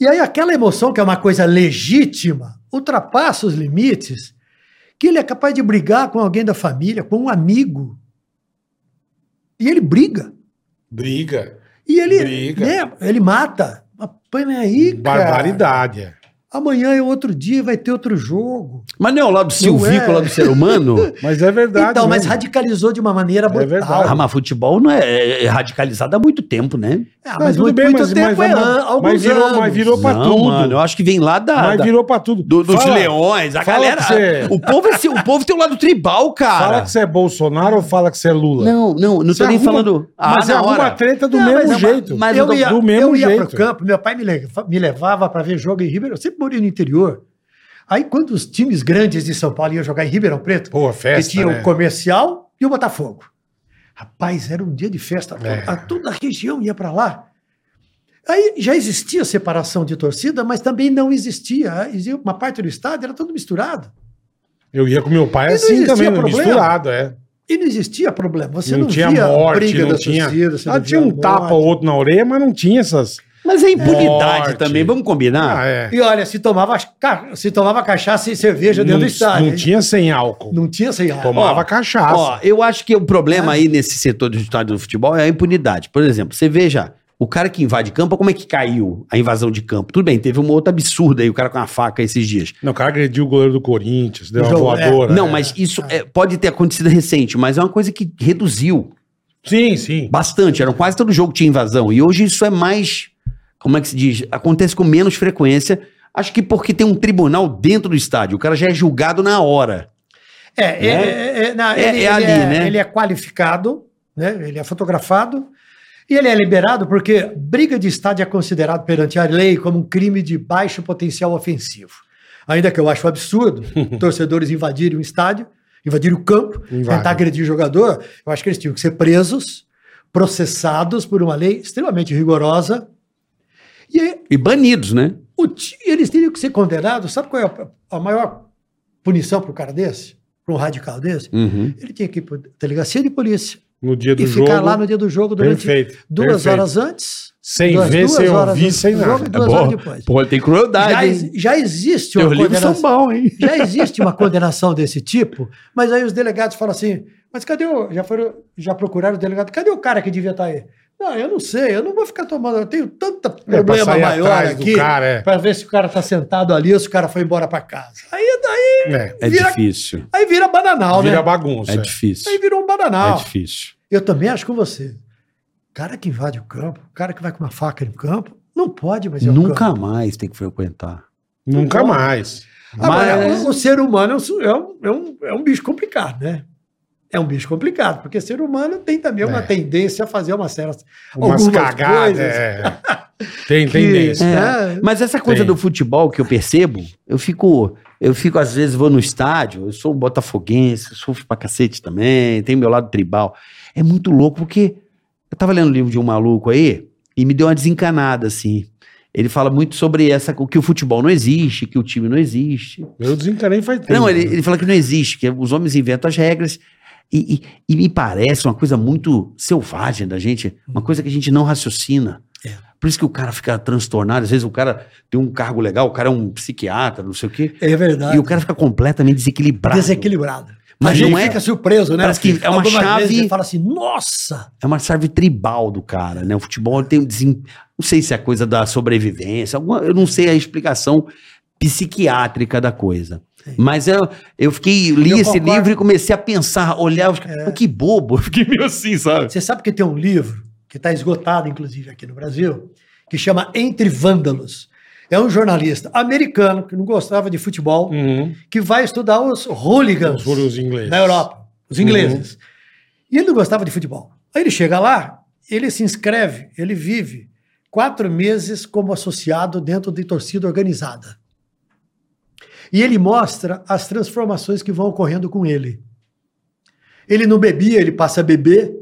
E aí aquela emoção que é uma coisa legítima ultrapassa os limites, que ele é capaz de brigar com alguém da família, com um amigo. E ele briga.
Briga.
E ele,
Briga.
né, ele mata. Apanha aí, cara.
Barbaridade. é.
Amanhã é outro dia, vai ter outro jogo.
Mas não é o lado silvícola
é.
do ser
<laughs>
humano?
Mas é verdade.
então, mas
mesmo.
radicalizou de uma maneira brutal.
verdade.
ah, mas futebol não é, é- é radicalizado há muito tempo, né?
Ah,
Não,
mas
tudo
muito,
bem,
muito
mas-
tempo
mas-
é
mas-
an-
mas
alguns
virou-
anos.
mas virou- pra tudo.
eu acho que vem lá da,
Mas
da-
virou pra tudo.
do- dos
Fala-
leões. A
fala
galera.
que você-
O povo, é seu- o povo tem um lado tribal,
Fala
cara.
que você é Bolsonaro ou fala que você é Lula?
Não, não, não
Você
tô nem
arruma-
falando. Ah,
mas é
na
alguma
hora.
treta do
Não, mas
mesmo
é uma-
jeito.
mas
eu
do,
ia,
do mesmo
eu ia
jeito.
pro campo, meu pai me, le- me levava para ver jogo em Ribeirão. Eu sempre morei no interior. Aí, quando os times grandes de São Paulo iam jogar em Ribeirão Preto,
Pô, festa,
que tinha
né?
o comercial e o Botafogo. Rapaz, era um dia de festa.
É.
A- Toda a região ia para lá. Aí já existia separação de torcida, mas também não existia. Existia Uma parte do estádio era tudo misturado.
Eu ia com meu pai
E não
assim
existia
também,
problema.
misturado, é.
E não existia problema. Você não,
não, tinha
via
morte,
briga
não
da
tinha.
torcida. você
Ah,
não
tinha um
via
tapa
morte.
ou outro na orelha, mas não tinha essas.
Mas é impunidade
Morte.
também, vamos combinar?
Ah, é.
E olha, se tomava, ca- se tomava cachaça e cerveja dentro
Não,
do estádio.
não
hein?
tinha sem álcool.
Não tinha sem álcool.
Tomava
Ó,
cachaça.
Ó, eu acho que o problema aí nesse setor do estádio do futebol é a impunidade. Por exemplo, você veja, o cara que invade campo, como é que caiu a invasão de campo? Tudo bem, teve uma outra absurda aí, o cara com a faca esses dias.
Não, o cara agrediu o goleiro do Corinthians, deu uma
João, é.
voadora.
Não,
é.
mas isso é, pode ter acontecido recente, mas é uma coisa que reduziu
Sim, sim.
bastante. Era quase todo jogo tinha invasão. E hoje isso é mais, como é que se diz? Acontece com menos frequência. Acho que porque tem um tribunal dentro do estádio. O cara já é julgado na hora.
É,
né?
é, é, é, não,
É-
ele,
é ali,
ele é,
né?
Ele é qualificado, né? ele é fotografado e ele é liberado porque briga de estádio é considerado perante a lei como um crime de baixo potencial ofensivo. Ainda que eu acho
<laughs>
absurdo torcedores invadirem o estádio, invadirem o campo,
Invadem.
tentar agredir o jogador, eu acho que eles tinham que ser presos, processados por uma lei extremamente rigorosa. E aí,
E banidos, né?
O ti- eles teriam que ser condenados. Sabe qual é a, a maior punição para um cara desse? Para um radical desse?
Uhum.
Ele tinha que ir para delegacia de polícia
No dia do
e
jogo.
ficar lá no dia do jogo durante
Perfeito,
duas
perfeito.
horas antes.
Sem
duas-
ver,
duas
sem
horas
ouvir,
antes
sem
do
nada.
jogo e duas horas depois.
É Pô, tem crueldade.
Já,
hein?
ex- já existe
Teus
uma
livros
condenação.
são bons, hein?
Já existe uma condenação desse tipo, mas aí os delegados falam assim: mas cadê o. Já, foram, já procuraram o delegado, cadê o cara que devia estar aí? Não, eu não sei, eu não vou ficar tomando, eu tenho tanto um problema
É, sair
maior
atrás do
aqui
cara, é.
para ver se o cara está sentado ali ou se o cara foi embora para casa. Aí daí
É,
É
Vira-
difícil.
aí vira bananal,
vira
né?
bagunça.
É
é.
difícil.
Aí virou um
É
bananal.
difícil.
Eu também acho com você. Cara que invade o campo, cara que vai com uma faca no campo, não pode mais ir ao campo.
Nunca mais tem que frequentar.
Nunca mais.
Agora,
Mas-
o, o ser humano é um, su- é, um, é, um, é um bicho complicado, né? É um bicho complicado, porque ser humano tem também uma
É.
tendência a fazer uma certa.
Umas
algumas
cagadas.
coisas
é. Tem
que-
tendência.
né?
Mas essa coisa
Tem.
do futebol que eu percebo, eu fico, eu fico às vezes vou no estádio, eu sou um botafoguense, sofro pra cacete também, tem meu lado tribal. É muito louco porque eu tava lendo um livro de um maluco aí e me deu uma desencanada assim. Ele fala muito sobre essa co- que o futebol não existe, que o time não existe.
Eu desencanei faz tempo.
Não, ele, ele fala que não existe, que os homens inventam as regras. E, e- e me parece uma coisa muito selvagem da gente, uma coisa que a gente não raciocina. Por isso que o cara fica transtornado. Às vezes o cara tem um cargo legal, o cara é um psiquiatra, não sei o quê.
É verdade.
E o cara fica completamente desequilibrado.
desequilibrado.
Mas
A gente
não é-
fica surpreso, né?
Parece que é uma
Algumas
chave-
vezes ele fala assim: nossa!
É uma chave tribal do cara, né? O futebol tem um desem... Não sei se é coisa da sobrevivência, alguma... eu não sei a explicação psiquiátrica da coisa. Mas eu, eu fiquei, li
Eu
esse
concordo. É.
livro e comecei a pensar, olhar, os... que bobo. <laughs>
Fiquei meio assim, sabe?
Você sabe que tem um livro que está esgotado, inclusive, aqui no Brasil, que chama Entre Vândalos. É um jornalista americano que não gostava de futebol,
Uhum.
que vai estudar os hooligans
Os furos ingleses.
da Europa, os ingleses. E ele não gostava de futebol. Aí ele chega lá, ele se inscreve, ele vive quatro meses como associado dentro de torcida organizada. E ele mostra as transformações que vão ocorrendo com ele. Ele não bebia, ele passa a beber.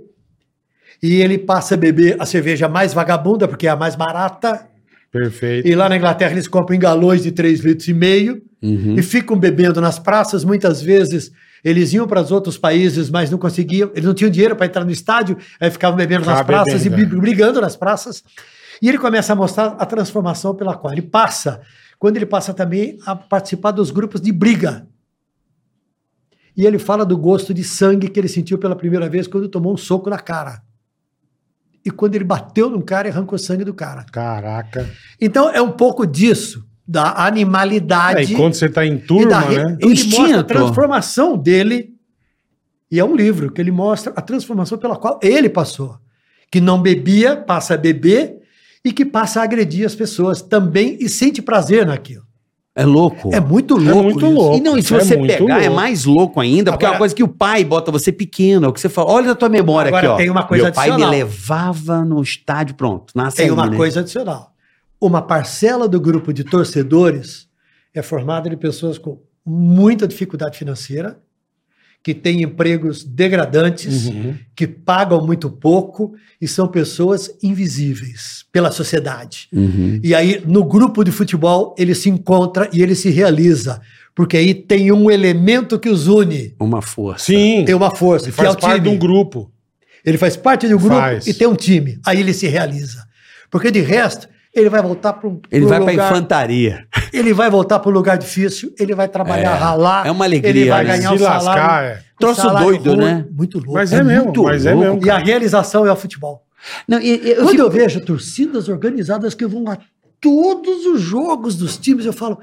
E ele passa a beber a cerveja mais vagabunda, porque é a mais barata.
Perfeito.
E lá na Inglaterra eles compram em galões de 3 litros e meio e ficam bebendo nas praças. Muitas vezes eles iam para os outros países, mas não conseguiam, eles não tinham dinheiro para entrar no estádio, aí ficavam bebendo nas
Ficava
praças
bebendo,
e
é.
bri- brigando nas praças. E ele começa a mostrar a transformação pela qual ele passa, quando ele passa também a participar dos grupos de briga. E ele fala do gosto de sangue que ele sentiu pela primeira vez quando tomou um soco na cara. E quando ele bateu num cara e arrancou sangue do cara.
Caraca.
Então é um pouco disso, da
É,
animalidade.
e quando você tá em
e
turma,
da re-
né?
O
Ele mostra a
instinto.
transformação dele. E é um livro que ele mostra a transformação pela qual ele passou. Que não bebia, passa a beber e que passa a agredir as pessoas também e sente prazer naquilo.
É louco.
É muito
É
louco.
muito
isso.
louco.
E não, e se
É
você
muito
pegar, é
louco.
mais louco ainda, porque é uma
Agora-
coisa que o pai bota você pequeno, é o que você fala. Olha na tua memória
Agora
aqui, ó.
tem uma coisa
Meu pai me
adicional.
levava no estádio, pronto. Nasce
Tem
aí,
uma
né?
coisa adicional. Uma parcela do grupo de torcedores é formada de pessoas com muita dificuldade financeira, que têm empregos degradantes,
Uhum.
que pagam muito pouco e são pessoas invisíveis pela sociedade.
Uhum.
E aí, no grupo de futebol, ele se encontra e ele se realiza, porque aí tem um elemento que os une.
Uma força.
Sim.
Tem uma força,
Ele
que é
faz
o
parte de
time.
um grupo.
Ele faz parte de um grupo
Faz.
e tem um time. Aí ele se realiza. Porque de resto, ele vai voltar para um
Ele
pro
vai pra
lugar,
infantaria.
<laughs> ele vai voltar para um lugar difícil, ele vai trabalhar, ralar.
é uma alegria,
Ele vai
né?
ganhar
Se
o salário.
lascar, é.
o
Troço
salário
doido,
ruim,
né?
Muito louco.
Mas é, mesmo,
muito
mas é
louco,
mesmo.
E a realização é o futebol.
Não, e- e- eu
Quando
fico-
eu vejo torcidas organizadas que vão a todos os jogos dos times, eu falo,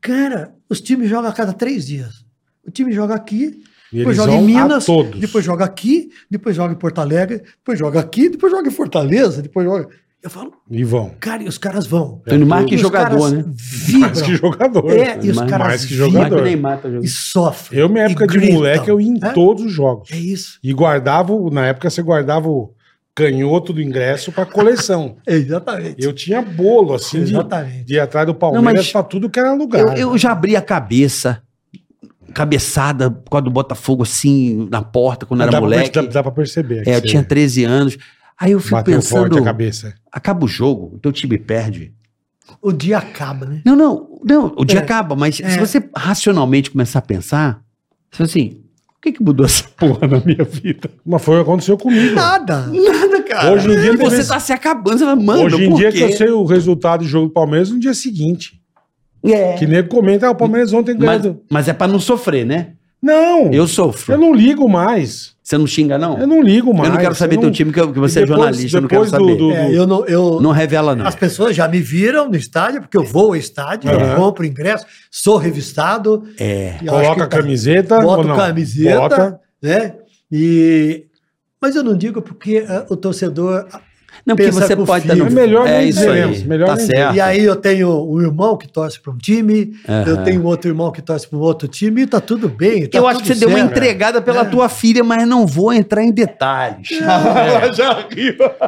cara, os times jogam a cada três dias. O time joga aqui,
E eles
depois joga em
vão a
Minas,
todos.
depois joga aqui, depois joga em Porto Alegre, depois joga aqui, depois joga em Fortaleza, depois joga. Eu falo,
E vão.
cara, e os caras vão.
Tô indo mais que
E os
jogador,
caras
né?
Vibram,
É, Mais que jogador.
É, e os
Mais-
caras
mais que
vibram
jogador.
e sofrem.
Eu, minha época
e
de
gritam,
moleque, eu ia em
né?
todos os jogos.
É isso.
E guardava, o- na época você guardava o canhoto do ingresso pra coleção.
É Exatamente.
Eu tinha bolo, assim, de,
Exatamente.
de ir atrás do Palmeiras
Não, mas-
pra tudo que era
Eu,
lugar.
eu já abri a cabeça, cabeçada por causa do Botafogo, assim, na porta, quando era
dá,
moleque.
Pra, perce- dá, dá pra perceber. que
É, eu
você
tinha 13 anos. Aí eu fico
Bateu forte
pensando,
a cabeça.
acaba o jogo, o teu time perde.
O dia acaba, né?
Não, não, não, o dia
É.
acaba, mas
É.
se você racionalmente começar a pensar, você fala assim, o que que <laughs> mudou essa porra na minha vida?
Mas foi o que aconteceu comigo.
Nada.
Nada, Ah, cara.
Hoje em dia
E
tem
você
vezes-
tá se acabando, você fala, mano,
Hoje em
por
dia que
quê?
eu sei o resultado do jogo do Palmeiras no dia seguinte.
É.
Que nego comenta, ah, o Palmeiras ontem
Mas,
ganhou.
mas é pra não sofrer, né?
Não, eu,
Eu sofro.
não ligo mais.
Você não xinga, não?
Eu não ligo mais.
Eu não quero saber
eu
teu
não-
time, que, eu- que você é
Depois-
jornalista, eu não quero
depois do-
saber.
do-
É, eu não, eu,
Não revela, não. É.
As pessoas já me viram no estádio, porque eu vou ao estádio,
Aham.
eu compro ingresso, sou revistado.
É.
e eu acho que
Coloca a
tá-
camiseta. ou
Boto
não?
camiseta,
Bota.
né? E... Mas eu não digo porque ah, o torcedor...
Não, porque
Pensa
você
com
pode
o
estar no...
filho.
É melhor
é
nem
isso
dizermos,
aí.
melhor
tá
nem
certo.
E aí eu tenho um irmão que torce para um time, eu tenho outro irmão que torce para um outro time, e tá tudo bem, tá
Eu acho que
tudo
você deu uma
certo.
Entregada pela tua filha, mas não vou entrar em detalhes.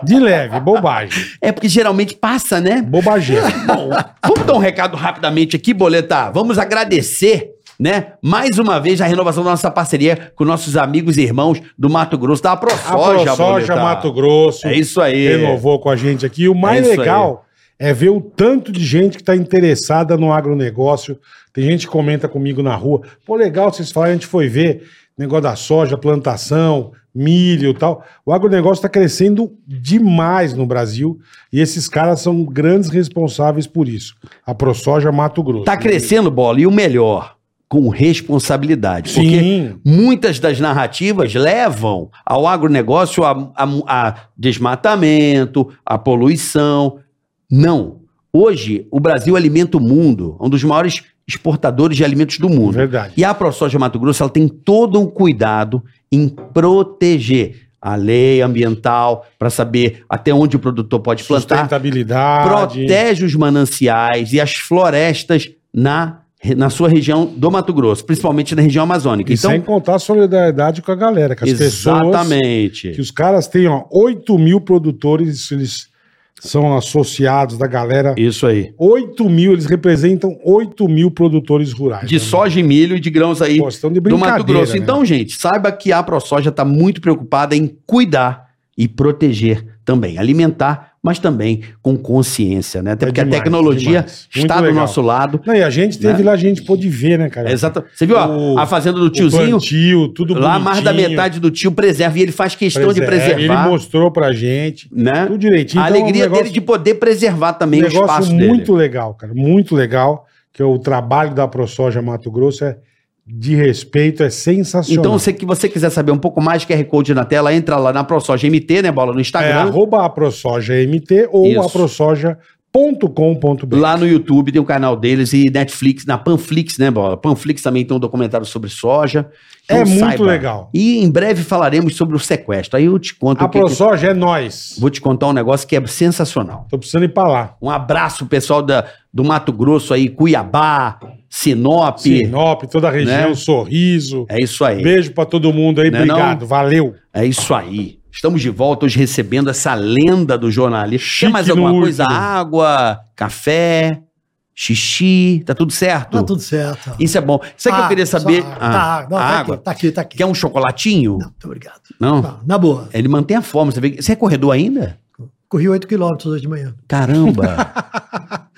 De leve, bobagem.
É porque geralmente passa, né?
Bobageira.
<laughs> Bom, vamos dar um recado rapidamente aqui, Boleta. Vamos agradecer, né? Mais uma vez a renovação da nossa parceria com nossos amigos e irmãos do Mato Grosso da AproSoja,
A soja
Boleta.
Mato Grosso
É isso aí.
renovou com a gente aqui. E o mais
isso aí.
legal é ver o tanto de gente que está interessada no agronegócio. Tem gente que comenta comigo na rua. Pô, legal vocês falarem, a gente foi ver negócio da soja, plantação, milho e tal. O agronegócio está crescendo demais no Brasil e esses caras são grandes responsáveis por isso. A ProSoja Mato Grosso.
Tá crescendo, Bola, e o melhor, com responsabilidade. Porque
Sim.
Muitas das narrativas levam ao agronegócio a, a- a desmatamento, a poluição. Não. Hoje, o Brasil alimenta o mundo, um dos maiores exportadores de alimentos do mundo.
Verdade.
E a ProSoja Mato Grosso ela tem todo um cuidado em proteger a lei ambiental, para saber até onde o produtor pode plantar.
Sustentabilidade.
Protege os mananciais e as florestas na, na sua região do Mato Grosso, principalmente na região amazônica.
E
então,
sem contar a solidariedade com a galera, com as pessoas.
exatamente.
Que os caras têm, ó, 8 mil produtores, eles são associados da galera.
Isso aí.
8 mil, eles representam 8 mil produtores rurais. né,
De soja e milho e de grãos aí
Pô, estão de
do
brincadeira.
Mato Grosso.
né?
Então, gente, saiba que a ProSoja está muito preocupada em cuidar e proteger também, alimentar, mas também com consciência, né? Até
É
porque
demais,
a tecnologia
demais. Muito
está do
legal.
nosso lado.
Não, e a gente teve
Né?
lá, a gente pôde ver, né, cara?
Exato. Você viu
O-
ó, a fazenda do
O
tiozinho?
plantio, tudo
Lá mais da
bonitinho.
metade do tio preserva e ele faz questão de
Preserva. Ele
preservar,
mostrou pra gente.
né?
Tudo direitinho.
a
Então, é um
alegria
negócio-
dele de poder preservar também o
negócio
espaço
muito
dele.
legal, cara. Muito legal. Que é o trabalho da ProSoja Mato Grosso é de respeito, é sensacional.
Então, se que você quiser saber um pouco mais, QR Code na tela, entra lá na ProSoja MT, né, Bola, no
é
Instagram.
arroba aprosojamt ou
Isso.
aprosoja.com.br.
Lá no YouTube tem o canal deles e Netflix, na Panflix, né, Bola? Panflix também tem um documentário sobre soja.
É
Então,
muito
saiba.
legal.
E em breve falaremos sobre o sequestro. Aí eu te conto
A
o que, que...
ProSoja é nós.
Vou te contar um negócio que é sensacional.
Tô precisando ir pra lá.
Um abraço, pessoal da, do Mato Grosso aí, Cuiabá, Sinop.
Sinop, toda a região,
Né?
sorriso.
É isso aí.
Beijo pra todo mundo aí.
Né,
Obrigado. Valeu.
É isso aí. Estamos de volta hoje recebendo essa lenda do jornalismo. Tem mais
Chique no
alguma coisa?
último.
Água, café, xixi, tá tudo certo?
Tá tudo certo.
Isso é bom. Sabe o que eu
Ah,
queria
só
saber?
água.
Ah,
tá, não,
a
tá
água.
aqui, tá aqui, tá aqui.
Quer um chocolatinho?
Não, muito obrigado.
Não.
Tá, na boa.
Ele mantém a forma. Você, vê... você é corredor ainda?
Corri 8 quilômetros hoje de manhã. <laughs>
Caramba!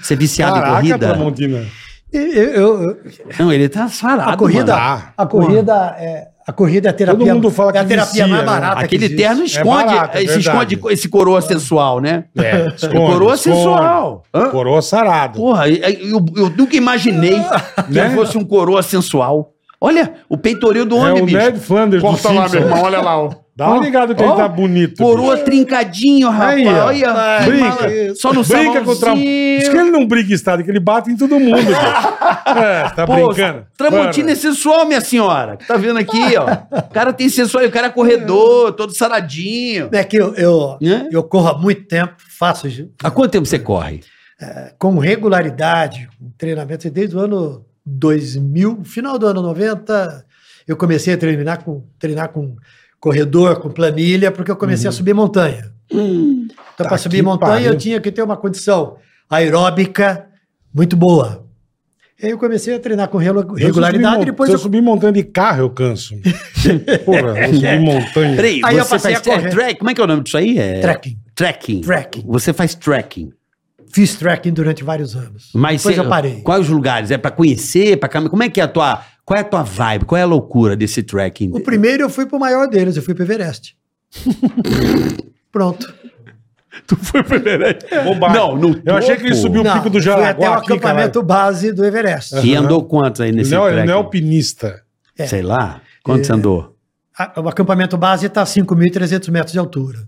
você é viciado em corrida?
Tramontina.
Eu, eu- eu-
Não, ele tá sarado.
a corrida,
mano.
a corrida é a corrida é a terapia.
Todo mundo fala
é a
que
terapia
vicia,
mais
né?
barata. que
Aquele
existe.
terno esconde,
barato, é
esse,
verdade.
esconde esse coroa sensual, né?
É,
<laughs> coroa sensual. Hã?
Coroa sarado.
Porra, eu, eu nunca imaginei
<laughs>
que
Né?
fosse um coroa sensual. Olha, o peitoril do
é
homem,
o
bicho.
Ned Flanders
Corta
do
lá, meu
Simpsons.
irmão, olha lá. ó.
Dá uma ligada que ele
Ó,
tá bonito.
Coroa
bicho.
trincadinho, rapaz.
Aí, ó.
Olha,
Vai,
que
brinca.
mala- Só no
Brinca com o Tramontina. Por isso que
salãozinho.
ele não briga em estado, que ele bate em todo mundo. pô.
<laughs>
é, tá
Pô,
brincando.
Tramontina é sensual, minha senhora. Tá vendo aqui, ó. O cara tem sensual, o cara é corredor, todo saradinho.
É que eu, eu,
Né?
eu corro há muito tempo, faço de-
Há quanto tempo você corre?
com regularidade, um treinamento desde o ano 2000, final do ano 90, eu comecei a treinar com treinar com corredor, com planilha, porque eu comecei a subir montanha. Então
Uhum. Tá
para
que
subir montanha
pariu.
eu tinha que ter uma condição aeróbica muito boa. E aí eu comecei a treinar com relo-
Eu
regularidade
subi
e
mon-
depois
Se
eu
eu subir montanha de carro, eu canso. Porra, eu subi montanha.
Peraí,
Aí eu
você
passei
faz
a
é,
correr.
track? Como é que é o nome disso aí? É...
trekking.
Trekking.
Trekking.
Você faz trekking.
Fiz trekking durante vários anos.
Mas
depois
cê-
eu parei.
Quais lugares? É pra conhecer, para como é que é a tua, qual é a tua vibe? Qual é a loucura desse trekking?
O primeiro eu fui pro maior deles, eu fui
<laughs>
pro Everest. Pronto.
Tu foi primeiro.
É, Bobagem.
Não, no
Eu achei que ele
topo.
subiu o
Não,
pico do
fui até o
Jaraguá aqui,
acampamento
caralho.
base do Everest.
E andou quantos aí
Ele
nesse
não, é- ele
trekking?
não é alpinista.
É.
Sei lá. Quanto você andou?
A- O acampamento base está a 5.300 metros de altura.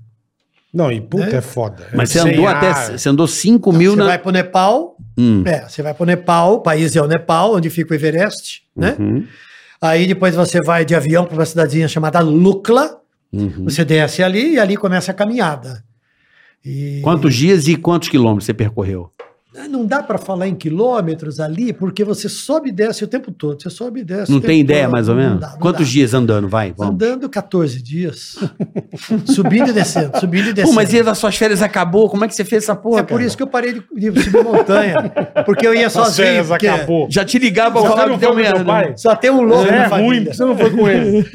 Não, e puta, é, foda.
Mas
É
você
sem
andou
ar.
até. Você andou 5 mil
você
na.
vai para o Nepal,
Hum.
é, você vai para o Nepal, o país é o Nepal, onde fica o Everest, né?
Uhum.
Aí depois você vai de avião para uma cidadezinha chamada Lukla,
Uhum.
você desce ali e ali começa a caminhada. E
Quantos dias e quantos quilômetros você percorreu?
Ah, não dá para falar em quilômetros ali, porque você sobe e desce o tempo todo, você sobe e desce.
Não
o tempo
tem ideia,
todo,
mais ou
não
menos?
dá, não
Quantos
dá.
dias andando? Vai, vamos.
Andando
<laughs>
14 dias, subindo e descendo, subindo e
Pô,
descendo.
mas e das suas férias acabou? Como é que você fez essa porra?
é por
cara?
isso que eu parei de, de subir montanha. porque eu ia
As
sozinho.
férias
Porque
Tá acabou.
Já te ligava
Você
pra falar
não
que deu
foi com
merda.
teu pai?
né?
Só tem um louco
Você é
na
ruim,
família.
você não foi com ele.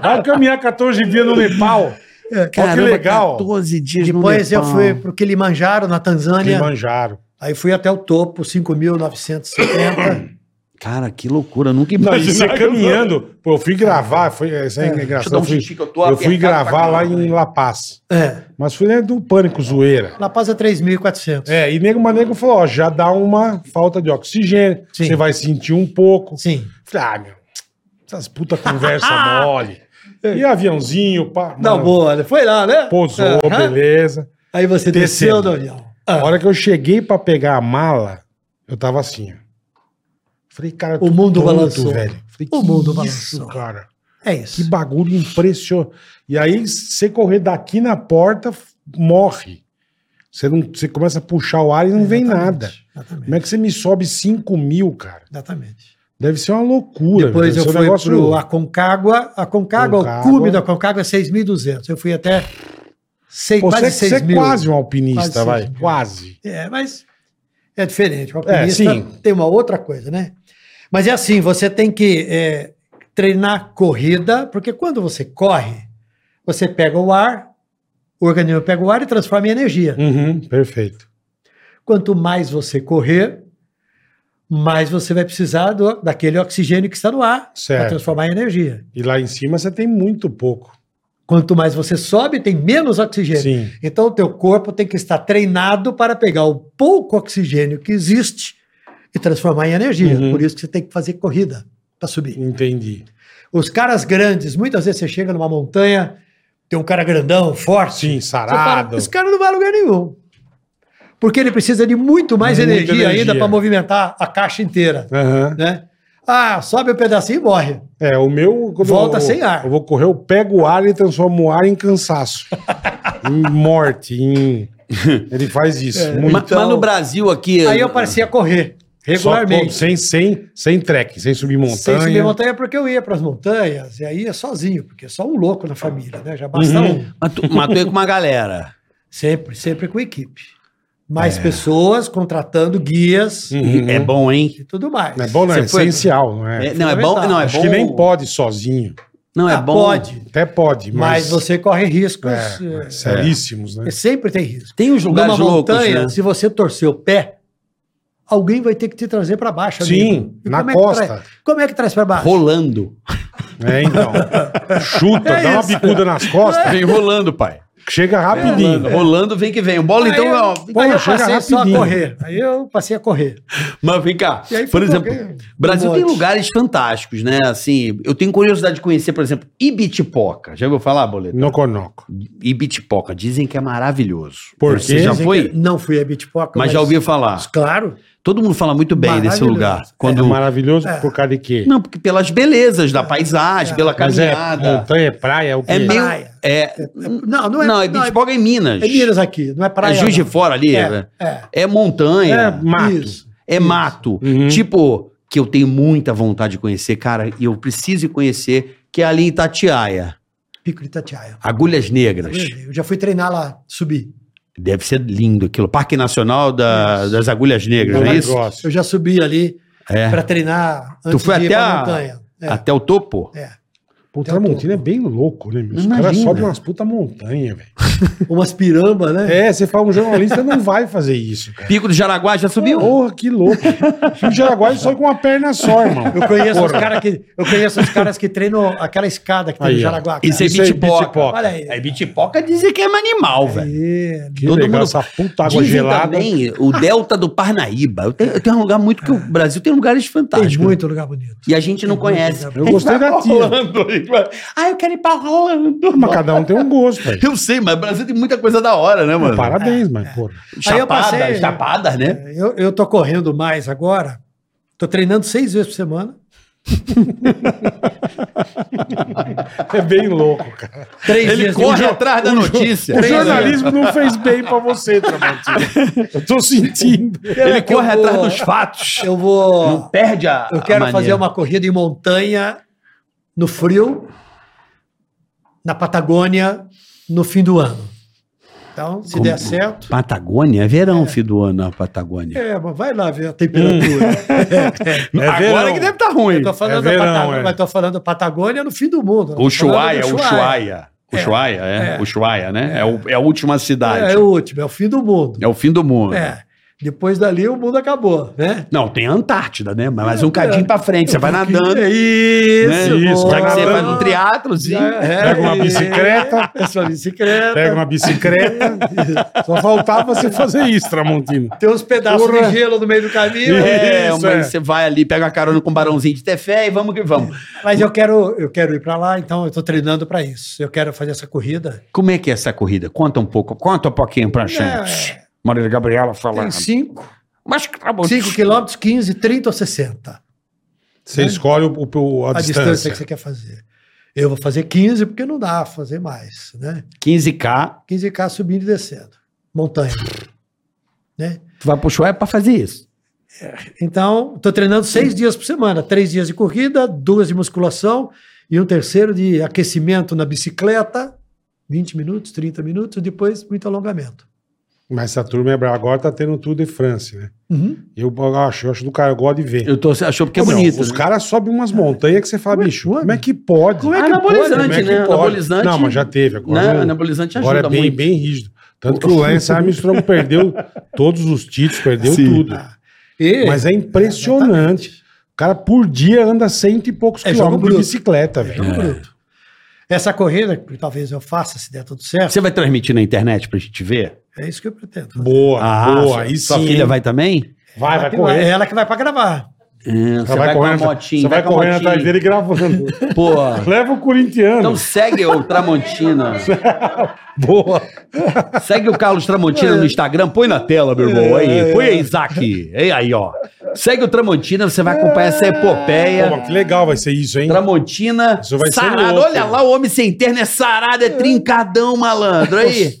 Vai caminhar 14 dias no Nepal. Olha que
Caramba,
legal.
14 dias no
Depois eu
Nepal.
fui pro Kilimanjaro, na Tanzânia.
Kilimanjaro.
Aí fui até o topo,
<coughs>
5.970.
Cara, que loucura. Nunca
Não, é e
imaginei.
você caminhando. Pô, eu fui gravar, foi, essa é engraçado.
um
Eu fui,
que eu tô
eu fui
apertado pra
gravar lá
caramba.
em
né?
La Paz.
é.
Mas fui dentro do Pânico Zoeira.
La Paz é 3.400.
É, e nego, mas nego falou: ó, já dá uma falta de oxigênio,
Sim.
você vai sentir um pouco.
Sim.
Falei, ah, meu, essas puta
<laughs>
conversa mole. E aviãozinho, pá.
É. Não,
mano,
boa. né? Foi lá, né?
Pousou,
Aham.
beleza.
Aí você
Descendo.
desceu do avião. Ah.
A hora que eu cheguei pra pegar a mala, eu tava assim, ó. Falei, cara, eu tô
O mundo
tonto,
balançou.
velho. Falei,
O
que
mundo
isso,
balançou.
cara.
É
Que
isso.
bagulho impressionante. E aí, se você correr daqui na porta, f- morre. Você, não, você começa a puxar o ar e não vem nada.
Exatamente.
Como é que você me sobe 5 mil, cara?
Exatamente.
Deve ser uma loucura.
Depois
deve
eu
ser um
fui
negócio-
pro Aconcagua, Aconcagua,
Aconcagua.
o clube da Aconcagua é 6.200. Eu fui até seis,
Pô,
quase
você, você
6
é
mil.
quase um alpinista,
Quase
vai.
seis mil.
Quase.
É, mas é diferente. O
É,
alpinista
sim.
tem uma outra coisa, né? Mas é assim, você tem que é, treinar corrida, porque quando você corre, você pega o ar, o organismo pega o ar e transforma em energia.
Uhum, perfeito.
Quanto mais você correr, mais você vai precisar do- daquele oxigênio que está no ar para
Certo.
transformar em energia.
E lá em cima você tem muito pouco.
Quanto mais você sobe, tem menos oxigênio.
Sim.
Então, o teu corpo tem que estar treinado para pegar o pouco oxigênio que existe e transformar em energia.
Uhum.
Por isso que você tem que fazer corrida para subir.
Entendi.
Os caras grandes, muitas vezes você chega numa montanha, tem um cara grandão, forte.
Sim,
você fala,
sarado.
Esse cara não vai a lugar nenhum. Porque ele precisa de muito mais
Muita
energia, ainda
energia.
para movimentar a caixa inteira.
Aham.
Né? Ah, sobe um pedacinho e morre.
É, o meu. quando
Volta
eu-
sem ar.
Eu vou correr, eu pego o ar e transformo o ar em cansaço. em morte. Em... Ele faz isso.
Ma-
Muito.
Mas no Brasil aqui.
Aí eu parecia correr
Regularmente.
regularmente.
sem, sem, sem trek, sem subir montanha.
Sem subir montanha porque eu ia para as montanhas e aí ia sozinho, porque só um louco na família, né? Já basta
Uhum.
um.
Mas tu, mas tu ia com uma galera.
Sempre, sempre com equipe. Mais pessoas contratando guias
É. Uhum.
É bom, hein?
e tudo mais.
É bom, não, é
Você foi-
essencial, não é?
É, não, é bom. Não, é
Acho
bom.
que nem pode sozinho.
Não, é
Ah,
bom.
Pode,
Até pode,
mas
mas.
você corre riscos.
É,
eh,
seríssimos, né?
Sempre tem risco.
Tem uns lugares
Numa
loucos,
montanha,
né?
se você torcer o pé, alguém vai ter que te trazer para baixo.
Sim,
E
na
como é que
costa.
traz- como é que traz para baixo?
Rolando.
É, então. Chuta,
É
dá uma
isso.
bicuda nas costas,
Vem rolando, pai.
chega rapidinho.
Rolando, rolando, vem que vem. Bola, então.
aí eu,
ó,
aí eu
chega
passei só a
rapidinho.
correr. Aí eu passei a correr.
Mas vem cá,
E aí
por
foi
exemplo,
correr
Brasil
um
tem
monte.
lugares fantásticos, né? Assim, eu tenho curiosidade de conhecer, por exemplo, Ibitipoca. Já ouviu falar, Boleto?
Noconoco.
Ibitipoca. Dizem que é maravilhoso.
Por
Você
quê?
já
Dizem
foi?
que- é- Não fui a Bitpoca.
Mas já ouviu falar.
Claro.
Todo mundo fala muito bem desse
Maravilhoso.
lugar.
É
Quando...
maravilhoso por causa de quê?
Não, porque pelas belezas da paisagem, pela
Mas é
caminhada.
montanha, é praia, é o quê?
É, meio.
Praia.
É...
Não, não é.
Não, é Ibitipoca é em Minas.
É Minas aqui, não é praia.
É Juiz de
não.
Fora ali.
É,
É,
é.
é montanha.
É mato.
Isso.
É mato.
Uhum.
Tipo, que eu tenho muita vontade de conhecer, cara, e eu preciso ir conhecer, que é ali em Itatiaia.
Pico de Tatiaia.
Agulhas Negras.
Eu já fui treinar lá, subir.
Deve ser lindo aquilo. Parque Nacional da- das Agulhas Negras,
É
não
um
é isso?
negócio.
Eu já subi ali
É.
pra treinar antes
foi
de ir
até
pra
a-
montanha. É,
Até o topo.
é.
Pô, Tramontina é bem louco, né? meu? Os
Imagina.
caras sobem umas puta montanha, velho.
Umas pirambas, né?
É, você fala, um jornalista não vai fazer isso, cara.
Pico do Jaraguá já subiu?
Porra, que louco. E o Jaraguá só com uma perna só, irmão.
Eu conheço, os
Porra.
cara que, eu conheço os caras que treinam aquela escada que tem
Aí,
no
ó.
Jaraguá. cara.
Isso é
Isso aí,
bitipoca.
bitipoca.
Olha aí.
É bitipoca dizem que é um animal, velho.
É,
Que
Todo
legal,
mundo-
essa puta água
dizem
gelada.
também o Delta do Parnaíba. Eu tenho, eu tenho um lugar muito que o Brasil tem lugares
tem
fantásticos.
muito lugar bonito.
E a gente não conhece.
Eu gostei da
<laughs>
tia.
Ah, eu quero ir pra Rolando.
Mas cada um tem um gosto, velho.
Eu sei, mas o Brasil tem muita coisa da hora, né, mano?
Parabéns, mas, porra.
Aí eu
Chapadas,
passei-
chapadas, né?
É, Eu, eu tô correndo mais agora. Tô treinando seis vezes por semana.
É bem louco, cara.
Três
Ele
dias
corre atrás da notícia.
O
Três
jornalismo não fez bem pra você, Tramontina. Eu tô sentindo.
Ele
que eu
corre
vou-
atrás dos fatos.
Eu vou.
Não perde a.
Eu
a
quero
maneira.
fazer uma corrida em montanha, no frio, na Patagônia, no fim do ano. Então, se
Como-
der certo.
Patagônia? É verão, filho do ano, a Patagônia.
É, mas vai lá ver a temperatura.
É
Agora
verão.
que deve estar ruim.
Hum. <laughs> Eu tô falando,
É verão,
da Patagônia,
é.
mas tô falando da Patagônia no fim do mundo.
O Ushuaia, o
Chuaia.
Ushuaia. O Ushuaia, é.
Tá É.
O Ushuaia, né? É. o- é a última cidade.
É,
É,
é o último, é o fim do mundo.
o fim do mundo.
É. Depois dali o mundo acabou, né?
Não, tem a Antártida, né? Mas mais um
É,
cadinho pra frente. Você vai nadando.
É isso,
né?
isso, tá
boa.
Já que você
nadando.
faz um triatlozinho.
Pega uma
isso.
bicicleta.
Essa É bicicleta.
Pega uma bicicleta.
<laughs>
Só faltava você fazer isso, Tramontina.
Tem uns pedaços
Porra.
de gelo no meio do caminho.
Isso,
É, mas
é.
você vai ali, pega a carona com um barãozinho de tefé e vamos que vamos.
Mas eu quero, eu quero ir pra lá, então eu tô treinando pra isso. Eu quero fazer essa corrida.
Como é que é essa corrida? Conta um pouco, conta um pouquinho pra gente. Maria Gabriela
Tem
falando.
5
Mas que tá trabalho.
5 quilômetros, 15, 30 ou 60.
Você escolhe o, o- a,
a
Né? distância.
distância que você quer fazer. Eu vou fazer 15 porque não dá pra fazer mais, né?
15K,
15K subindo e descendo. Montanha. Né?
tu vai pro Ushuaia pra fazer isso.
Então, estou treinando seis dias por semana. Três dias de corrida, duas de musculação e um terceiro de aquecimento na bicicleta. 20 minutos, 30 minutos, depois muito alongamento.
Mas essa turma é brava. Agora tá tendo tudo de França, né? Eu acho, eu acho do cara, eu gosto de ver.
Eu tô achou porque é
Não,
bonito.
Os
né?
caras sobem umas montanhas que você fala, bicho, como é que pode? Como
é que Anabolizante, pode? Como é que né? pode? Anabolizante-
Não, mas já teve. Agora,
Né?
não-
Anabolizante
agora é
ajuda
bem,
muito.
bem rígido. Tanto que o Lance Armstrong perdeu todos os títulos, perdeu
Sim.
tudo.
E
Mas é impressionante. O cara por dia anda cento e poucos
É jogo
quilômetros de
bruto.
bicicleta,
é tudo
velho.
bruto. Essa corrida, que talvez eu faça, se der tudo
É.
certo,
Você vai transmitir na internet pra gente ver?
é isso que eu pretendo. fazer.
Boa, boa.
Ah, sua,
Aí
sua
Ah, sim.
filha
hein?
vai também?
vai, vai
Ela que vai-
correr.
É ela que vai para gravar.
É,
Você vai, correndo, você vai
com a
correndo atrás
motinha.
dele gravando.
Pô,
<laughs> Leva o corintiano.
então segue o Tramontina.
<laughs> Boa. É.
Segue o Carlos Tramontina no Instagram, põe na tela, meu irmão. Aí, põe aí, Isaac. Aí, aí, ó. Segue o Tramontina, você vai acompanhar essa
Pô,
epopeia.
que legal vai ser isso, hein?
Tramontina,
Isso vai ser
sarado.
louco.
Olha lá, o homem sem terno é sarado, é trincadão, malandro. Aí.
Você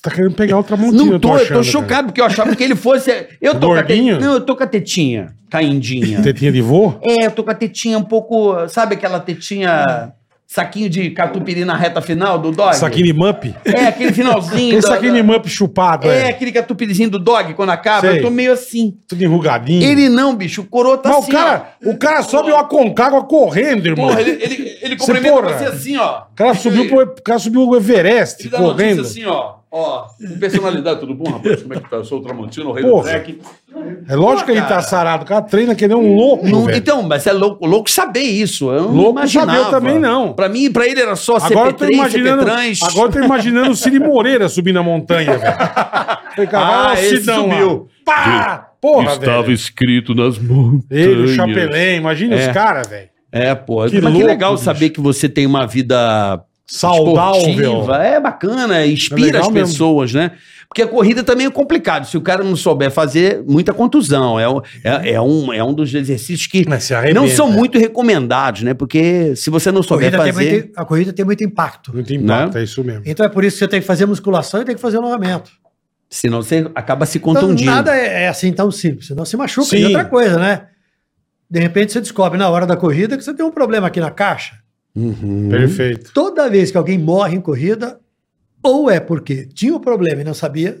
tá querendo pegar o Tramontina,
Não tô, eu tô
achando,
chocado,
cara.
porque eu achava que ele fosse. Eu tô
Gordinho?
com a te- Não, eu tô com a tetinha, caindinha.
Tetinha de vô?
É, eu tô com a tetinha um pouco. Sabe aquela tetinha. Saquinho de catupiry na reta final do dog?
Saquinho de Mup?
É, aquele
<laughs>
finalzinho.
Esse
da-
saquinho de Mup chupado,
É,
é.
aquele catupiryzinho do dog quando acaba.
Sei.
Eu tô meio assim.
Tudo enrugadinho.
Ele não, bicho. O coroa tá
Mas
assim.
o, cara, o cara sobe uma concagua correndo,
ó.
irmão.
Porra, ele, ele, ele
Você,
cumprimenta
porra.
você assim, ó.
O, cara subiu pro, o cara subiu o Everest
Ele dá
correndo.
notícia assim, ó. Ó, com personalidade, tudo bom, rapaz? Como é que tá? Eu sou o Tramontino, o rei
Porra.
do track.
é lógico que ele tá sarado. O cara treina que ele é um louco,
Não-
velho.
então, mas é louco, louco saber isso. Eu não
Louco
imaginava.
saber eu também não.
Pra mim, pra ele era só
Agora eu, tô
CP3,
imaginando,
CP3.
agora eu tô imaginando o Cid Moreira subindo a montanha, velho. Falei, cara,
Ah,
olha o
esse
Cidão lá.
subiu.
Pá! Porra,
Estava
velho.
escrito nas montanhas.
Ele, o Chapelém, imagina
É.
os caras, velho.
É, pô. mas
Que
que
louco,
legal
bicho.
saber que você tem uma vida
Saudável.
esportiva. É bacana,
É
inspira
legal
as
mesmo.
pessoas, né? Porque a corrida também é complicado. Se o cara não souber fazer, muita contusão. É, um- é- é um, é um dos exercícios que
Mas se
não
arrebenta.
são muito recomendados, né? Porque se você não
A corrida,
souber
tem
fazer.
muito, a corrida tem muito impacto.
Muito
né?
impacto, é isso mesmo.
Então é por isso que você tem que fazer musculação e tem que fazer alongamento.
Senão você acaba se
Então,
contundindo.
nada é, é assim tão simples, senão se machuca.
um Sim.
E outra coisa, né? De repente você descobre na hora da corrida que você tem um problema aqui na caixa.
é
Uhum.
Perfeito.
Toda vez que alguém morre em corrida, ou é porque tinha um problema e não sabia,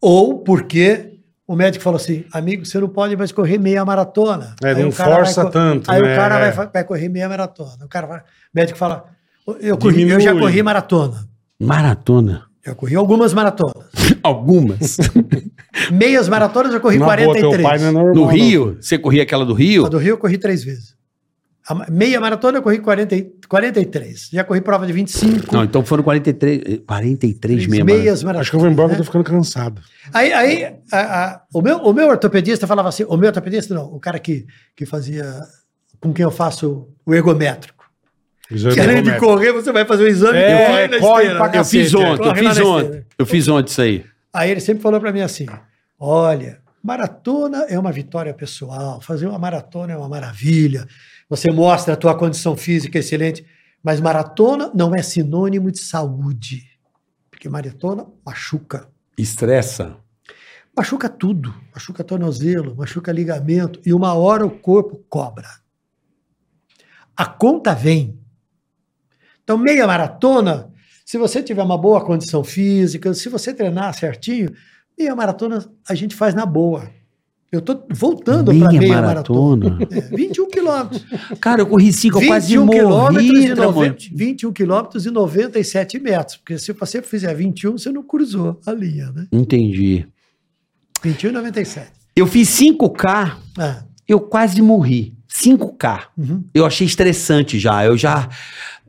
ou porque o médico falou assim: amigo, você não pode mais correr meia maratona.
É, não
o cara vai
força
co-
tanto,
Aí
né?
o cara
É.
vai, fa- vai correr meia maratona. O cara vai, o médico fala: eu, corri, eu
Diminui.
já corri maratona.
Maratona.
Eu corri algumas maratonas.
Algumas.
Meias maratonas eu
Uhum.
corri
Na boa,
43.
teu pai não é normal.
No
não.
Rio? Você corria aquela do
A
Rio?
do Rio eu corri três vezes. A ma- meia maratona eu corri 40, e- 43. Já corri prova de 25.
Não, então foram 43, 43 mesmo. né?
meias
Acho que eu vou
maratonas.
embora que eu tô tá ficando cansado.
Aí, aí a- a- o, meu, o meu ortopedista falava assim: o meu ortopedista não, o cara que, que fazia. com quem eu faço o ergométrico.
Visão
Além de
ergométrica.
correr, você vai fazer o exame
É,
e corre na
corre
esteira,
pra
né?
Eu fiz
Cacete, é.
ontem, eu
Corre lá
fiz
na
ontem.
esteira.
Eu fiz ontem isso aí.
Aí ele sempre falou para mim assim: olha, maratona é uma vitória pessoal, fazer uma maratona é uma maravilha, você mostra a tua condição física excelente, mas maratona não é sinônimo de saúde, porque maratona machuca.
Estressa.
Machuca tudo, machuca tornozelo, machuca ligamento, e uma hora o corpo cobra. A conta vem. Então, meia maratona, se você tiver uma boa condição física, se você treinar certinho, meia maratona a gente faz na boa. Eu tô voltando para meia maratona. É, 21 <laughs> quilômetros.
<laughs> Cara, eu corri cinco, eu quase
21 quilômetros,
morri,
e noven-
Tramonte.
21 quilômetros e 97 metros. Porque se você fizer 21, você não cruzou a linha, né?
Entendi.
21 e 97.
Eu fiz 5K,
Ah,
eu quase morri. 5K.
uhum.
Eu achei estressante já. Eu já.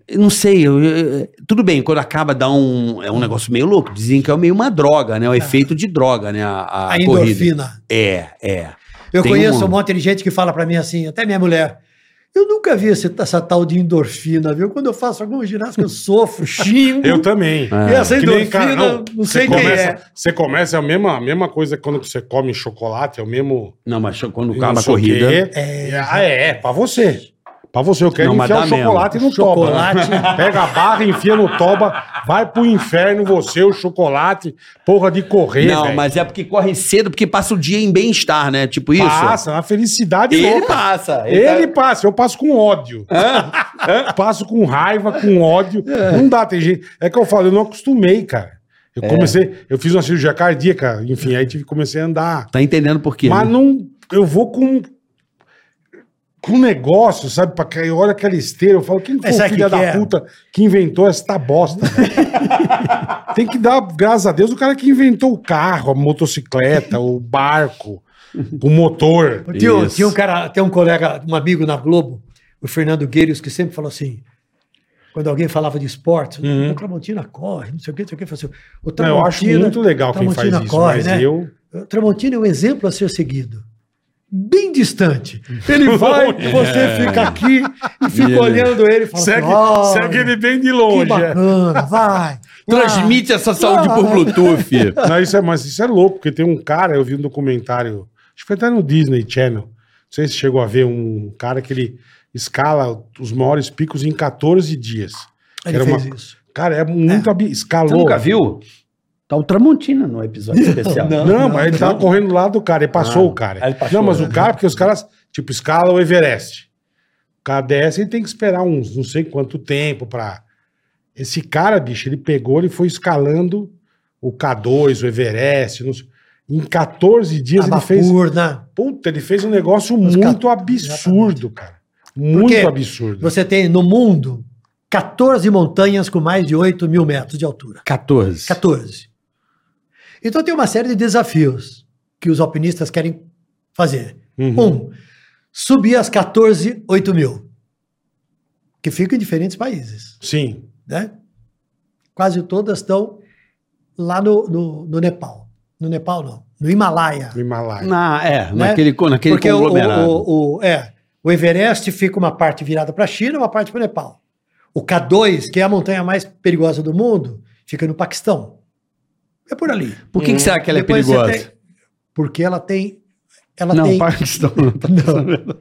eu Não sei, eu- eu- tudo bem, quando acaba dá um. É um negócio meio louco. Dizem que é meio uma droga, né? O efeito de droga, né? A, a
a
corrida.
endorfina.
É, é.
Eu
Tem
conheço
um-
um... monte de gente que fala pra mim assim, até minha mulher. Eu nunca vi esse- essa tal de endorfina, viu? Quando eu faço alguma ginástica,
<laughs>
eu sofro, xingo.
Eu também.
É.
É,
E essa
Que nem,
endorfina,
cara,
não, sei quem
começa,
é.
Você começa, é a mesma, a mesma coisa que quando você come chocolate, é o mesmo...
Não, mas quando
não
acaba a
sei o
corrida.
quê. É, ah, é, é, pra você. Pra você, eu quero
Não, mas
enfiar
dá
o chocolate no
Chocolate.
toba. <laughs> Pega a barra, enfia no toba, vai pro inferno você, o chocolate, porra de correr,
Não,
velho.
mas é porque corre cedo, porque passa o dia em bem-estar, né? Tipo isso.
Passa, uma felicidade
Ele
louca.
passa.
Ele,
tá-
passa, eu passo com ódio. <laughs> Passo com raiva, com ódio. Não dá, tem gente. É que eu falo, eu não acostumei, cara.
É.
Eu comecei, eu fiz uma cirurgia cardíaca, enfim, aí tive, comecei a andar.
Tá entendendo por quê?
Mas
né?
não. Eu vou com. Com um negócio, sabe? Pra que eu olho aquela esteira, eu falo, quem foi
Mas
o
sabe
filho
que
da
que é?
puta que inventou esta bosta? <laughs> Tem que dar, graças a Deus, o cara que inventou o carro, a motocicleta, o barco, o motor.
Tinha,
Isso.
tinha um cara, tem um colega, um amigo na Globo, o Fernando Gueiros, que sempre falou assim. Quando alguém falava de esporte, o Tramontina corre, não sei o que, não sei o que. Assim, o
Uhum. Não, eu acho
Tramontina-
muito legal quem faz
Tramontina
isso,
corre,
mas
né?
eu.
O Tramontina é um exemplo a ser seguido. Bem distante.
<laughs>
Ele vai,
É.
você fica aqui e fica
Ele-
olhando ele e fala
Segue,
assim, "Olha,
segue ele bem de
Que
longe. é.
bacana, vai.
Transmite essa saúde por Bluetooth.
Não, isso é, mas isso é louco, porque tem um cara, eu vi um documentário, acho que foi até no Disney Channel. Não sei se chegou a ver um cara que ele escala os maiores picos em 14 dias.
Ah, Ele
Era uma-
fez isso.
Cara, é muito abi- escalou.
Você nunca viu? Tá o Tramontina no episódio especial.
Não, mas ele tava correndo do lado do cara, ele passou
Ah,
o cara.
aí ele passou,
não, mas
né?
o cara, porque os caras, tipo, escala o Everest. O cara desce, ele tem que esperar uns não sei quanto tempo pra. Esse cara, bicho, ele pegou, ele foi escalando o K2, o Everest. não sei- Em 14 dias
Tá
ele fez.
Abakurna.
Puta, ele fez um negócio
Os ca-
muito absurdo, cara.
Porque
Muito absurdo.
Você tem no mundo 14 montanhas com mais de 8 mil metros de altura.
14.
14. Então tem uma série de desafios que os alpinistas querem fazer.
Uhum.
Um, subir as 14, 8 mil. Que ficam em diferentes países.
Sim.
né? Quase todas estão lá no, no, no Nepal. No Nepal, não. No Himalaia.
No Himalaia.
Na, é,
Né?
naquele, co- naquele
Porque o,
conglomerado.
o, o- é, o Everest fica uma parte virada para a China, uma parte para o Nepal. O K2, que é a montanha mais perigosa do mundo, fica no Paquistão. É por ali.
Por que, que será que ela é
Depois você
perigosa?
tem- porque ela tem. Ela
Não,
tem.
Paquistão não tá
<laughs>
sabendo.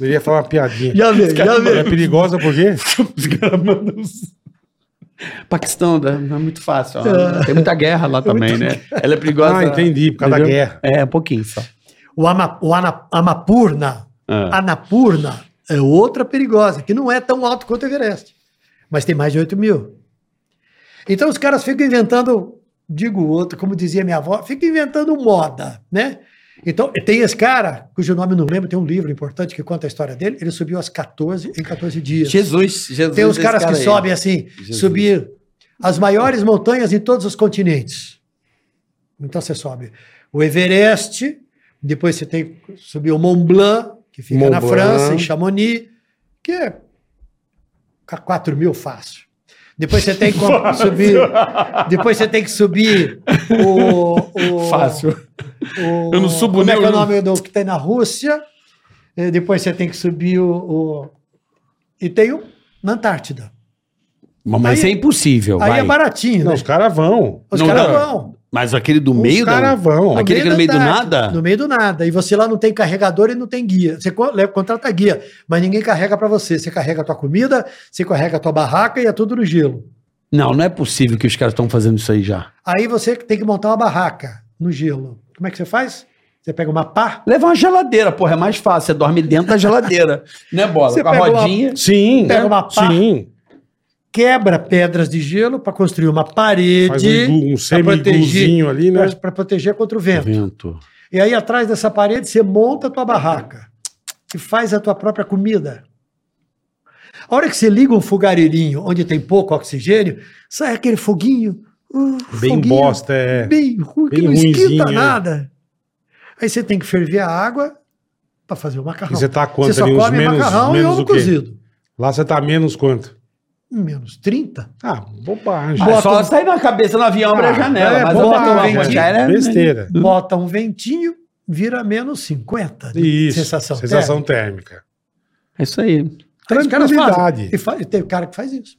Eu ia falar uma piadinha.
Já vi, já
Ela É
vi.
perigosa por quê?
Os caras mandam os- Paquistão né? não é muito fácil. ó. Tem muita guerra lá também, né? Ela é perigosa.
Ah, entendi, por causa da
Entendeu?
guerra.
É, um pouquinho só.
O, Ama, o Ana- Amapurna,
Ah.
Anapurna, é outra perigosa, que não é tão alto quanto o Everest, mas tem mais de 8 mil. Então os caras ficam inventando, digo o outro, como dizia minha avó, ficam inventando moda, né? Então, tem esse cara, cujo nome eu não lembro, tem um livro importante que conta a história dele, ele subiu às 14, em 14 dias.
Jesus, Jesus.
Tem uns
esse
caras
cara
que
aí.
sobem assim,
Jesus.
subir as maiores montanhas em todos os continentes. Então você sobe o Everest, depois você tem que subir o Mont Blanc, que fica
Mont
na
Blanc.
França, em Chamonix, que é 4 mil fácil. Depois você tem que com- subir. Depois você tem que subir o.
<laughs>
o-
Fácil.
o-
Eu não subo
Como é
nem-
que é o
eu não-
nome do que tem na Rússia? Eh, Depois você tem que subir o. o- e tem o na Antártida.
Mas isso é impossível,
Aí
vai.
é baratinho,
Não,
né?
os caras vão.
Os
não
caras
dá.
vão.
Mas aquele do
Os
meio... da-
caras vão.
Aquele que é no
da
meio do
Antártida,
nada?
No meio do nada. E você lá não tem carregador e não tem guia. Você co- leva- contrata guia, mas ninguém carrega pra você. Você carrega a tua comida, você carrega a tua barraca e é tudo no gelo.
Não, não é possível que os caras estão fazendo isso aí já.
Aí você tem que montar uma barraca no gelo. Como é que você faz? Você pega uma pá,
Leva uma geladeira, porra, é mais fácil. Você dorme dentro da geladeira. né, Bola?
Você
Com a
pega uma-
rodinha...
Sim.
Pega uma pá.
Sim.
quebra pedras de gelo pra construir uma
Faz
parede
um, glu- um
pra proteger
semi-gluzinho ali, né?
pra- pra proteger contra o vento.
Vento.
E aí atrás dessa parede você monta a tua barraca e faz a tua própria comida. A hora que você liga um fogareirinho onde tem pouco oxigênio, sai aquele foguinho. uh,
Bem
foguinho
bosta, é.
Bem ruim, que
Bem
não esquenta
ruinzinho, é.
nada. Aí você tem que ferver a água para fazer o macarrão.
E você tá quanto
Você só
ali? Uns
come
menos,
macarrão e
menos
ovo
o quê?
cozido.
Lá você tá menos quanto?
Menos 30.
Ah, bobagem.
Ah, só sair na cabeça no avião, abre a janela.
é,
mas
bota
Ah, bota
um
uma
ventinho.
cara-
Besteira.
Bota um ventinho, vira menos 50. de
Isso.
Sensação.
Sensação,
térmica.
térmica.
É isso aí.
Aí os caras fazem.
Tranquilidade.
E fa- e tem cara que faz isso.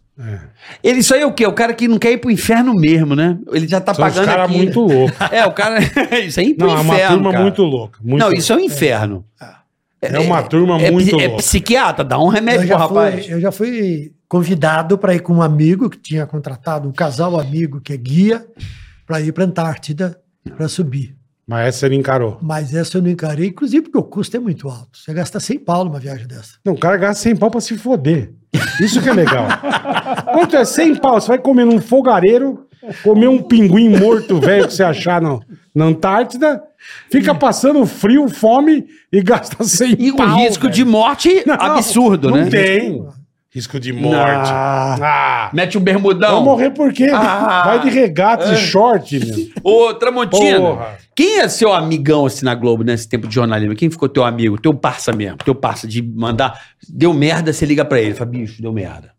Ele, isso aí é o quê? O cara que não quer ir pro inferno mesmo, né? Ele já tá
São os
pagando
caras
aqui.
muito
<laughs>
loucos.
É, o cara... isso aí é ir pro
Não, é
inferno,
uma turma
cara.
muito louca. muito
Não,
louca.
isso é um inferno.
Ah.
É uma turma
é,
muito
psi- é
louca.
psiquiatra, dá um remédio
eu,
pro
já fui,
rapaz.
eu já fui convidado para ir com um amigo que tinha contratado, um casal amigo que é guia, para ir para Antártida para subir.
Mas essa ele encarou.
Mas essa eu não encarei, inclusive porque o custo é muito alto. Você gasta 100 pau numa viagem dessa.
Não, o cara gasta 100 pau pra se foder. Isso que
<laughs>
é legal. Quanto é 100 pau? Você vai comer num fogareiro, comer um pinguim morto velho que você achar na, na Antártida, fica passando frio, fome e gasta 100
Hum. E um
pau.
risco
velho.
de morte
Não,
absurdo,
não
né?
tem. Risco de morte. Ah,
Mete um bermudão.
Vai morrer por quê?
Ah.
Vai de regata e short, meu.
Ô, Tramontina,
Porra.
quem é seu amigão assim na Globo nesse tempo de jornalismo? Quem ficou teu amigo? Teu parça mesmo, teu parça de mandar. Deu merda, você liga pra ele. Fala, bicho, deu merda.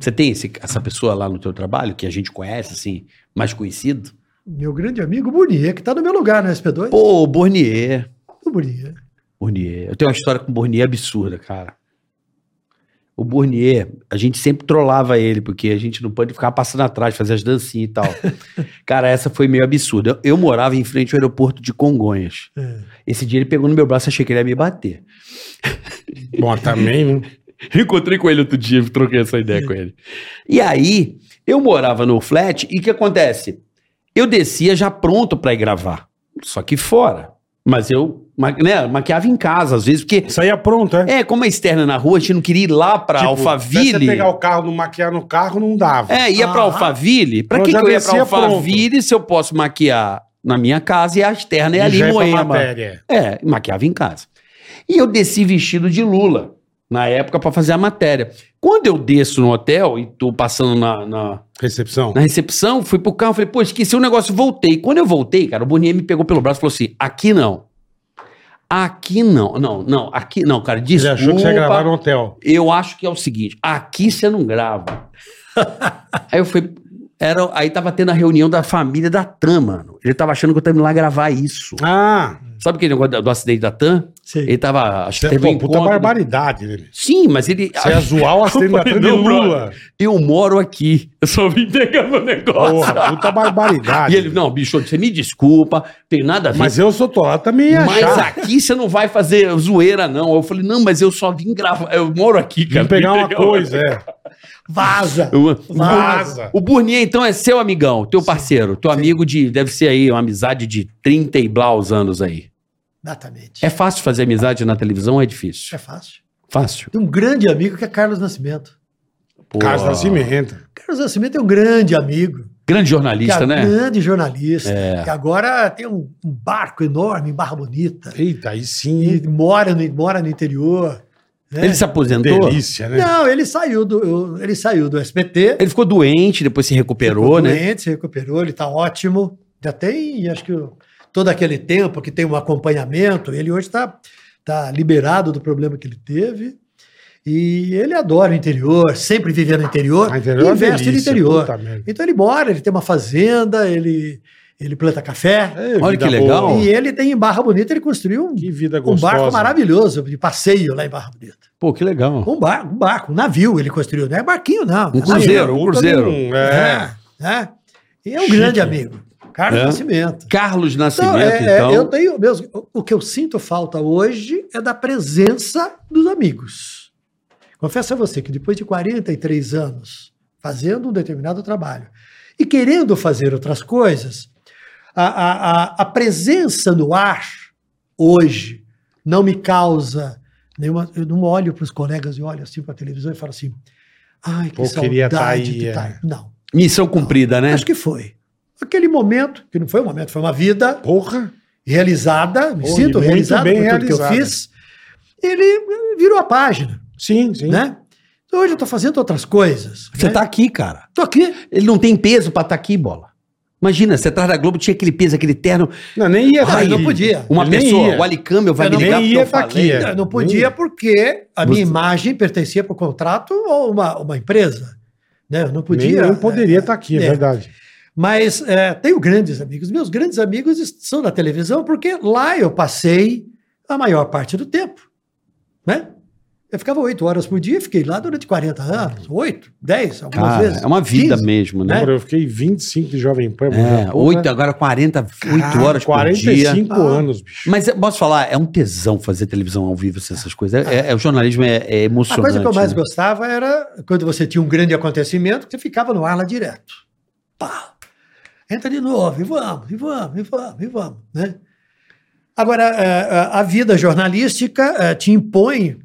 Você tem esse- essa pessoa lá no teu trabalho que a gente conhece, assim, mais conhecido?
Meu grande amigo Burnier, que está no meu lugar né, no SP2.
Pô, o Bornier.
O Burnier.
Bornier. Eu tenho uma história com o Bornier absurda, cara. O Bornier, a gente sempre trollava ele, porque a gente não pode ficar passando atrás, fazer as dancinhas e
<laughs>
tal. cara, essa foi meio absurda. Eu, eu morava em frente ao aeroporto de Congonhas.
É.
Esse dia ele pegou no meu braço, achei que ele ia me bater.
Bom, também, né?
<laughs> Encontrei com ele outro dia, troquei essa ideia com ele.
E aí, eu morava no flat e o que acontece? Eu descia já pronto pra ir gravar, só que fora. Mas eu ma- né, maquiava em casa, às vezes, porque...
Isso aí é pronto, é?
É, como é externa na rua, a gente não queria ir lá pra
Tipo,
Alphaville...
Se você pegar o carro, não maquiar no carro, não dava.
É, ia pra
Ah.
Alphaville. Pra
Eu
que,
já
que eu ia pra
descia
Alphaville se eu posso maquiar na minha casa e a externa é ali
já
em
pra
Moema?
matéria.
É, maquiava em casa. E eu desci vestido de Lula, na época, pra fazer a matéria. Quando eu desço no hotel e tô passando na, na,
Recepção.
na recepção, fui pro carro, falei, pô, esqueci o negócio, voltei. Quando eu voltei, cara, o Bonier me pegou pelo braço e falou assim: aqui não. Aqui não, não, não, aqui não, cara,
Ele
desculpa.
achou que você ia gravar no hotel.
Eu acho que é o seguinte, aqui você não
<laughs>
grava. aí eu fui, era, aí tava tendo a reunião da família da TAM, mano. Ele tava achando que eu tava indo lá gravar isso.
Ah,
Sabe aquele negócio do, do acidente da TAM?
Sei.
Ele tava, acho que
você é
teve um
pô, puta
encontro. Ah,
barbaridade, né? meu?
Sim, mas ele,
Você
<laughs>
ia zoar o acidente da trem de
Não,
Lula.
eu moro aqui.
Eu só vim pegar meu negócio.
Porra, puta barbaridade.
E ele, não, bicho, você me desculpa, tem nada a ver.
Mas eu sou tolado, também ia
Mas
achar.
aqui você não vai fazer zoeira, não. Eu falei, não, mas eu só vim gravar. Eu moro aqui, cara.
Vamos pegar
Vim
uma coisa, é.
Vaza!
Eu-
Vaza.
O Burnier, então, é seu amigão, teu parceiro, teu amigo de. Deve ser aí uma amizade de 30 e blaus anos aí.
Exatamente.
É fácil fazer amizade na televisão ou é
É
difícil?
fácil.
Fácil.
Tem um grande amigo que é Carlos Nascimento.
Pô,
Carlos Nascimento.
Carlos Nascimento é um grande amigo.
Grande
Que é
jornalista,
um
né?
grande jornalista.
É.
Que agora tem um, um barco enorme em Barra Bonita.
Eita, aí
E
sim.
mora no, mora no interior. né?
Ele se aposentou.
Delícia, né?
Não, ele saiu do, eu- ele saiu do SBT.
Ele ficou doente, depois se recuperou,
ficou
né?
doente, se recuperou, ele está ótimo. Já tem, acho que o- todo aquele tempo que tem um acompanhamento, ele hoje está tá liberado do problema que ele teve. E ele adora o interior, sempre vivendo no interior,
Ah, interior é
e
uma
investe
delícia,
no interior.
puta merda.
Então ele mora, ele tem uma fazenda, ele, ele planta café.
É,
Olha
vida
que legal.
boa.
E ele tem em Barra Bonita, ele construiu um,
Que vida
um
gostosa.
barco maravilhoso de passeio lá em Barra Bonita.
Pô, que legal.
Um barco, um barco, um navio ele construiu, não é barquinho
Um
não. é navio.
cruzeiro, um
Puta
cruzeiro.
nenhum, É.
Né? E é um
Chique.
grande amigo, Carlos
É.
Nascimento.
Carlos
Então,
Nascimento,
é- é,
então.
eu tenho meus, o- o que eu sinto falta hoje é da presença dos amigos. Confesso a você que depois de 43 anos fazendo um determinado trabalho e querendo fazer outras coisas, a, a- a- a presença no ar hoje não me causa nenhuma. Eu não olho para os colegas e olho assim para a televisão e falo assim: ai, que
Pô,
saudade
queria tá aí,
de
é.
tá aí." Não.
Missão cumprida, né?
Acho que foi. Aquele momento, que não foi um momento, foi uma vida
Porra.
realizada, me
Pô, e
sinto
muito
realizado
bem
por tudo que
realizada.
eu fiz. Ele eh, virou a página,
Sim, sim.
né? Então hoje eu tô fazendo outras coisas.
Você
né?
tá aqui, cara.
Tô aqui.
Ele não tem peso pra estar aqui, bola. Imagina, você atrás da Globo tinha aquele peso, aquele terno.
Não, nem ia
Não,
tá
eu Ah, não
aí.
podia.
Uma
Ele nem
pessoa,
ia.
o Alicâmbio vai
Eu
me
não-
ligar
nem
porque eu
ia tá
falei.
aqui, é.
Eu não
Minha.
podia porque a minha
Você-
imagem pertencia por contrato a uma, uma empresa. Né? Eu não podia.
Nem, não poderia estar aqui, é,
É.
verdade.
Mas eh, tenho grandes amigos. Meus grandes amigos est- são da televisão, porque lá eu passei a maior parte do tempo. Né? Eu ficava oito horas por dia, fiquei lá durante 40 anos, oito, dez, algumas
Cara,
vezes.
é uma vida
15.
mesmo, né?
Lembra, Eu fiquei 25 de Jovem Pan.
É, oito, agora 40, 8 horas por dia.
45 anos, bicho.
Mas eu posso falar, é um tesão fazer televisão ao vivo, assim, essas coisas. É, é- o jornalismo é, é
A
emocionante.
coisa que eu mais
né?
gostava era quando você tinha um grande acontecimento, você ficava no ar lá direto. Pá! Entra de novo, e vamos, e vamos, e vamos, e vamos. Né? Agora, é, é, a vida jornalística é, te impõe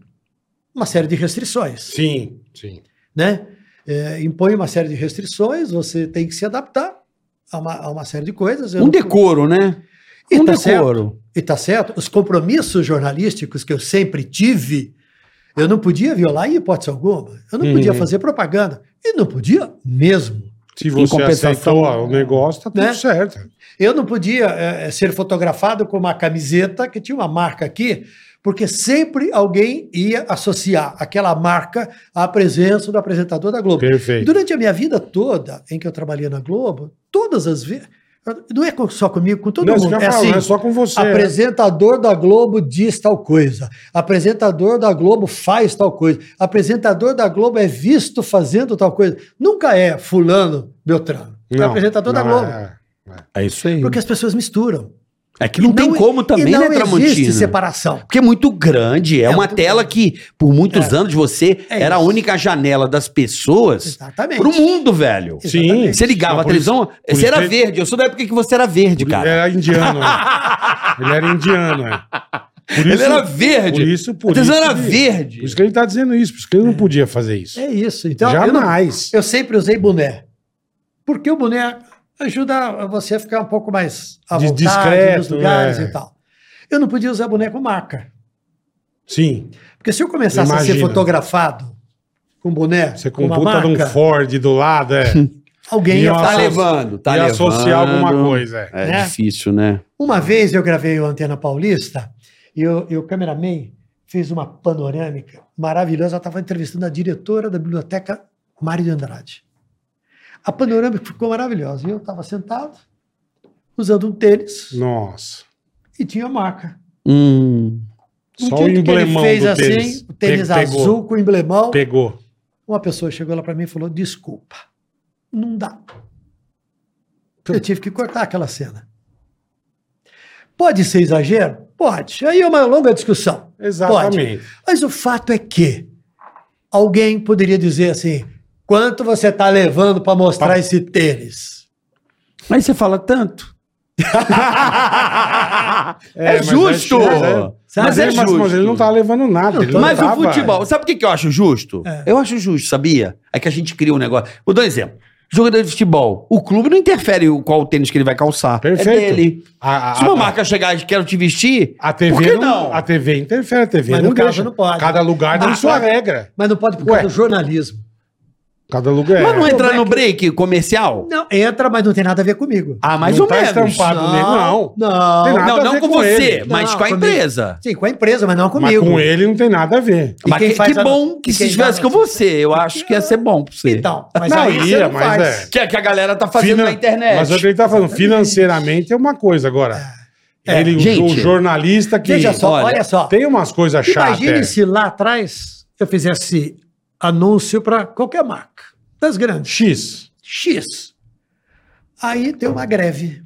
uma série de restrições.
Sim, sim.
Né? É, impõe uma série de restrições, você tem que se adaptar a uma, a uma série de coisas. Eu
Um
não-
decoro, né?
é E
um
tá
decoro.
E tá certo, os compromissos jornalísticos que eu sempre tive, eu não podia violar em hipótese alguma. Eu não podia
Uhum.
fazer propaganda. E não podia mesmo.
Se você
compensação-
aceitou ó, o negócio, tá tudo
Né?
certo.
Eu não podia eh, eh, ser fotografado com uma camiseta que tinha uma marca aqui, porque sempre alguém ia associar aquela marca à presença do apresentador da Globo.
Perfeito.
Durante a minha vida toda em que eu trabalhei na Globo, todas as vezes. Não é com- só comigo, com todo
não, isso
mundo.
que eu
É
ia falar,
assim,
não é só com você.
Apresentador da Globo diz tal coisa. Apresentador da Globo faz tal coisa. Apresentador da Globo é visto fazendo tal coisa. Nunca é fulano Beltrano. é
Não,
apresentador da
não,
Globo.
é-
É isso aí.
Porque as pessoas misturam.
é que não,
E
tem como também,
e não
né,
é
existe
Tramontina?
separação.
Porque é muito grande. É,
É
uma
muito
tela que, por muitos anos, você
É
era a
isso.
única janela das pessoas
Exatamente.
pro mundo, velho.
Sim.
Você ligava
Não,
a
por isso-
televisão,
isso
você era
que-
verde. Eu sou da época que você era verde,
Ele
é,
cara.
era indiano.
<laughs>
né? ele era indiano. né? Por
Ele
isso-
era verde.
Por isso,
a
por isso.
televisão era
que-
verde.
Por isso que ele tá dizendo isso, por isso que ele não podia fazer isso.
É isso. Então, eu, não-
Jamais.
eu sempre usei boné. Porque o boné ajuda você a ficar um pouco mais à
Dis-
vontade nos
discreto,
lugares
é.
e tal. Eu não podia usar boné com marca.
Sim.
Porque se eu começasse a ser
Imagina.
fotografado com boné,
Você
com
com
uma
puta de um
marca,
Ford do lado, é.
alguém
e
ia
uma
falar.
Tá
Associa-
levando, <laughs> tá
e
levando.
associar alguma coisa. é.
É
né?
difícil, né?
Uma vez eu gravei o Antena Paulista e o, e o cameraman fez uma panorâmica maravilhosa. Ela estava entrevistando a diretora da biblioteca Mário de Andrade. A panorâmica ficou maravilhosa. E eu estava sentado, usando um tênis
Nossa.
e tinha marca.
Hum.
Um
Só o
dia que ele
emblemão
fez
do
assim,
tênis.
o tênis
Pe- pegou.
azul com emblemão.
Pegou.
Uma pessoa chegou lá para mim e falou: desculpa, não dá. Eu tive que cortar aquela cena. Pode ser exagero? Pode. Aí é uma longa discussão.
Exatamente.
Mas o fato é que alguém poderia dizer assim: quanto você está levando para mostrar
Pra-
esse tênis?
Mas você fala tanto.
É,
É,
mas
justo!
acho que- é. Mas,
Mas é
ele, mas,
justo.
mas ele não tá levando nada.
Não,
ele não
Mas
tava-
o futebol, sabe o que que eu acho justo?
É.
Eu acho justo, sabia? É que a gente cria um negócio. Vou dar um exemplo. Jogador de futebol, o clube não interfere o- qual tênis que ele vai calçar.
Perfeito.
É dele.
A, a,
Se uma
a-
marca chegar e quero te vestir,
a
por
TV
que
não,
não?
A TV interfere, a TV
Mas
não
no caso
deixa.
não pode.
Cada lugar tem
Ah,
sua
tá.
regra.
Mas não pode por causa
Ué.
do jornalismo.
Cada lugar
mas não
é.
entrar
Como
no
é que-
break comercial?
Não, entra, mas não tem nada a ver comigo.
Ah, mais
Não
ou
tá
menos.
estampado nele, não.
Não.
Tem nada
Não,
a
não
ver
com,
com
você,
ele.
mas
Não,
com a
comigo.
empresa.
Sim, com a empresa, mas não
Mas
comigo.
com ele não tem nada a ver.
E
Mas
quem
que,
faz
que
a-
bom que
e
se
quem
estivesse
dá-
com você. Eu acho que ia ser bom pra você.
Então, mas
Não,
aí
ia,
você não
mas
faz.
que é que a galera tá fazendo
Finan-
na internet.
Mas é o que ele tá falando, financeiramente é uma coisa agora.
É.
ele, o-
Gente.
o jornalista que
Veja só, olha,
olha,
só.
tem umas coisas chatas.
Imagine
é.
se lá atrás eu fizesse anúncio para qualquer marca, das grandes,
X.
X. Aí tem uma greve.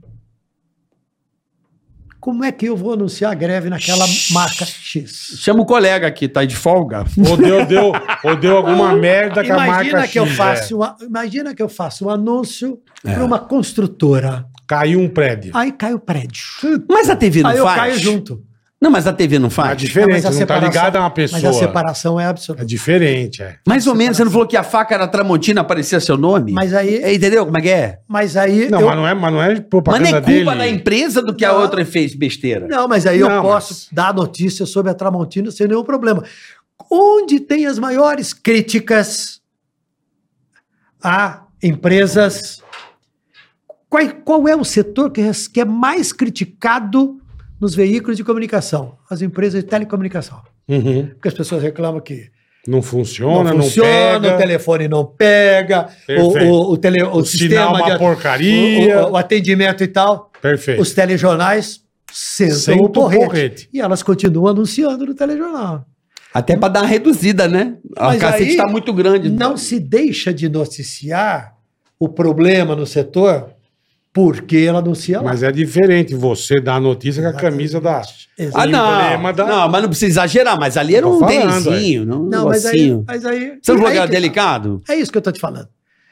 Como é que eu vou anunciar a greve naquela marca X?
Chama o colega aqui, tá de folga.
Ou deu, deu, ou deu alguma merda Tá com a marca
Imagina
X.
que, eu
é.
faço uma, imagina que eu faço um anúncio
É.
para uma construtora.
Caiu um prédio.
Aí cai o prédio.
Mas a TV não
Aí eu
faz.
caio junto.
Não, mas a TV não
É
faz.
diferente,
Mas a
não tá
separação-
ligado a uma
Mas a
pessoa.
separação é
É
absoluta.
diferente, é.
Mais ou menos, você não falou que a faca era Tramontina, aparecia seu nome?
Mas aí-
É, entendeu como é que é?
Mas aí
Não,
eu
mas, não é, mas não é
Mas
propaganda
não é culpa
dele.
da empresa do que a
Não.
outra fez besteira.
Não, mas aí eu
Não,
posso
mas-
dar notícia sobre a Tramontina sem nenhum problema. Onde tem as maiores críticas a empresas? Qual, qual é o setor que, res- que é mais criticado nos veículos de comunicação? As empresas de telecomunicação.
Uhum.
Porque as pessoas reclamam que
Não funciona, não,
o
pega.
telefone não pega, o,
Perfeito.
o- o tele- o
O, sinal
sistema
é
de
uma
a-
porcaria.
o- o- o atendimento e tal.
Perfeito.
Os telejornais sentam
Senta
o
o
porrete.
porrete.
E elas continuam anunciando no telejornal.
Até pra dar uma reduzida, né? A
Mas
cacete
aí-
tá muito grande.
Não se deixa de noticiar o problema no setor porque ela anuncia lá.
Mas é diferente você dar a notícia com a camisa da.
Exato.
Ah, não.
emblema da-
Não, mas não precisa exagerar, mas ali era
Tô
um
falando,
denzinho, não, um
é. Não, mas aí,
negocinho.
mas aí.
Você não falou
aí
que era
que-
delicado?
É isso que eu tô te falando.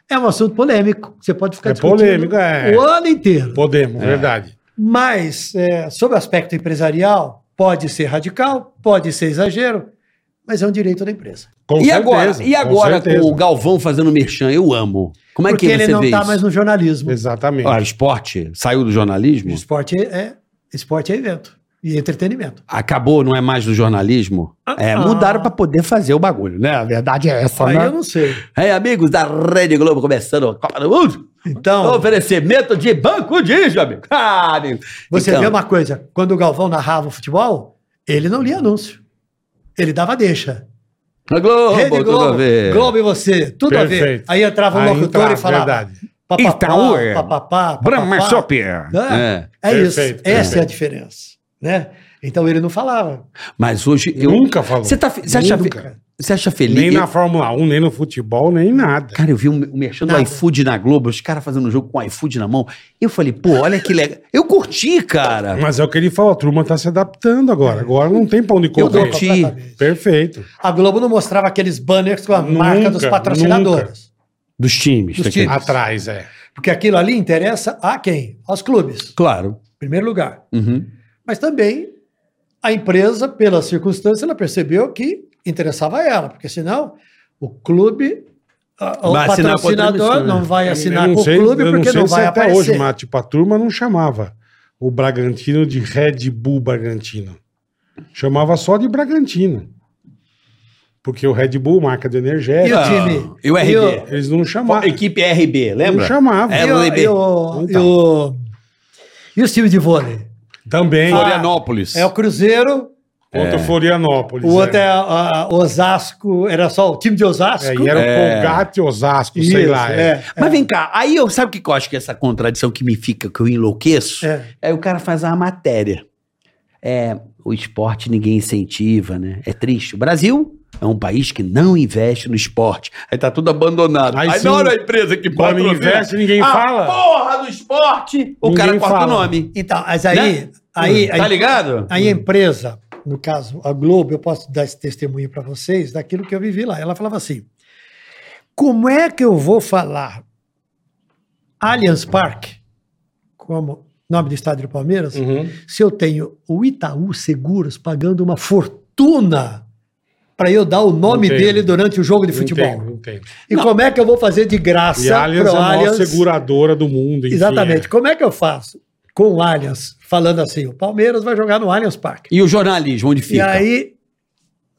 É um assunto polêmico. Você pode ficar
É polêmico, é.
o ano inteiro.
Podemos,
É.
verdade.
Mas, é, sob o aspecto empresarial, pode ser radical, pode ser exagero, mas é um direito da empresa.
Com
e agora,
certeza,
e agora com,
certeza.
o Galvão fazendo merchan? Eu amo. Como é
porque
que
ele
você
não
vê
está
isso?
mais no jornalismo.
Exatamente.
Ah, esporte? Saiu do jornalismo?
Esporte é, esporte é evento e entretenimento.
Acabou, não é mais do jornalismo? É,
ah.
mudaram pra poder fazer o bagulho, né? A verdade é essa,
Aí eu
né?
não sei.
Ei, amigos da Rede Globo, começando a Copa do Mundo.
Então,
Oferecimento de banco disso, amigo. Ah, amigo.
você
Então,
vê uma coisa: quando o Galvão narrava o futebol, ele não lia anúncio. Ele dava deixa.
a Globo,
Rede
tudo a
Globo,
ver.
Globo e você, tudo a ver.
Perfeito.
Aí entrava um
Aí
locutor
entrava,
e falava.
verdade.
papapá,
Itaú, é.
papapá,
Brahma
papapá.
Shop.
É,
É.
é isso.
Perfeito,
Essa é a
perfeito.
diferença. Né? Então ele não falava.
Mas hoje eu...
Nunca falou.
Você tá fe- você acha, fe-
Nunca.
você acha feliz?
Nem na
Eu-
Fórmula 1, nem no futebol, nem nada.
Cara, eu vi o um, um merchan do
Nada.
iFood na Globo, os caras fazendo um jogo com o iFood na mão. Eu falei, pô, olha que legal. Eu curti, cara.
Mas é o que ele falou, a turma tá se adaptando agora. Agora não tem pra onde
Eu
correr.
curti.
Perfeito.
A Globo não mostrava aqueles banners com a
Nunca,
marca dos patrocinadores.
Dos times.
Dos
tá
times.
aqui.
Atrás, é.
Porque aquilo ali interessa a quem? Aos clubes,
Claro.
em primeiro lugar.
Uhum.
Mas também a empresa, pela circunstância, ela percebeu que interessava a ela, porque senão o clube, a- o
Vai assinar com outra
patrocinador
emissora.
não vai assinar
Eu
com o clube
eu
porque
sei se é
não, vai
até
aparecer.
hoje, mas tipo, a turma não chamava o Bragantino de Red Bull Bragantino. Chamava só de Bragantino. Porque o Red Bull, marca do
E o
energético,
time?
E o RB?
E o-
eles não chamavam.
Equipe RB,
Não chamavam.
É,
e, o,
LB.
e, o, e,
Então.
o, e os times de vôlei?
Também.
Ah.
É.
Florianópolis.
É o Cruzeiro,
Outro Florianópolis.
o outro é a- a- Osasco, era só o time de Osasco.
É, e era
É.
o Colgate Osasco,
Isso,
sei lá. é.
é,
Mas vem cá, aí eu sabe o que que eu acho que é essa contradição que me fica, que eu enlouqueço?
é.
Aí o cara faz uma matéria. É, o esporte ninguém incentiva, né? É triste. O Brasil é um país que não investe no esporte. Aí tá tudo abandonado.
Aí
Aí,
sim.
na hora a empresa que
Quando
patrocina,
investe, ninguém
a
fala.
porra do esporte, o
Ninguém
cara corta
fala.
o nome.
Então, mas
Né?
aí,
Hum,
aí,
Tá
aí,
ligado?
aí a empresa, no caso a Globo, eu posso dar esse testemunho para vocês daquilo que eu vivi lá. Ela falava assim: como é que eu vou falar Allianz Parque, como nome do estádio do Palmeiras,
Uhum.
se eu tenho o Itaú Seguros pagando uma fortuna para eu dar o nome
Entendo.
dele durante o jogo de futebol.
Entendo, entendo.
E como é que eu vou fazer de graça
E a Allianz é
pro
a maior
Allianz?
seguradora do mundo. enfim,
Exatamente. Como é que eu faço com o Allianz falando assim, o Palmeiras vai jogar no Allianz Parque.
E o jornalismo, onde
E
fica?
aí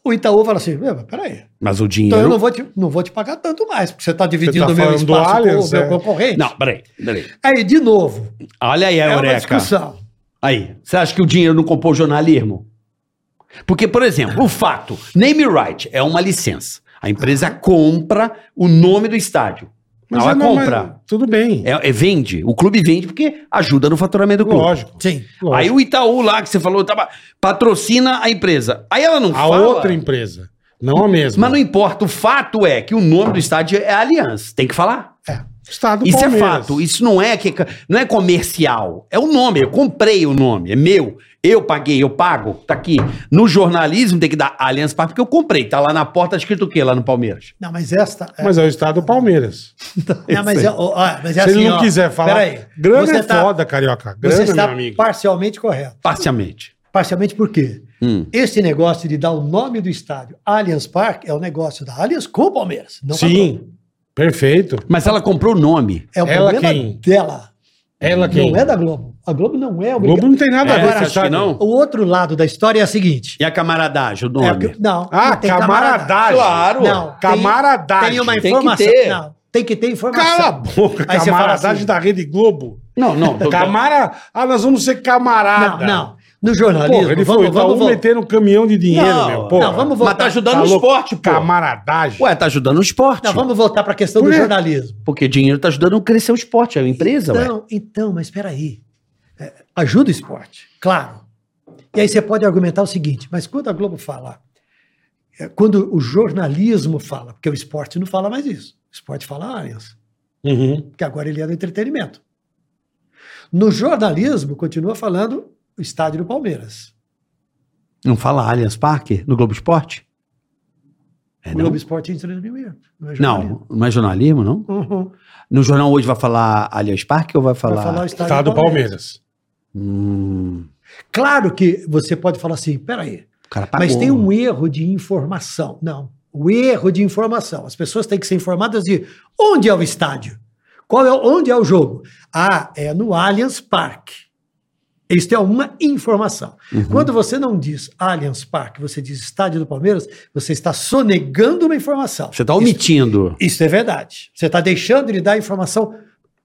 o Itaú fala assim, "Meu, mas peraí,
Mas o
então
dinheiro...
eu não vou te, não vou te pagar tanto mais, porque você está dividindo
tá
o meu
falando do
espaço
Allianz,
com o
é?
meu concorrente.
Não, peraí, peraí.
Aí, de novo,
Olha aí a
é, uma
eureka.
discussão.
Aí, você acha que o dinheiro não compôs jornalismo? Porque, por exemplo, o fato, name right é uma licença. A empresa compra o nome do estádio.
é. Mas
ela
é normal,
compra.
Tudo bem.
É, é- vende. O clube vende porque ajuda no faturamento do clube.
Lógico.
Sim.
lógico.
Aí o Itaú lá que você falou, tava, patrocina a empresa. Aí ela não
a
fala.
outra empresa. Não a mesma.
Mas não importa, o fato é que o nome do estádio é Aliança. Tem que falar.
Estado
Isso é
Palmeiras.
fato, isso não é que não é comercial, é o nome, eu comprei o nome, é meu, eu paguei, eu pago, tá aqui. No jornalismo tem que dar Allianz Parque porque eu comprei, tá lá na porta escrito o quê lá no Palmeiras?
Não, mas esta... é-
Mas é o Estado Palmeiras.
<laughs> não, mas, é, ó, ó, mas é
Se
assim,
ele não
ó,
quiser falar.
Peraí,
grana
você
é
tá-
foda, carioca. Grana,
Você está
meu amigo.
parcialmente correto.
Parcialmente.
Parcialmente por quê?
Hum.
Esse negócio de dar o nome do estádio Allianz Parque é o negócio da Allianz com o Palmeiras. Não com a Globo.
Sim. Perfeito.
Mas ela comprou o nome.
É o
Ela
problema
quem?
dela.
Ela quem?
Não é da Globo. A Globo não é obrigada.
Globo não tem nada a ver
Agora,
com o
acho que
Estado.
não.
O outro lado da história é a seguinte.
E a camaradagem, o
É
nome.
que- não.
Ah,
não tem
camaradagem.
Claro.
Não,
Camaradagem.
Tem, tem uma
Tem que
informação.
ter.
Não, tem que ter informação.
Cala a boca,
Aí você fala
camaradagem
assim-
da Rede Globo.
Não,
<laughs>
não, tô-
Camara... Ah, nós vamos ser
Não,
camarada.
não. No jornalismo,
Porra, ele foi
vamos,
Itaú
vamos, vamos.
meter um caminhão de dinheiro,
Não,
meu. Porra.
não, vamos
mas
voltar.
tá ajudando
Tá
o
louco.
esporte, pô.
Camaradagem.
Ué, tá ajudando o esporte.
Não, vamos voltar para a questão
Por
do
quê?
jornalismo.
Porque dinheiro tá ajudando a crescer o esporte, é a empresa, ué.
Então, então mas espera aí. É, ajuda o esporte, claro. E aí você pode argumentar o seguinte, mas quando a Globo fala é, quando o jornalismo fala, porque o esporte não fala mais isso. O esporte fala áreas,
Uhum.
porque agora ele é do entretenimento. No jornalismo, continua falando o estádio do Palmeiras.
Não fala Allianz Parque no Globo Esporte? É,
o
não?
Globo Esporte é entretenimento. Não, é jornalismo.
não, não é jornalismo, não?
Uhum.
No jornal hoje vai falar Allianz Parque ou vai falar...
Vai falar o estádio
Estado do Palmeiras.
Hum,
Claro que você pode falar assim, peraí,
o cara pagou.
mas tem um erro de informação. Não, o erro de informação. As pessoas têm que ser informadas de onde é o estádio, qual é, onde é o jogo. Ah, é no Allianz Parque. Isto é uma informação.
Uhum.
Quando você não diz Allianz Parque, você diz Estádio do Palmeiras, você está sonegando uma informação.
Você tá
Isso-
omitindo.
Isso é verdade. Você está deixando ele dar a informação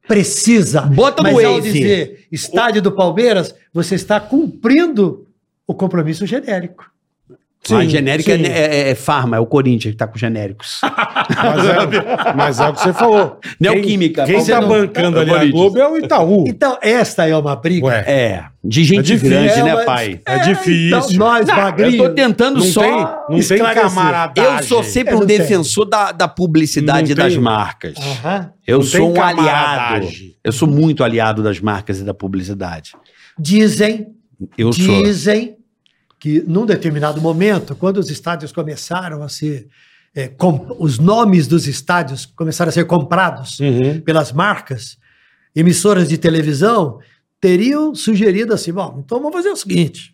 precisa.
Bota no
Mas ao
Waze.
dizer estádio do Palmeiras, você está cumprindo o compromisso genérico.
ah,
Sim,
genérico é,
sim.
é, é Farma, é o Corinthians que tá com genéricos.
Mas é, mas é o que você falou.
Neoquímica,
Quem, quem tá
Palmeiras.
bancando
É o
ali a
Corinthians.
Globo é o Itaú.
Então, esta é uma briga.
Ué,
É, de gente
É difícil,
grande,
é,
né,
mas-
pai?
é difícil.
Então, nós,
Eu
magrinho.
tô tentando
não
só...
tem, não tem
esclarecer.
camaradagem.
Eu sou sempre
Eu
um
não tenho. Ah,
defensor da, da publicidade
Não
e das
tem.
marcas.
Aham.
Eu
Não
sou
tem
um aliado.
camaradagem.
Eu sou muito aliado das marcas e da publicidade.
Dizem,
Eu sou.
dizem que num determinado momento, quando os estádios começaram a ser. eh, com- os nomes dos estádios começaram a ser comprados
Uhum.
pelas marcas, emissoras de televisão, teriam sugerido assim: bom, então vamos fazer o seguinte: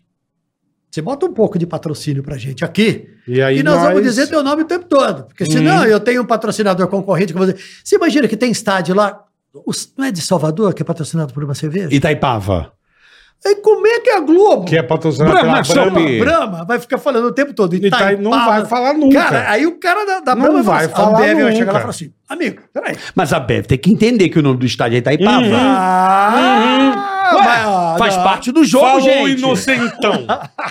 você bota um pouco de patrocínio pra gente aqui,
E aí
e nós,
nós- Uhum.
vamos dizer teu nome o tempo todo. Porque senão eu tenho um patrocinador concorrente que eu vou dizer. Você imagina que tem estádio lá. os- não é de Salvador que é patrocinado por uma cerveja? E,
Itaipava.
como é que a Globo?
Que é patrocinado pela
Brahma, chama
Brahma.
Brahma.
Brahma vai ficar falando o tempo todo.
E tá- não
Itaipava.
vai falar nunca.
Cara, aí o cara da, da
Não
Brahma
vai
assim,
falar
Ambev vai chegar
nunca.
lá e falar assim: amigo, peraí.
Mas a Bev tem que entender que o nome do estádio é Itaipava.
Ah,
Ué,
vai- ah,
faz
não.
parte do jogo,
Uhum. Falou
gente. <laughs> Tá
inocentão.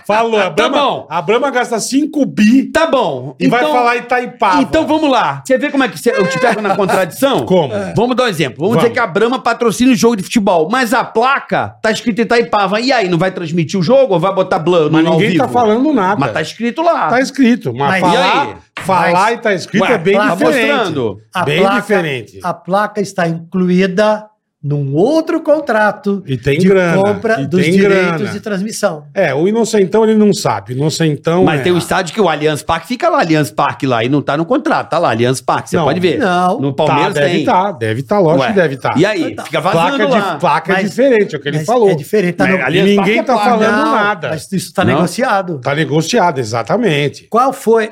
Falou. A Brahma,
bom.
a Brahma gasta 5 bi
Tá bom.
e vai falar Itaipava.
Então vamos lá. Você vê como é que cê- eu te pego na
<laughs>
contradição?
Como?
Vamos dar um exemplo. Vamos,
Vamos.
dizer que a Brahma patrocina o jogo de futebol, mas a placa tá escrita Itaipava. E aí, não vai transmitir o jogo ou vai botar blan no
Mas
ao
ninguém tá
vivo?
falando nada.
Mas tá escrito lá.
Tá escrito. Mas,
Ah. Mas
e aí?
falar, falar
Mas-
e tá escrito
Ué,
é bem
tá
diferente.
mostrando.
Bem diferente.
A placa está incluída num outro contrato
E tem
de
grana,
compra
e
dos
tem
direitos
grana.
de transmissão.
É, o inocentão ele não sabe. Inocentão
Mas
é-
tem o estádio que o Allianz Parque fica lá, Allianz Parque lá, e não tá no contrato, tá lá, Allianz Parque, você
Não,
pode ver.
não.
No
Tá,
Palmeiras
deve
tem.
estar, deve estar, lógico
Ué,
que deve estar.
E aí,
Tá.
fica
placa
vazando lá.
de, placa é
Mas-
diferente, é o que ele
Mas
falou.
É diferente. Tá
Mas,
no-
aliás,
E ninguém
Parque é
tá
placa,
falando
Não,
nada.
Mas isso está
Não?
negociado.
Tá negociado, exatamente.
Qual foi,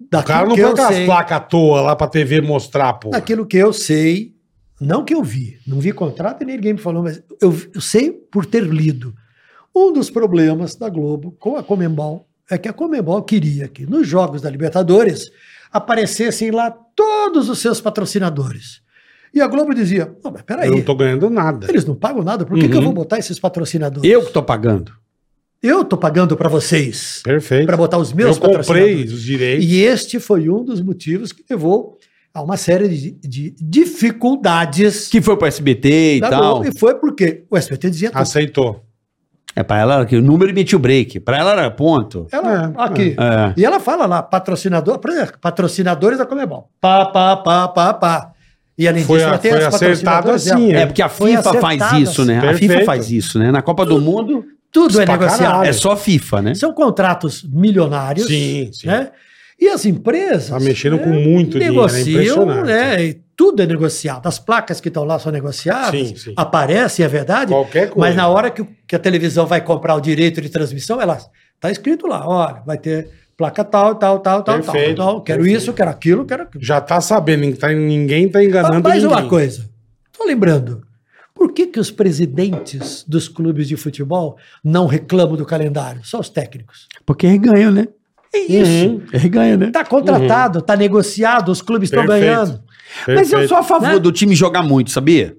O cara
daquilo
não
que
põe
eu
aquelas
sei,
placas à toa lá pra TV mostrar, pô.
daquilo que eu sei, não que eu vi, não vi contrato e nem ninguém me falou, mas eu, eu sei por ter lido. Um dos problemas da Globo com a Comembol é que a Comembol queria que nos Jogos da Libertadores aparecessem lá todos os seus patrocinadores. E a Globo dizia: "Não, mas peraí,
Eu não tô ganhando nada.
eles não pagam nada, por que, que eu vou botar esses patrocinadores?
Uhum. Eu que tô pagando.
Eu tô pagando para vocês,
Perfeito.
para botar os meus
Eu comprei
patrocinadores.
os direitos.
E este foi um dos motivos que levou a uma série de, de dificuldades
Que foi pro SBT e
Tá
da
tal.
Globo. E foi porque o SBT dizia tudo.
Aceitou.
É, pra ela era que o número emitiu break. Pra ela era ponto.
Ela,
É,
aqui.
É.
E ela fala lá, patrocinador, por exemplo, patrocinadores da Comebol. Pá, pá, pá, pá, pá. E além
Foi,
disso, ela
a-
tem
foi
as
acertado
patrocinadoras
assim.
dela.
É porque a
Foi
FIFA faz
acertado,
isso, né?
perfeito.
A FIFA faz isso, né? Na Copa do Mundo
Tudo é
Pra
negociado.
caralho.
é só FIFA, né?
São contratos milionários.
Sim, sim.
Né? E as empresas. né,
Tá mexendo com muito dinheiro, é
negociam,
impressionante.
né? E tudo é negociado. As placas que estão lá são negociadas,
Sim, sim.
aparecem, é verdade.
Qualquer coisa.
Mas na hora que, o- que a televisão vai comprar o direito de transmissão, ela tá escrito lá: olha, vai ter placa tal, tal, tal, tal, tal.
Perfeito,
Então, quero
perfeito.
isso, quero aquilo, quero aquilo.
Já tá sabendo, ninguém tá- ninguém tá enganando
Mais
ninguém.
uma coisa. Tô lembrando. Por que, que os presidentes dos clubes de futebol não reclamam do calendário? Só os técnicos.
Porque eles ganham, né?
É isso.
Eles ganham, né?
Tá contratado, tá negociado, os clubes estão
Perfeito.
ganhando.
Mas eu
Perfeito.
sou a favor
Né?
do time jogar muito, sabia?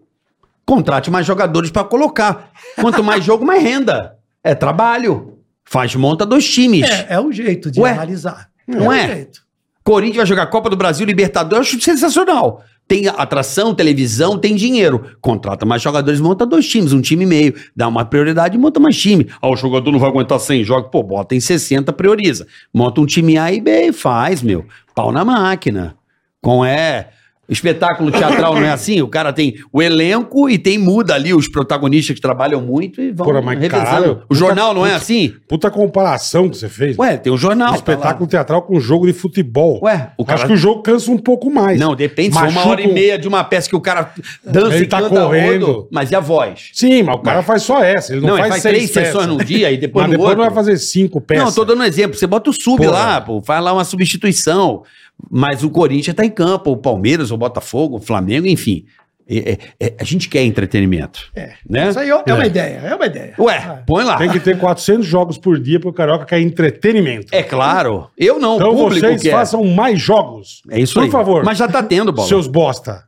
Contrate mais jogadores pra colocar. Quanto mais jogo, mais renda. É trabalho. Faz monta dos times.
É, é um jeito de
Ué?
analisar.
Não
um
é?
jeito.
Corinthians vai jogar Copa do Brasil, Libertadores, eu acho sensacional. Tem atração, televisão, tem dinheiro. Contrata mais jogadores, monta dois times, um time e meio. Dá uma prioridade, monta mais time. Ah, o jogador não vai aguentar 100 jogos. Pô, bota em 60, prioriza. Monta um time A e B e faz, meu. Pau na máquina. Com é... Espetáculo teatral não é assim? O cara tem o elenco e tem muda ali os protagonistas que trabalham muito e vão
Porra, mas
revezando.
caralho,
O jornal não é assim?
Puta comparação que você fez.
Ué, tem um jornal.
Um
tá lá.
espetáculo teatral com jogo de futebol.
Ué, o cara-
Acho que o jogo cansa um pouco mais.
Não, depende se for uma
Machuca um-
hora e
o-
meia de uma peça que o cara dança
Ele
e
tá
canta
correndo.
rodo, mas e a voz?
Sim, mas o cara faz só essa. Ele não,
ele faz
faz, seis
três sessões
peças.
num dia
<laughs>
e depois
Mas
no
depois
outro.
não vai fazer cinco peças.
Não, eu tô dando um exemplo. Você bota o sub
Porra.
lá, pô, faz lá uma substituição. Mas o Corinthians tá em campo, o Palmeiras, o Botafogo, o Flamengo, enfim. É- é- é- a gente quer entretenimento. É. Né?
Isso aí ó, é uma
É.
ideia, é uma ideia.
Ué, põe lá.
Ah, Tem que ter 400 jogos por dia pro Carioca, que é entretenimento.
É claro. Eu não,
então
o público
vocês
quer.
façam mais jogos.
É isso
por
aí.
Por favor.
Mas já tá tendo, bola. <laughs>
Seus bosta.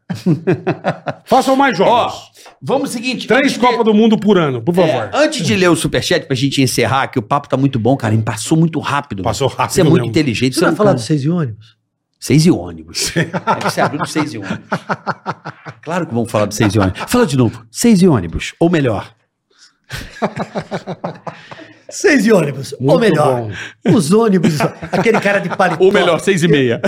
façam mais
Ó,
jogos.
vamos seguinte.
Três
antes de-
Copas do Mundo por ano, por favor.
É, antes de ler o superchat, pra gente encerrar, que o papo tá muito bom, cara. E passou muito rápido.
Passou rápido
Você é muito
mesmo.
inteligente.
Você
Você é
vai
um
falar
cara-
dos seis e ônibus?
Seis e ônibus. é que você abriu de seis e ônibus. Claro que vamos falar do seis e ônibus. Fala de novo. Seis e ônibus. Ou melhor.
Seis e ônibus, ou
Muito
melhor, os ônibus, <laughs> aquele cara de paletó.
Ou melhor, seis e meia.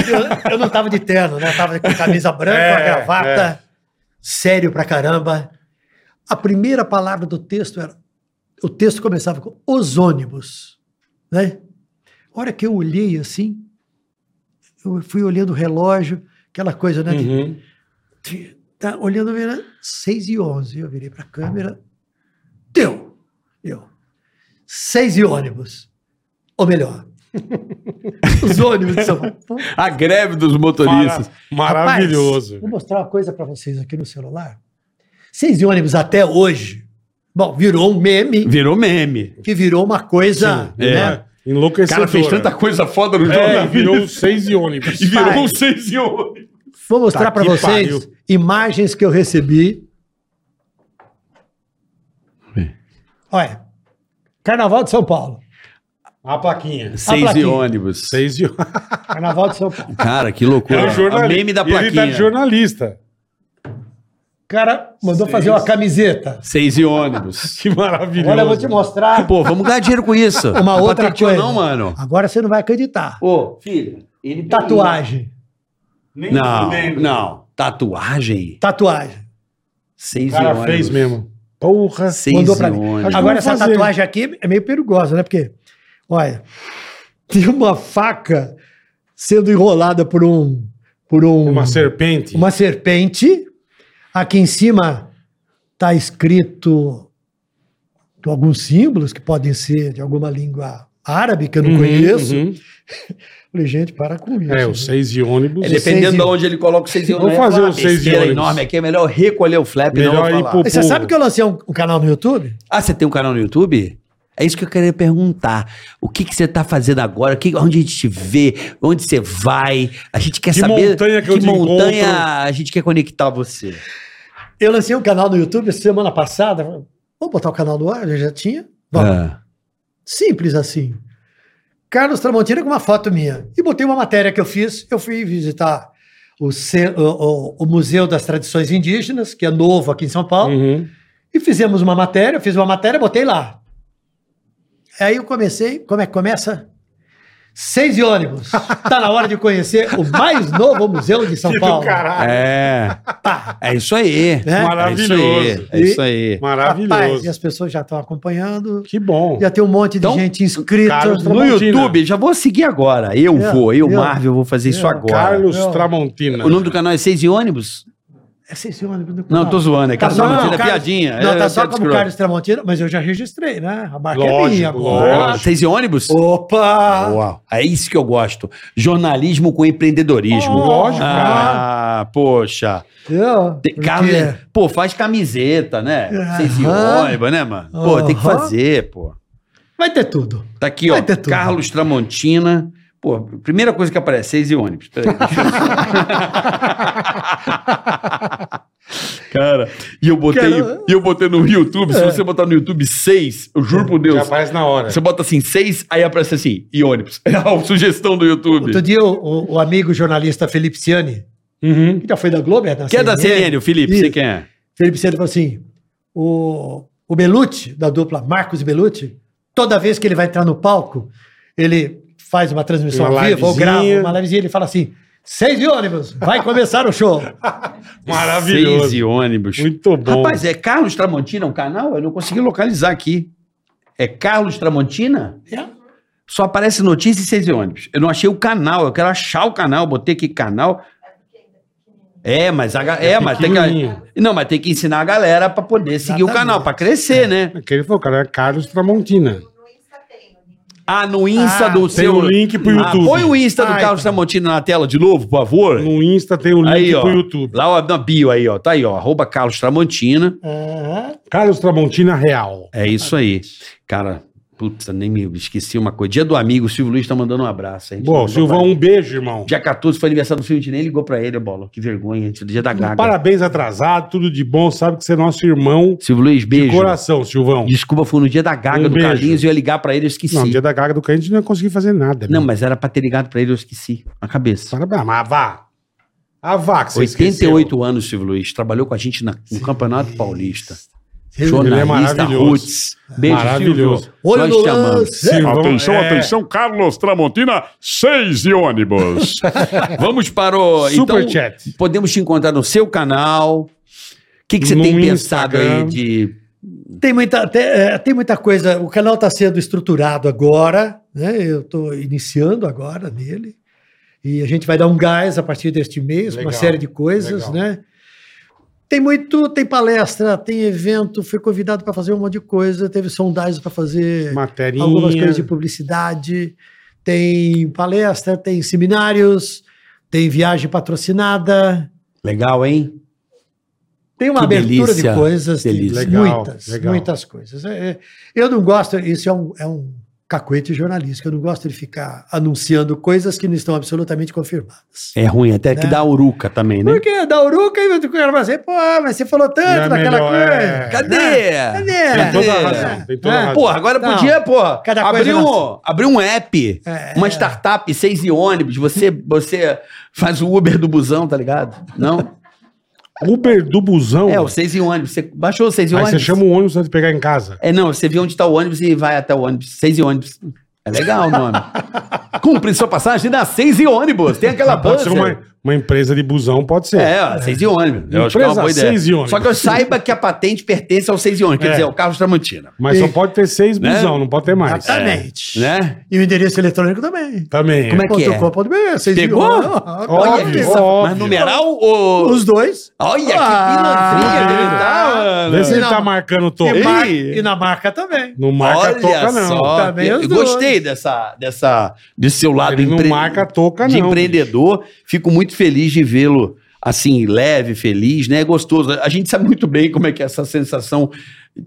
Eu, eu não tava de terno, né? Eu tava com camisa branca,
É,
uma gravata, sério pra caramba. A primeira palavra do texto era. O texto começava com os ônibus, né? A hora que eu olhei assim, eu fui olhando o relógio, aquela coisa, né? de-
Uhum.
de- tá olhando, era 6 e 11. Eu virei pra câmera, deu! Eu. 6 e ônibus.
<laughs>
Ou melhor, os ônibus de São Paulo.
A greve dos motoristas.
Mara- Maravilhoso.
Rapaz, vou mostrar uma coisa pra vocês aqui no celular. Seis e ônibus até hoje. Bom, virou um meme
Virou meme.
que virou uma coisa.
É.
né?
O
Enlouquecedora.
cara fez tanta coisa foda no
É,
jornalismo.
virou seis e ônibus.
E virou
Pai.
um seis e ônibus.
Vou mostrar
Tá
pra
que
vocês
pariu.
imagens que eu recebi. Olha, Carnaval de São Paulo.
A plaquinha.
Seis e
plaquinha.
ônibus.
Seis e ônibus.
Carnaval de São Paulo.
Cara, que loucura. o meme da plaquinha.
É Ele tá de jornalista.
O cara mandou fazer uma camiseta.
Seis e ônibus.
Que maravilhoso.
Olha, eu vou te mostrar
Pô, vamos ganhar dinheiro com isso.
uma
Não é
outra
patente ou
coisa.
não, mano.
Agora você não vai acreditar.
Ô, filho. Ele
Tatuagem.
Nem
Não,
fudendo.
não. Tatuagem?
Tatuagem.
Seis
O
e
cara
ônibus.
fez mesmo. Porra.
Seis
Mandou
e
pra mim.
ônibus.
Agora
Acho que eu
essa
vou fazer.
tatuagem aqui é meio perigosa, né? Porque, olha, tem uma faca sendo enrolada por um... Por um
Uma serpente.
uma serpente. Aqui em cima está escrito alguns símbolos que podem ser de alguma língua árabe que eu não
Uhum,
conheço.
uhum.
Falei, gente, para com isso.
É,
né?
os seis e ônibus.
É,
Seis
dependendo
e-
de onde ele coloca o 6 e 1.
Vamos fazer o seis e ônibus.
é enorme aqui, é melhor recolher o flap e não
Melhor ir
falar.
pro
Mas Você sabe que eu lancei um, um canal no YouTube?
Ah, você tem um canal no YouTube? É isso que eu queria perguntar. O que, que você tá fazendo agora? O que- onde a gente te vê? Onde você vai? A gente quer
Que
saber
montanha que eu te
montanha
encontro.
a gente quer conectar você.
Eu lancei um canal no YouTube semana passada. Vamos botar o canal no ar? Eu já tinha. Bom,
Ah.
Simples assim. Carlos Tramontina com uma foto minha. E botei uma matéria que eu fiz. Eu fui visitar o, ce- o- o- o Museu das Tradições Indígenas, que é novo aqui em São Paulo.
Uhum.
E fizemos uma matéria, eu fiz uma matéria, botei lá. Aí eu comecei, como é que começa? Seis e ônibus. Tá na hora de conhecer o mais novo museu de São
Que do
Paulo.
caralho.
É. É isso aí.
Né?
Maravilhoso.
É isso aí. É isso aí.
Rapaz, e
Maravilhoso.
as pessoas já estão acompanhando.
Que bom.
Já tem um monte de
Então,
gente inscrita.
Carlos
No
Tramontina.
YouTube, já vou seguir agora. Eu
É,
vou, eu,
eu.
Marvel, vou fazer isso
Eu.
agora.
Carlos
Não.
Tramontina.
O nome do canal é Seis e ônibus?
É seis e ônibus do
Não,
canal.
tô zoando. É Carlos
só-
Tramontina,
não,
é
Tá Carlos-
piadinha.
Não,
É,
tá só
Ted
como
Scrooge.
Carlos Tramontina, mas eu já registrei, né? A marca é
Lógico,
minha agora.
lógico.
Seis e ônibus?
Opa!
Uau. É isso que eu gosto. Jornalismo com empreendedorismo.
Lógico,
Ah, poxa.
Entendeu?
Tem-
Porque-
Carlos, pô, faz camiseta, né?
É. Aham.
Seis e ônibus, né, mano? Pô, tem que
Aham.
fazer, pô.
Vai ter tudo.
Tá aqui,
Vai
ó.
ter tudo.
Carlos Tramontina. Pô, primeira coisa que aparece, seis e ônibus. Peraí, deixa
<laughs>
eu- Cara,
E eu botei,
Cara-
e eu botei no YouTube.
é.
Se você botar no YouTube seis, eu juro por
Já
Deus.
aparece na hora.
Você bota assim seis, aí aparece <laughs> assim, e ônibus. É a sugestão do YouTube.
Outro dia, o, o- o amigo jornalista Felipe Ciani,
Uhum.
que já foi da Globo, é da
Que é da CNN, o Felipe,
Isso.
sei quem é.
Felipe Cedo falou assim: o, o Belucci, da dupla Marcos e Belucci, toda vez que ele vai entrar no palco, ele faz uma transmissão
Uma
ao vivo, ou grava
livezinha.
uma livezinha, ele fala assim: seis de ônibus, vai começar
<laughs>
o show.
Maravilhoso.
Seis e ônibus.
Muito bom.
Rapaz, é Carlos Tramontina o canal? Eu não consegui localizar aqui. É Carlos Tramontina?
É.
Só aparece notícia e seis e ônibus. Eu não achei o canal, eu quero achar o canal, botei aqui canal. É, mas, a, ga- é, mas tem
pequenininho.
que. Não, mas tem que ensinar a galera pra poder seguir o
Exatamente.
canal, pra crescer, né?
Aquele foi o cara, é Carlos Tramontina.
Ah, no Insta
Ah,
do
Tem
seu.
o link pro
Ah,
YouTube.
põe o Insta do
Ai,
Carlos
tá.
Tramontina na tela de novo, por favor.
No Insta tem o link
Aí, ó.
pro YouTube.
Lá ó, na bio aí, ó. Tá aí, ó. Arroba Carlos Tramontina.
Aham.
Carlos Tramontina Real.
É isso aí. Cara, puta, nem me esqueci uma coisa. Dia do amigo, o Silvio Luiz tá mandando um abraço. A gente
Bom,
mandou
Silvão,
pra ele.
um beijo, irmão.
Dia 14 foi aniversário do Silvio, a gente nem ligou pra ele, bola. Que vergonha, gente. Dia
Um
da gaga.
Parabéns atrasado, tudo de bom. Sabe que você é nosso irmão
Silvio Luiz,
de
beijo.
coração, Silvão.
Desculpa, foi no dia da gaga
Um
do
beijo.
Carlinhos, eu ia ligar pra ele, eu esqueci.
Não,
Não,
no dia da gaga do Corinthians a gente não ia conseguir fazer nada. meu.
mas era pra ter ligado pra ele, eu esqueci. A cabeça.
Parabéns, mas vá. A vá que você
88
esqueceu.
anos, Silvio Luiz. Trabalhou com a gente na- no Campeonato Paulista.
Ele é
Jornalista
maravilhoso.
Roots. Beijo,
Maravilhoso.
Silvio.
Olho
Nós te
do
amamos.
lance.
Atenção,
é.
atenção, Carlos Tramontina, seis de ônibus.
Vamos para o.
É. Super
então,
chat.
Podemos te encontrar no seu canal. O que, que você
No
tem pensado aí
Instagram.
de.
Tem muita, tem, é, tem muita coisa. O canal está sendo estruturado agora, né? Eu estou iniciando agora nele. E a gente vai dar um gás a partir deste mês,
Legal,
uma série de coisas,
legal.
né? Tem muito, tem palestra, tem evento, fui convidado para fazer um monte de coisa, teve sondagens para fazer
Materinha.
algumas coisas de publicidade, tem palestra, tem seminários, tem viagem patrocinada,
Legal, hein?
tem uma
Que
abertura
delícia,
de coisas, tem
delícia.
Legal,
muitas,
legal.
muitas coisas. É, é, eu não gosto, isso é um, é um cacoete jornalístico, eu não gosto de ficar anunciando coisas que não estão absolutamente confirmadas.
É ruim, até que
Né?
dá uruca também, né?
Porque da Uruca, aí o cara vai dizer, pô, mas você falou tanto
Não é
daquela
melhor,
coisa.
é.
né? Cadê?
Cadê?
Tem toda a
É.
razão. Tem toda a
É.
razão.
Porra, agora
Não.
podia, porra,
Cada coisa
abrir,
na
um, abrir um app, uma startup, seis e ônibus, você, você faz o Uber do busão, tá ligado? Não?
é Uber do busão.
<laughs> É, o seis e ônibus, você baixou o seis e
Aí
ônibus.
você chama o ônibus pra te pegar em casa.
É, não, você vê onde tá o ônibus e vai até o ônibus. Seis e ônibus. É legal o nome. <laughs> Cumpre sua passagem dá seis e ônibus. Tem aquela
Pode ser
buzzer.
uma, uma empresa de busão, pode ser.
Ah, É, ó, seis e ônibus. Eu acho que é uma
Empresa
boa ideia.
seis e ônibus.
Só que eu saiba que a patente pertence ao seis e ônibus, quer
É.
dizer, ao Carlos Tramontina.
Mas só pode ter seis
Né?
busão, não pode ter mais. É.
Exatamente.
Né?
E o endereço eletrônico também.
Também.
Como é que é?
Ponto com, ponto BR, vocês
Pegou?
viram?
Olha,
Óbvio,
essa-
óbvio.
mas numeral ou...
Os dois.
Olha, que
Ah,
pilantrinha dele tá.
Vê se ele
Não.
tá marcando o topo.
E, mar-
Ei.
e na marca também.
Não marca
tá- Olha
toca, não. Tá
só.
Também
eu
os dois.
gostei dessa, dessa, desse seu lado
Ele não
empre-
marca toca,
de
não.
empreendedor. Fico muito feliz de vê-lo assim, leve, feliz, né? É gostoso. A gente sabe muito bem como é que é essa sensação.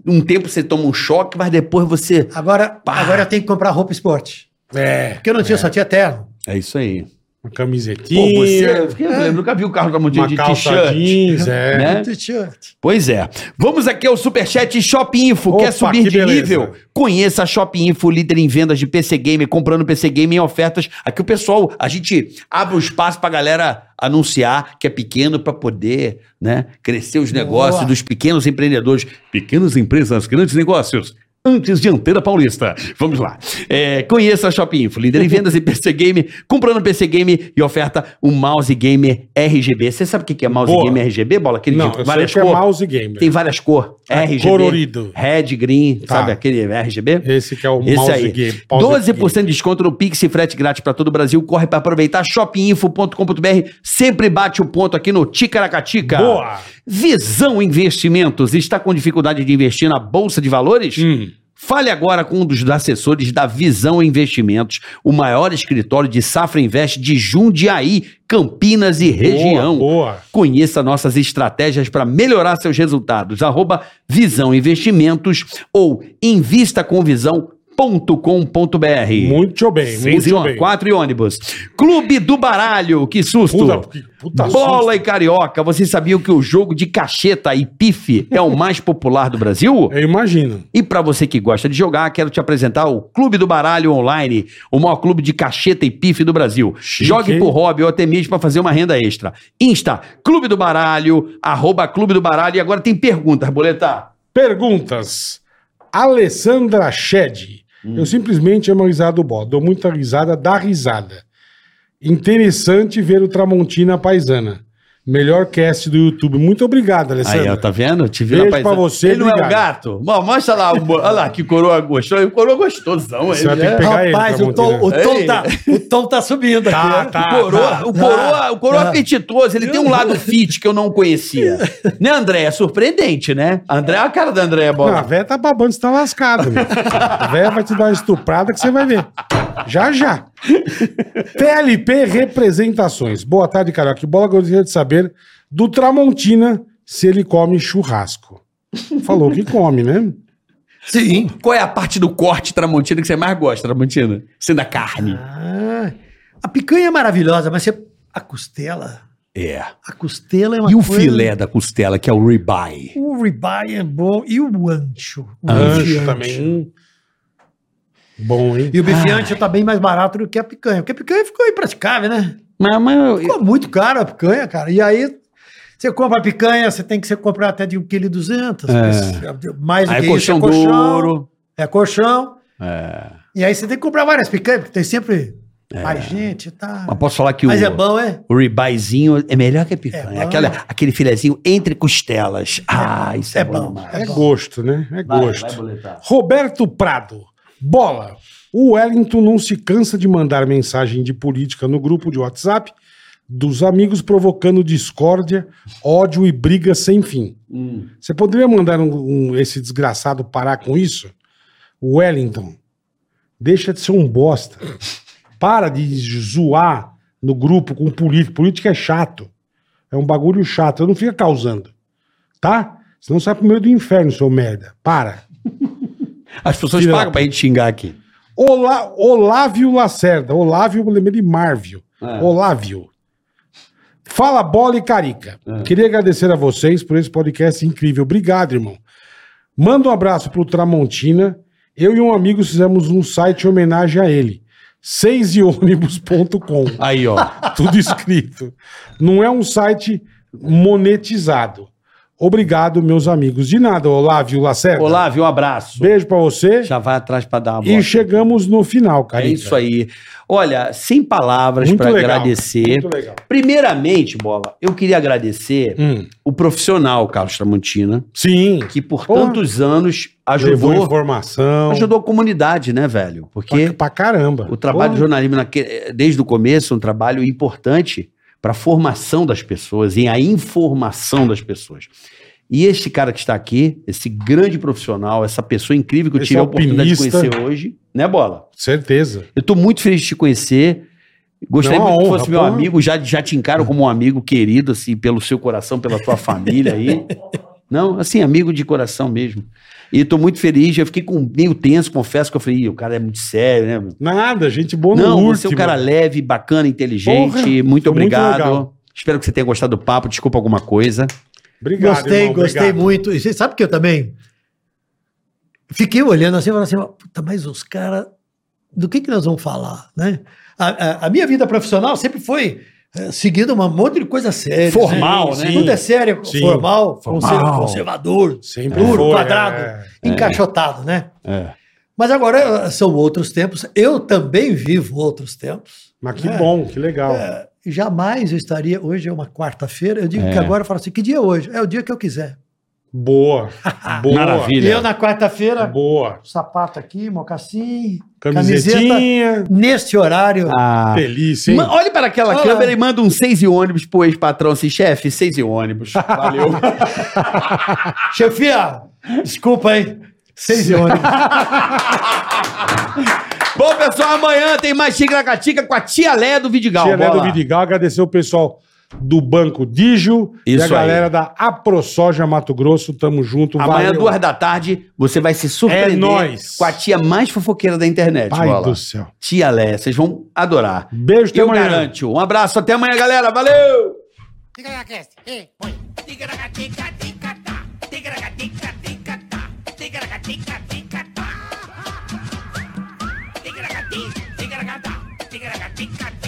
Um tempo você toma um choque, mas depois você.
Agora,
Pá.
agora eu tenho que comprar roupa esporte.
É.
Porque eu não tinha, só tinha terno.
É isso aí.
Uma
Pô,
camisetinha.
você. é, Eu fiquei- eu nunca vi o carro da Mondinha
Uma
de
calça
t-shirt.
jeans, é.
Né?
T-shirt.
Pois é. Vamos aqui ao Superchat Shopping Info.
Opa,
Quer subir
que
de
beleza.
nível? Conheça a Shopping Info, líder em vendas de PC Game, comprando PC Game em ofertas. Aqui o pessoal, a gente abre um espaço pra galera anunciar que é pequeno pra poder, né, crescer os negócios dos pequenos empreendedores, pequenas empresas, grandes negócios. Antes de Antena Paulista. Vamos lá. É, conheça a Shopping Info, líder em vendas em PC Game, comprando PC Game e oferta um mouse game RGB. Você sabe o que que é mouse
Boa.
game RGB, bola? Aquele
Não,
de
eu sei
várias
que é
cores.
mouse gamer.
Tem várias cores. RGB.
É, Colorido.
Red, green,
Tá.
sabe aquele RGB?
Esse que é o
Esse
mouse
aí.
game. mouse
12% de desconto no Pix e frete grátis para todo o Brasil. Corre para aproveitar. shopinfo.com.br sempre bate o ponto aqui no Ticaracatica.
game. Boa.
Visão Investimentos. Está com dificuldade de investir na Bolsa de Valores?
Hum.
Fale agora com um dos assessores da Visão Investimentos, o maior escritório de Safra Invest de Jundiaí, Campinas e região.
Boa.
Conheça nossas estratégias para melhorar seus resultados. Arroba Visão Investimentos ou invista com visão. clubedobaralho.com.br.
Muito bem,
Seis e
muito
uma,
bem.
quatro e ônibus. Clube do Baralho, que susto!
Puta, que puta
Bola e Carioca, vocês sabiam que o jogo de cacheta e pife é o mais popular do Brasil?
Eu imagino.
E para você que gosta de jogar, quero te apresentar o Clube do Baralho Online, o maior clube de cacheta e pife do Brasil.
Chique,
Jogue
hein?
por hobby ou até mesmo para fazer uma renda extra. Insta, Clube do Baralho, arroba Clube do Baralho. E agora tem perguntas, Boletar.
Perguntas. Alessandra Shed.
Hum.
Eu simplesmente amo a risada do Bó. Dou muita risada da risada. Interessante ver o Tramontina Paisana. Melhor cast do YouTube. Muito obrigado,
Aí,
Alessandra.
ó, tá vendo? Te vi
é Beijo
na
pra
paisagem.
você,
Ele não é o
obrigado.
gato? Bom, mostra lá, o bo- olha lá que coroa gostoso. Coroa gostosão.
Você vai
Ele
ter que
é...
pegar
Rapaz,
ele.
o tom, o,
Tramontina.
tom tá, o tom tá subindo
Tá,
aqui. né?
tá.
O coroa, o coroa, o coroa
tá.
apetitoso, ele tem um lado fit que eu não
<laughs>
conhecia. né, André? É surpreendente, né? André, olha a cara da André,
Não, a
bola.
véia tá babando, você tá lascado, meu. A véia vai te dar uma estuprada que você vai ver. Já, já. TLP Representações. Boa tarde, Carioca. Que bola gostaria de saber do Tramontina se ele come churrasco. Falou que come, né?
Sim.
Qual é a parte do corte tramontina que você mais gosta, tramontina? Sendo a carne.
Ah, a picanha é maravilhosa, mas você, a costela,
É.
a costela é uma
E o
coisa-
filé da costela, que é o ribeye.
O ribeye é bom e o ancho. O bife
Anjo também. Ah. Bom, hein?
E o bife ancho tá bem mais barato do que a picanha, porque a picanha ficou impraticável, né?
Mas, mas
Ficou muito caro a picanha, cara. E aí você compra a picanha, você tem que você comprar até de 1,2 kg. Mais do
É. aí
que
é colchão
isso, é colchão.
duro.
É colchão.
É.
E aí você tem que comprar várias picanhas, porque tem sempre mais gente e tá.
Mas posso falar que
Mas
o...
é bom, é?
O ribazinho é melhor que a picanha.
É bom.
Aquela- aquele filezinho entre costelas. Ah, isso é,
É
bom.
bom.
demais.
É gosto, né? É gosto.
boletar.
Roberto Prado. Bola. O Wellington não se cansa de mandar mensagem de política no grupo de WhatsApp dos amigos provocando discórdia, ódio e briga sem fim.
Hum.
Você poderia mandar um- um- esse desgraçado parar com isso? Wellington, deixa de ser um bosta. Para de zoar no grupo com político. Política é chato. É um bagulho chato. Eu não fica causando. Tá? Senão sai pro meio do inferno, seu merda. Para.
As pessoas
Filha
pagam
da-
pra gente xingar aqui.
Olá, Olávio Lacerda. Olávio, eu lembrei de Marvio.
É.
Olávio. Fala bola e carica.
É.
Queria agradecer a vocês por esse podcast incrível. Obrigado, irmão. Manda um abraço pro Tramontina. Eu e um amigo fizemos um site em homenagem a ele.
<laughs>
seiseônibus.com.
Aí, ó.
Tudo escrito. Não é um site monetizado. Obrigado, meus amigos. De nada, Olávio
É
Lacerda.
Olá, viu? Um abraço.
Beijo pra você.
Já vai atrás pra dar uma
E
bola.
chegamos no final, cara.
É isso aí. Olha, sem palavras
Muito
pra
legal.
agradecer.
Muito legal.
Primeiramente, Bola, eu queria agradecer
Hum.
o profissional Carlos Tramontina,
Sim.
que por
Porra.
tantos anos
Levou
ajudou,
informação.
ajudou a comunidade, né, velho? Porque
pra, pra caramba.
O trabalho de
Porra.
jornalismo, naque- eh, desde o começo, é um trabalho importante para a formação das pessoas e a informação das pessoas. E este cara que está aqui, esse grande profissional, essa pessoa incrível que eu
Esse
tive a oportunidade de
alpinista.
conhecer hoje, né, Bola?
Certeza.
Eu estou muito feliz de te conhecer. Gostaria
Não, é uma
muito que
honra,
fosse meu
porra.
amigo, já, já te encaro como um amigo querido, assim, pelo seu coração, pela tua família aí. Não, assim, amigo de coração mesmo. E estou muito feliz, eu fiquei com, meio tenso, confesso que eu falei, "Ih, o cara é muito sério, né?
Nada, gente boa no
Não,
último.
você é um cara leve, bacana, inteligente.
Porra,
muito
foi muito
obrigado.
legal.
Espero que você tenha gostado do papo. Desculpa alguma coisa.
Obrigado,
gostei,
irmão,
gostei
obrigado.
muito. E você sabe que eu também fiquei olhando assim e falando assim, "Mas, puta, mas os caras, do que que nós vamos falar, né? A, a- a minha vida profissional sempre foi eh, seguindo um monte de coisa séria.
Formal,
né?
né?
Tudo é sério,
Sim.
formal,
Formal.
conser- conservador,
Sempre
duro,
foi,
quadrado,
é.
encaixotado, né?
É.
Mas agora eh, são outros tempos. Eu também vivo outros tempos.
Mas
É.
que bom, que legal.
Jamais eu estaria. Hoje é uma quarta-feira. Eu digo
É.
que agora eu falo assim: que dia é hoje? É o dia que eu quiser.
<laughs>
Boa. Boa.
Maravilha.
E eu, na quarta-feira,
Boa.
sapato aqui, mocassim, camiseta.
Camisetinha.
Neste horário.
Ah.
Delícia, hein?
Ma- Olhe para aquela
Olá.
câmera e manda um seis e ônibus pro ex-patrão assim, chefe, seis e ônibus. Valeu.
<laughs>
Chefia, desculpa, hein? Seis e ônibus.
Bom, pessoal, amanhã tem mais Xícara Catica com a tia Lé do Vidigal.
Tia Lé do
Bola.
Vidigal, agradecer o pessoal do Banco Digio e
Isso
a
aí.
galera da AproSoja Mato Grosso. Tamo junto.
Amanhã,
valeu.
duas da tarde, você vai se
É
surpreender
nóis.
com a tia mais fofoqueira da internet,
Pai
Bola.
do céu.
Tia Lé, vocês vão adorar.
Beijo, até
Eu
amanhã.
garanto. Um abraço, até amanhã, galera. Valeu!
Tigaracast, hey, boy. Tigaracatica, ticatá. Tigaracatica, ticatá. Tigaracatica, ticatá. Tigaracati, tigaracatá. Tigaracatica, ticatá.